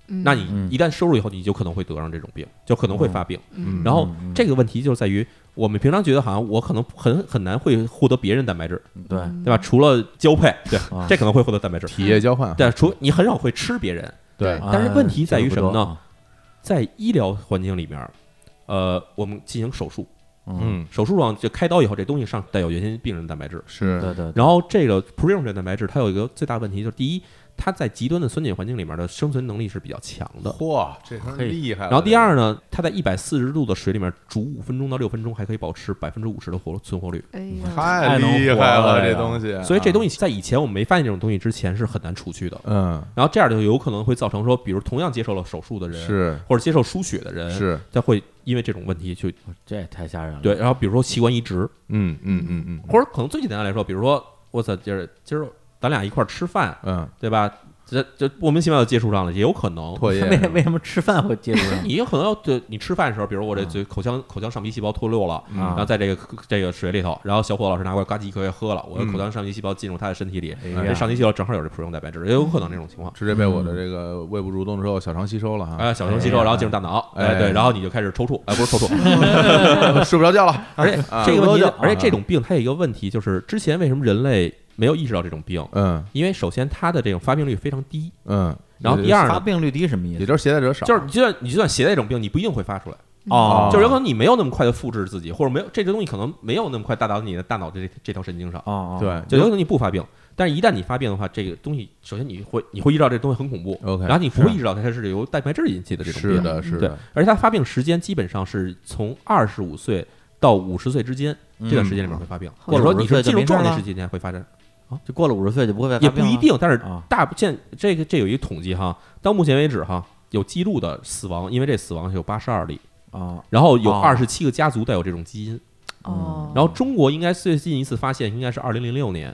[SPEAKER 4] 嗯
[SPEAKER 1] 那你
[SPEAKER 2] 嗯哦
[SPEAKER 1] 一旦摄入以后，你就可能会得上这种病，就可能会发病。
[SPEAKER 4] 嗯
[SPEAKER 1] 然后
[SPEAKER 2] 嗯
[SPEAKER 1] 这个问题就在于，我们平常觉得好像我可能很很难会获得别人蛋白质，
[SPEAKER 2] 对
[SPEAKER 1] 对
[SPEAKER 3] 嗯
[SPEAKER 1] 吧？除了交配，对，
[SPEAKER 3] 啊
[SPEAKER 1] 这可能会获得蛋白质，
[SPEAKER 3] 体液交换，
[SPEAKER 1] 对，啊除你很少会吃别人，
[SPEAKER 3] 对
[SPEAKER 4] 对
[SPEAKER 1] 但是
[SPEAKER 2] 哎
[SPEAKER 1] 问题在于
[SPEAKER 2] 这个不
[SPEAKER 1] 什么呢
[SPEAKER 2] 多啊
[SPEAKER 1] 在医疗环境里面，呃，我们进行手术，
[SPEAKER 3] 嗯，
[SPEAKER 1] 手术上就开刀以后，这东西上带有原先病人蛋白质。
[SPEAKER 3] 是，
[SPEAKER 2] 对对，
[SPEAKER 1] 然后这个 p r e o 蛋白质，它有一个最大问题，就是第一，它在极端的酸碱环境里面的生存能力是比较强的。
[SPEAKER 3] 嚯，这他妈
[SPEAKER 2] 嘿
[SPEAKER 3] 厉害了，
[SPEAKER 1] 然后第二呢，它在一百四十度的水里面煮五分钟到六分钟，还可以保持百分之五十的活存活率。
[SPEAKER 4] 哎
[SPEAKER 3] 这个，
[SPEAKER 4] 呀，
[SPEAKER 3] 太厉害这东西，嗯
[SPEAKER 1] 所以这东
[SPEAKER 3] 西，
[SPEAKER 1] 西在以前我们没发现这种东西之前是很难除去的。
[SPEAKER 3] 嗯，
[SPEAKER 1] 然后这样就有可能会造成说，比如同样接受了手术的人，
[SPEAKER 3] 是
[SPEAKER 1] 或者接受输血的人，
[SPEAKER 3] 是，
[SPEAKER 1] 他会因为这种问题去
[SPEAKER 2] 这也太吓人了，
[SPEAKER 3] *laughs*
[SPEAKER 1] 对。然后比如说器官移植，
[SPEAKER 3] 嗯嗯嗯嗯
[SPEAKER 1] 或者可能最简单来说，比如说我操，今儿今儿咱俩一块儿吃饭，
[SPEAKER 3] 嗯，
[SPEAKER 1] 对吧？这这莫名其妙就接触上了，也有可能。
[SPEAKER 3] 唾液
[SPEAKER 2] *laughs* 为为什么吃饭会接触上？
[SPEAKER 1] 你有可能要对你吃饭的时候，比如我这嘴口腔口腔上皮细胞脱落了，
[SPEAKER 3] 嗯
[SPEAKER 1] 然后在这个这个水里头，然后小伙老师拿过来呱唧一口给喝了，我的
[SPEAKER 3] 嗯
[SPEAKER 1] 口腔上皮细胞进入他的身体里，
[SPEAKER 2] 哎呀
[SPEAKER 1] 这上皮细胞正好有这普通蛋白质，也有可能这种情况。
[SPEAKER 3] 直接被我的这个胃部蠕动之后小肠吸收了哈，
[SPEAKER 1] 哎，小肠吸收，
[SPEAKER 2] 哎
[SPEAKER 1] 然后进入大脑，
[SPEAKER 3] 哎
[SPEAKER 1] 哎，对，然后你就开始抽搐，哎，不是抽搐，
[SPEAKER 3] 睡不着觉了，
[SPEAKER 1] *laughs* 而且
[SPEAKER 3] 啊
[SPEAKER 1] 这个问题
[SPEAKER 2] 啊，
[SPEAKER 1] 而且这种病它有一个问题，就是之前为什么人类没有意识到这种病？
[SPEAKER 3] 嗯
[SPEAKER 1] 因为首先它的这种发病率非常低，
[SPEAKER 3] 嗯，
[SPEAKER 1] 然后第二
[SPEAKER 2] 发
[SPEAKER 1] 呢，
[SPEAKER 2] 病率低什么意
[SPEAKER 3] 也
[SPEAKER 2] 思？
[SPEAKER 3] 就是携带者少，
[SPEAKER 1] 就是你就算你就算携带这种病，你不一定会发出来，
[SPEAKER 2] 哦
[SPEAKER 1] 嗯就是有可能你没有那么快的复制自己，或者没有这个东西可能没有那么快达到你的大脑的这这条神经上。
[SPEAKER 2] 哦，哦
[SPEAKER 3] 对，
[SPEAKER 1] 就有可能你不发病，但是一旦你发病的话，这个东西首先你会你会意识到这东西很恐怖
[SPEAKER 3] OK，
[SPEAKER 1] 然后你不会
[SPEAKER 3] 是
[SPEAKER 1] 意识到它是由蛋白质引起的这种病，
[SPEAKER 3] 是的，是
[SPEAKER 1] 对
[SPEAKER 3] 的，，
[SPEAKER 1] 而且它发病时间基本上是从二十五岁到五十岁之间
[SPEAKER 2] 嗯
[SPEAKER 1] 这段时间里面会发病，
[SPEAKER 4] 嗯
[SPEAKER 1] 或者说你是
[SPEAKER 2] 55岁就
[SPEAKER 1] 进入
[SPEAKER 2] 没事
[SPEAKER 1] 壮
[SPEAKER 2] 了
[SPEAKER 1] 年时期间会发展，
[SPEAKER 2] 就过了五十岁就不会再
[SPEAKER 1] 也
[SPEAKER 2] 发
[SPEAKER 1] 不
[SPEAKER 2] 病了
[SPEAKER 1] 一定，但是
[SPEAKER 2] 啊
[SPEAKER 1] 大部现这个这有一统计哈，到目前为止哈有记录的死亡，因为这死亡有八十二例，
[SPEAKER 2] 啊，
[SPEAKER 1] 然后有
[SPEAKER 2] 哦
[SPEAKER 1] 二十七个家族带有这种基因，
[SPEAKER 4] 哦，
[SPEAKER 1] 然后中国应该最近一次发现应该是二零零六年，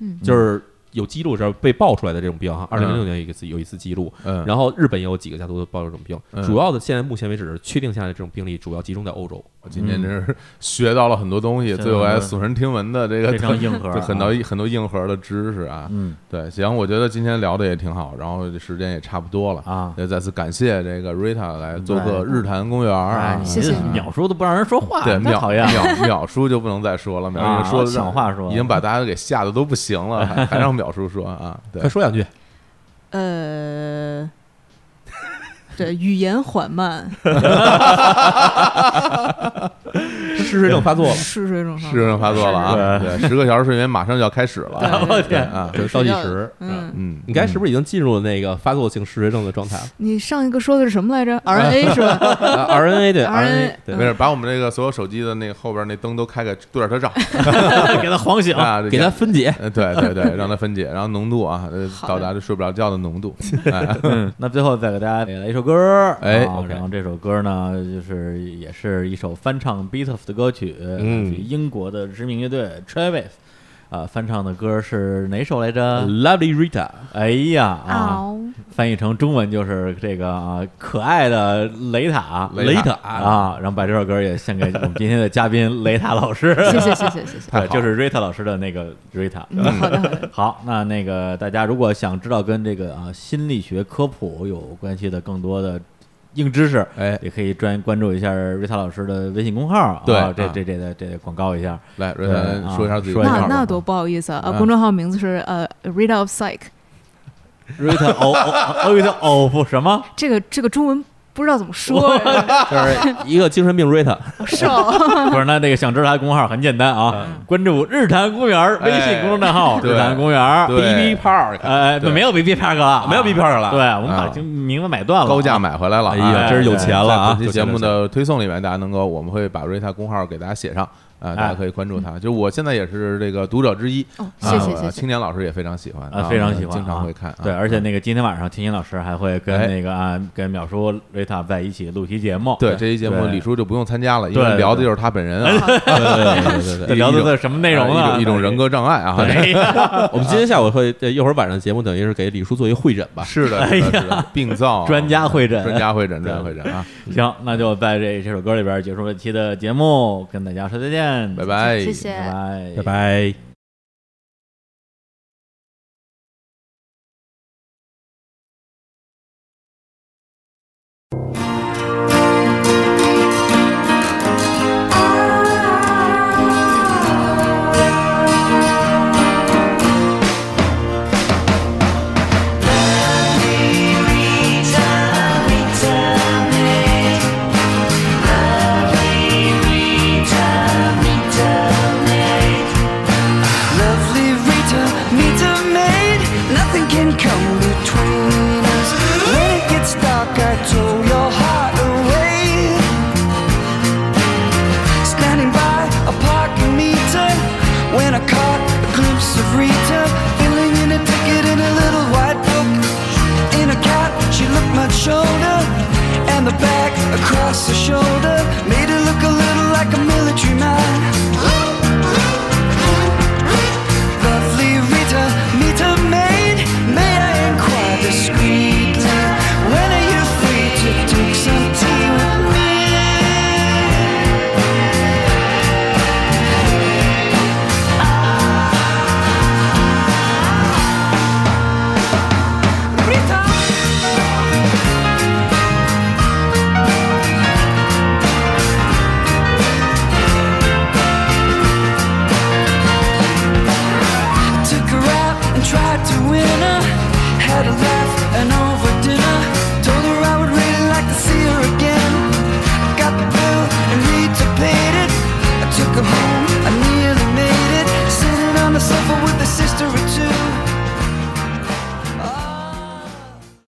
[SPEAKER 4] 嗯
[SPEAKER 1] 就是有记录这被爆出来的这种病哈，二零零六年有一次有一次记录，
[SPEAKER 3] 嗯，
[SPEAKER 1] 然后日本也有几个家族都爆出这种病
[SPEAKER 3] 嗯，
[SPEAKER 1] 主要的现在目前为止确定下来这种病例主要集中在欧洲，
[SPEAKER 3] 我今天真是 *laughs* 学到了很多东西，
[SPEAKER 2] 学到
[SPEAKER 3] 对我
[SPEAKER 2] 了
[SPEAKER 3] 爱耸人听闻的这个
[SPEAKER 2] 非常硬核
[SPEAKER 3] *laughs*
[SPEAKER 2] 啊
[SPEAKER 3] 对很多很多硬核的知识啊。
[SPEAKER 2] 嗯，
[SPEAKER 3] 对，行，我觉得今天聊的也挺好，然后时间也差不多了
[SPEAKER 2] 啊
[SPEAKER 3] 也再次感谢这个 Rita 来做客
[SPEAKER 2] 哎
[SPEAKER 3] 日坛公园儿啊
[SPEAKER 2] 哎，。
[SPEAKER 4] 谢谢
[SPEAKER 2] 你这秒叔都不让人说话，
[SPEAKER 3] 对，
[SPEAKER 2] 太
[SPEAKER 3] 秒
[SPEAKER 2] 讨厌了。
[SPEAKER 3] 秒秒叔就不能再说了，秒
[SPEAKER 2] 啊
[SPEAKER 3] 叔说
[SPEAKER 2] 抢话说
[SPEAKER 3] 已经把大家给吓得都不行了，还还让秒叔说啊？对
[SPEAKER 1] 快，说两句，
[SPEAKER 4] 呃，这语言缓慢，
[SPEAKER 1] 失智症发 *laughs* 作了，
[SPEAKER 4] 是这种
[SPEAKER 3] 失症发作了啊！对，十个小时睡眠马上就要开始了，
[SPEAKER 4] 对对对
[SPEAKER 3] 啊，
[SPEAKER 1] 对倒计时。
[SPEAKER 4] 嗯，
[SPEAKER 3] 嗯，
[SPEAKER 1] 你该是不是已经进入了那个发作性失智症的状态了
[SPEAKER 4] 你上一个说的是什么来着？RNA 是吧？
[SPEAKER 1] *laughs* 啊？RNA 对
[SPEAKER 4] RNA
[SPEAKER 1] RNA 对
[SPEAKER 3] 嗯没，事，把我们这个所有手机的那个后边那灯都开开，对着它照
[SPEAKER 2] *laughs* 给他晃醒。
[SPEAKER 3] 啊，
[SPEAKER 1] 给它分解。
[SPEAKER 3] 呃，对对对，让它分解，然后浓度啊，呃
[SPEAKER 4] 好的
[SPEAKER 3] 到达这睡不着觉的浓度。哎
[SPEAKER 2] 嗯，那最后再给大家来一首歌儿，
[SPEAKER 3] 哎
[SPEAKER 2] 啊
[SPEAKER 1] OK
[SPEAKER 2] 然后这首歌呢，就是也是一首翻唱 Beatles 的歌曲，
[SPEAKER 1] 嗯
[SPEAKER 2] 来自于英国的知名乐队 Travis，啊，翻唱的歌是哪首来着？
[SPEAKER 1] *laughs*
[SPEAKER 3] 嗯
[SPEAKER 1] Lovely Rita，
[SPEAKER 2] 哎呀啊，
[SPEAKER 4] 嗷
[SPEAKER 2] 翻译成中文就是这个啊，可爱的雷塔
[SPEAKER 3] 雷塔
[SPEAKER 2] 啊，然后把这首歌也献给我们今天的嘉宾雷塔老师，
[SPEAKER 4] 谢谢谢谢谢谢。
[SPEAKER 3] 太
[SPEAKER 2] 对，
[SPEAKER 3] 好了
[SPEAKER 2] 就是 Rita 老师的那个 Rita，
[SPEAKER 4] 嗯，好的好的，
[SPEAKER 2] *laughs* 好，那那个大家如果想知道跟这个啊心理学科普有关系的更多的硬知识，
[SPEAKER 3] 哎，
[SPEAKER 2] 也可以专关注一下瑞塔老师的微信公号啊，
[SPEAKER 3] 对
[SPEAKER 2] 这
[SPEAKER 3] 啊
[SPEAKER 2] 这这得这得广告一下，
[SPEAKER 3] 来，瑞
[SPEAKER 2] 对
[SPEAKER 3] 丹
[SPEAKER 2] 啊
[SPEAKER 3] 说一下自己
[SPEAKER 2] 说
[SPEAKER 3] 的
[SPEAKER 2] 一下
[SPEAKER 3] 号
[SPEAKER 4] 那
[SPEAKER 3] 吧
[SPEAKER 4] 那多不好意思啊！
[SPEAKER 3] 嗯
[SPEAKER 4] 呃，公众号名字是呃，Read Out Psych，
[SPEAKER 2] 瑞塔哦哦瑞塔哦不什
[SPEAKER 3] *laughs*
[SPEAKER 2] 么
[SPEAKER 4] 这个这个中文不知道怎么说，
[SPEAKER 1] 就是一个精神病 Rita，
[SPEAKER 4] 是哦，
[SPEAKER 2] 不是，那这个想知道他的公号很简单啊，关注日坛公园微信公众账号
[SPEAKER 3] 嗯哎对
[SPEAKER 2] 日坛公园，
[SPEAKER 3] 对
[SPEAKER 1] BB
[SPEAKER 3] *laughs*
[SPEAKER 1] Park，
[SPEAKER 2] 呃
[SPEAKER 3] 对
[SPEAKER 2] 没有 BB 片哥了，
[SPEAKER 1] 没有 BB Park 了
[SPEAKER 2] 对我们把
[SPEAKER 3] 啊
[SPEAKER 2] 这名字买断了，
[SPEAKER 3] 高价。买回来了，啊
[SPEAKER 1] 哎呀，
[SPEAKER 2] 哎
[SPEAKER 1] 真是有
[SPEAKER 2] 对
[SPEAKER 1] 钱了啊！
[SPEAKER 3] 在本期节
[SPEAKER 1] 有钱
[SPEAKER 3] 目
[SPEAKER 1] 有钱
[SPEAKER 3] 的推送里面，大家能够，我们会把瑞塔公号给大家写上，
[SPEAKER 2] 哎
[SPEAKER 3] 啊，大家可以关注他。就我现在也是这个读者之一，
[SPEAKER 4] 哦
[SPEAKER 3] 啊
[SPEAKER 4] 谢谢
[SPEAKER 3] 我
[SPEAKER 4] 谢谢
[SPEAKER 3] 青。年老师也非常喜欢
[SPEAKER 2] 啊，非常喜欢啊，
[SPEAKER 3] 经常会看啊。
[SPEAKER 2] 对，而且那个今天晚上，天心老师还会
[SPEAKER 3] 哎
[SPEAKER 2] 跟那个啊，跟淼叔、瑞塔在一起录期节目。
[SPEAKER 3] 对这期节目，
[SPEAKER 2] 对
[SPEAKER 3] 李叔就不用参加了，因为
[SPEAKER 2] 对
[SPEAKER 3] 聊的就是他本人啊，
[SPEAKER 1] 对对 *laughs* 对对
[SPEAKER 2] 这
[SPEAKER 1] 对，
[SPEAKER 2] 聊的
[SPEAKER 3] 一种
[SPEAKER 2] 是什么哎内容
[SPEAKER 3] 啊
[SPEAKER 2] 呢？ *laughs*
[SPEAKER 3] 一种一种人格障碍啊。
[SPEAKER 2] 哎
[SPEAKER 3] *laughs*
[SPEAKER 2] 呀。
[SPEAKER 1] 我们今天下午会，呃对一会儿晚上节目等于是给李叔做一会诊吧。
[SPEAKER 3] 是的，
[SPEAKER 2] 哎
[SPEAKER 3] 是
[SPEAKER 2] 呀
[SPEAKER 3] 的，是的，病灶啊
[SPEAKER 2] *laughs* 专家会诊
[SPEAKER 3] 专家会诊，专家会诊啊！
[SPEAKER 2] 行，那就在这这首歌里边结束这期的节目，跟大家说再见，
[SPEAKER 3] 拜拜，
[SPEAKER 4] 谢谢
[SPEAKER 2] 拜拜，
[SPEAKER 1] 拜。
[SPEAKER 6] Ah. Oh.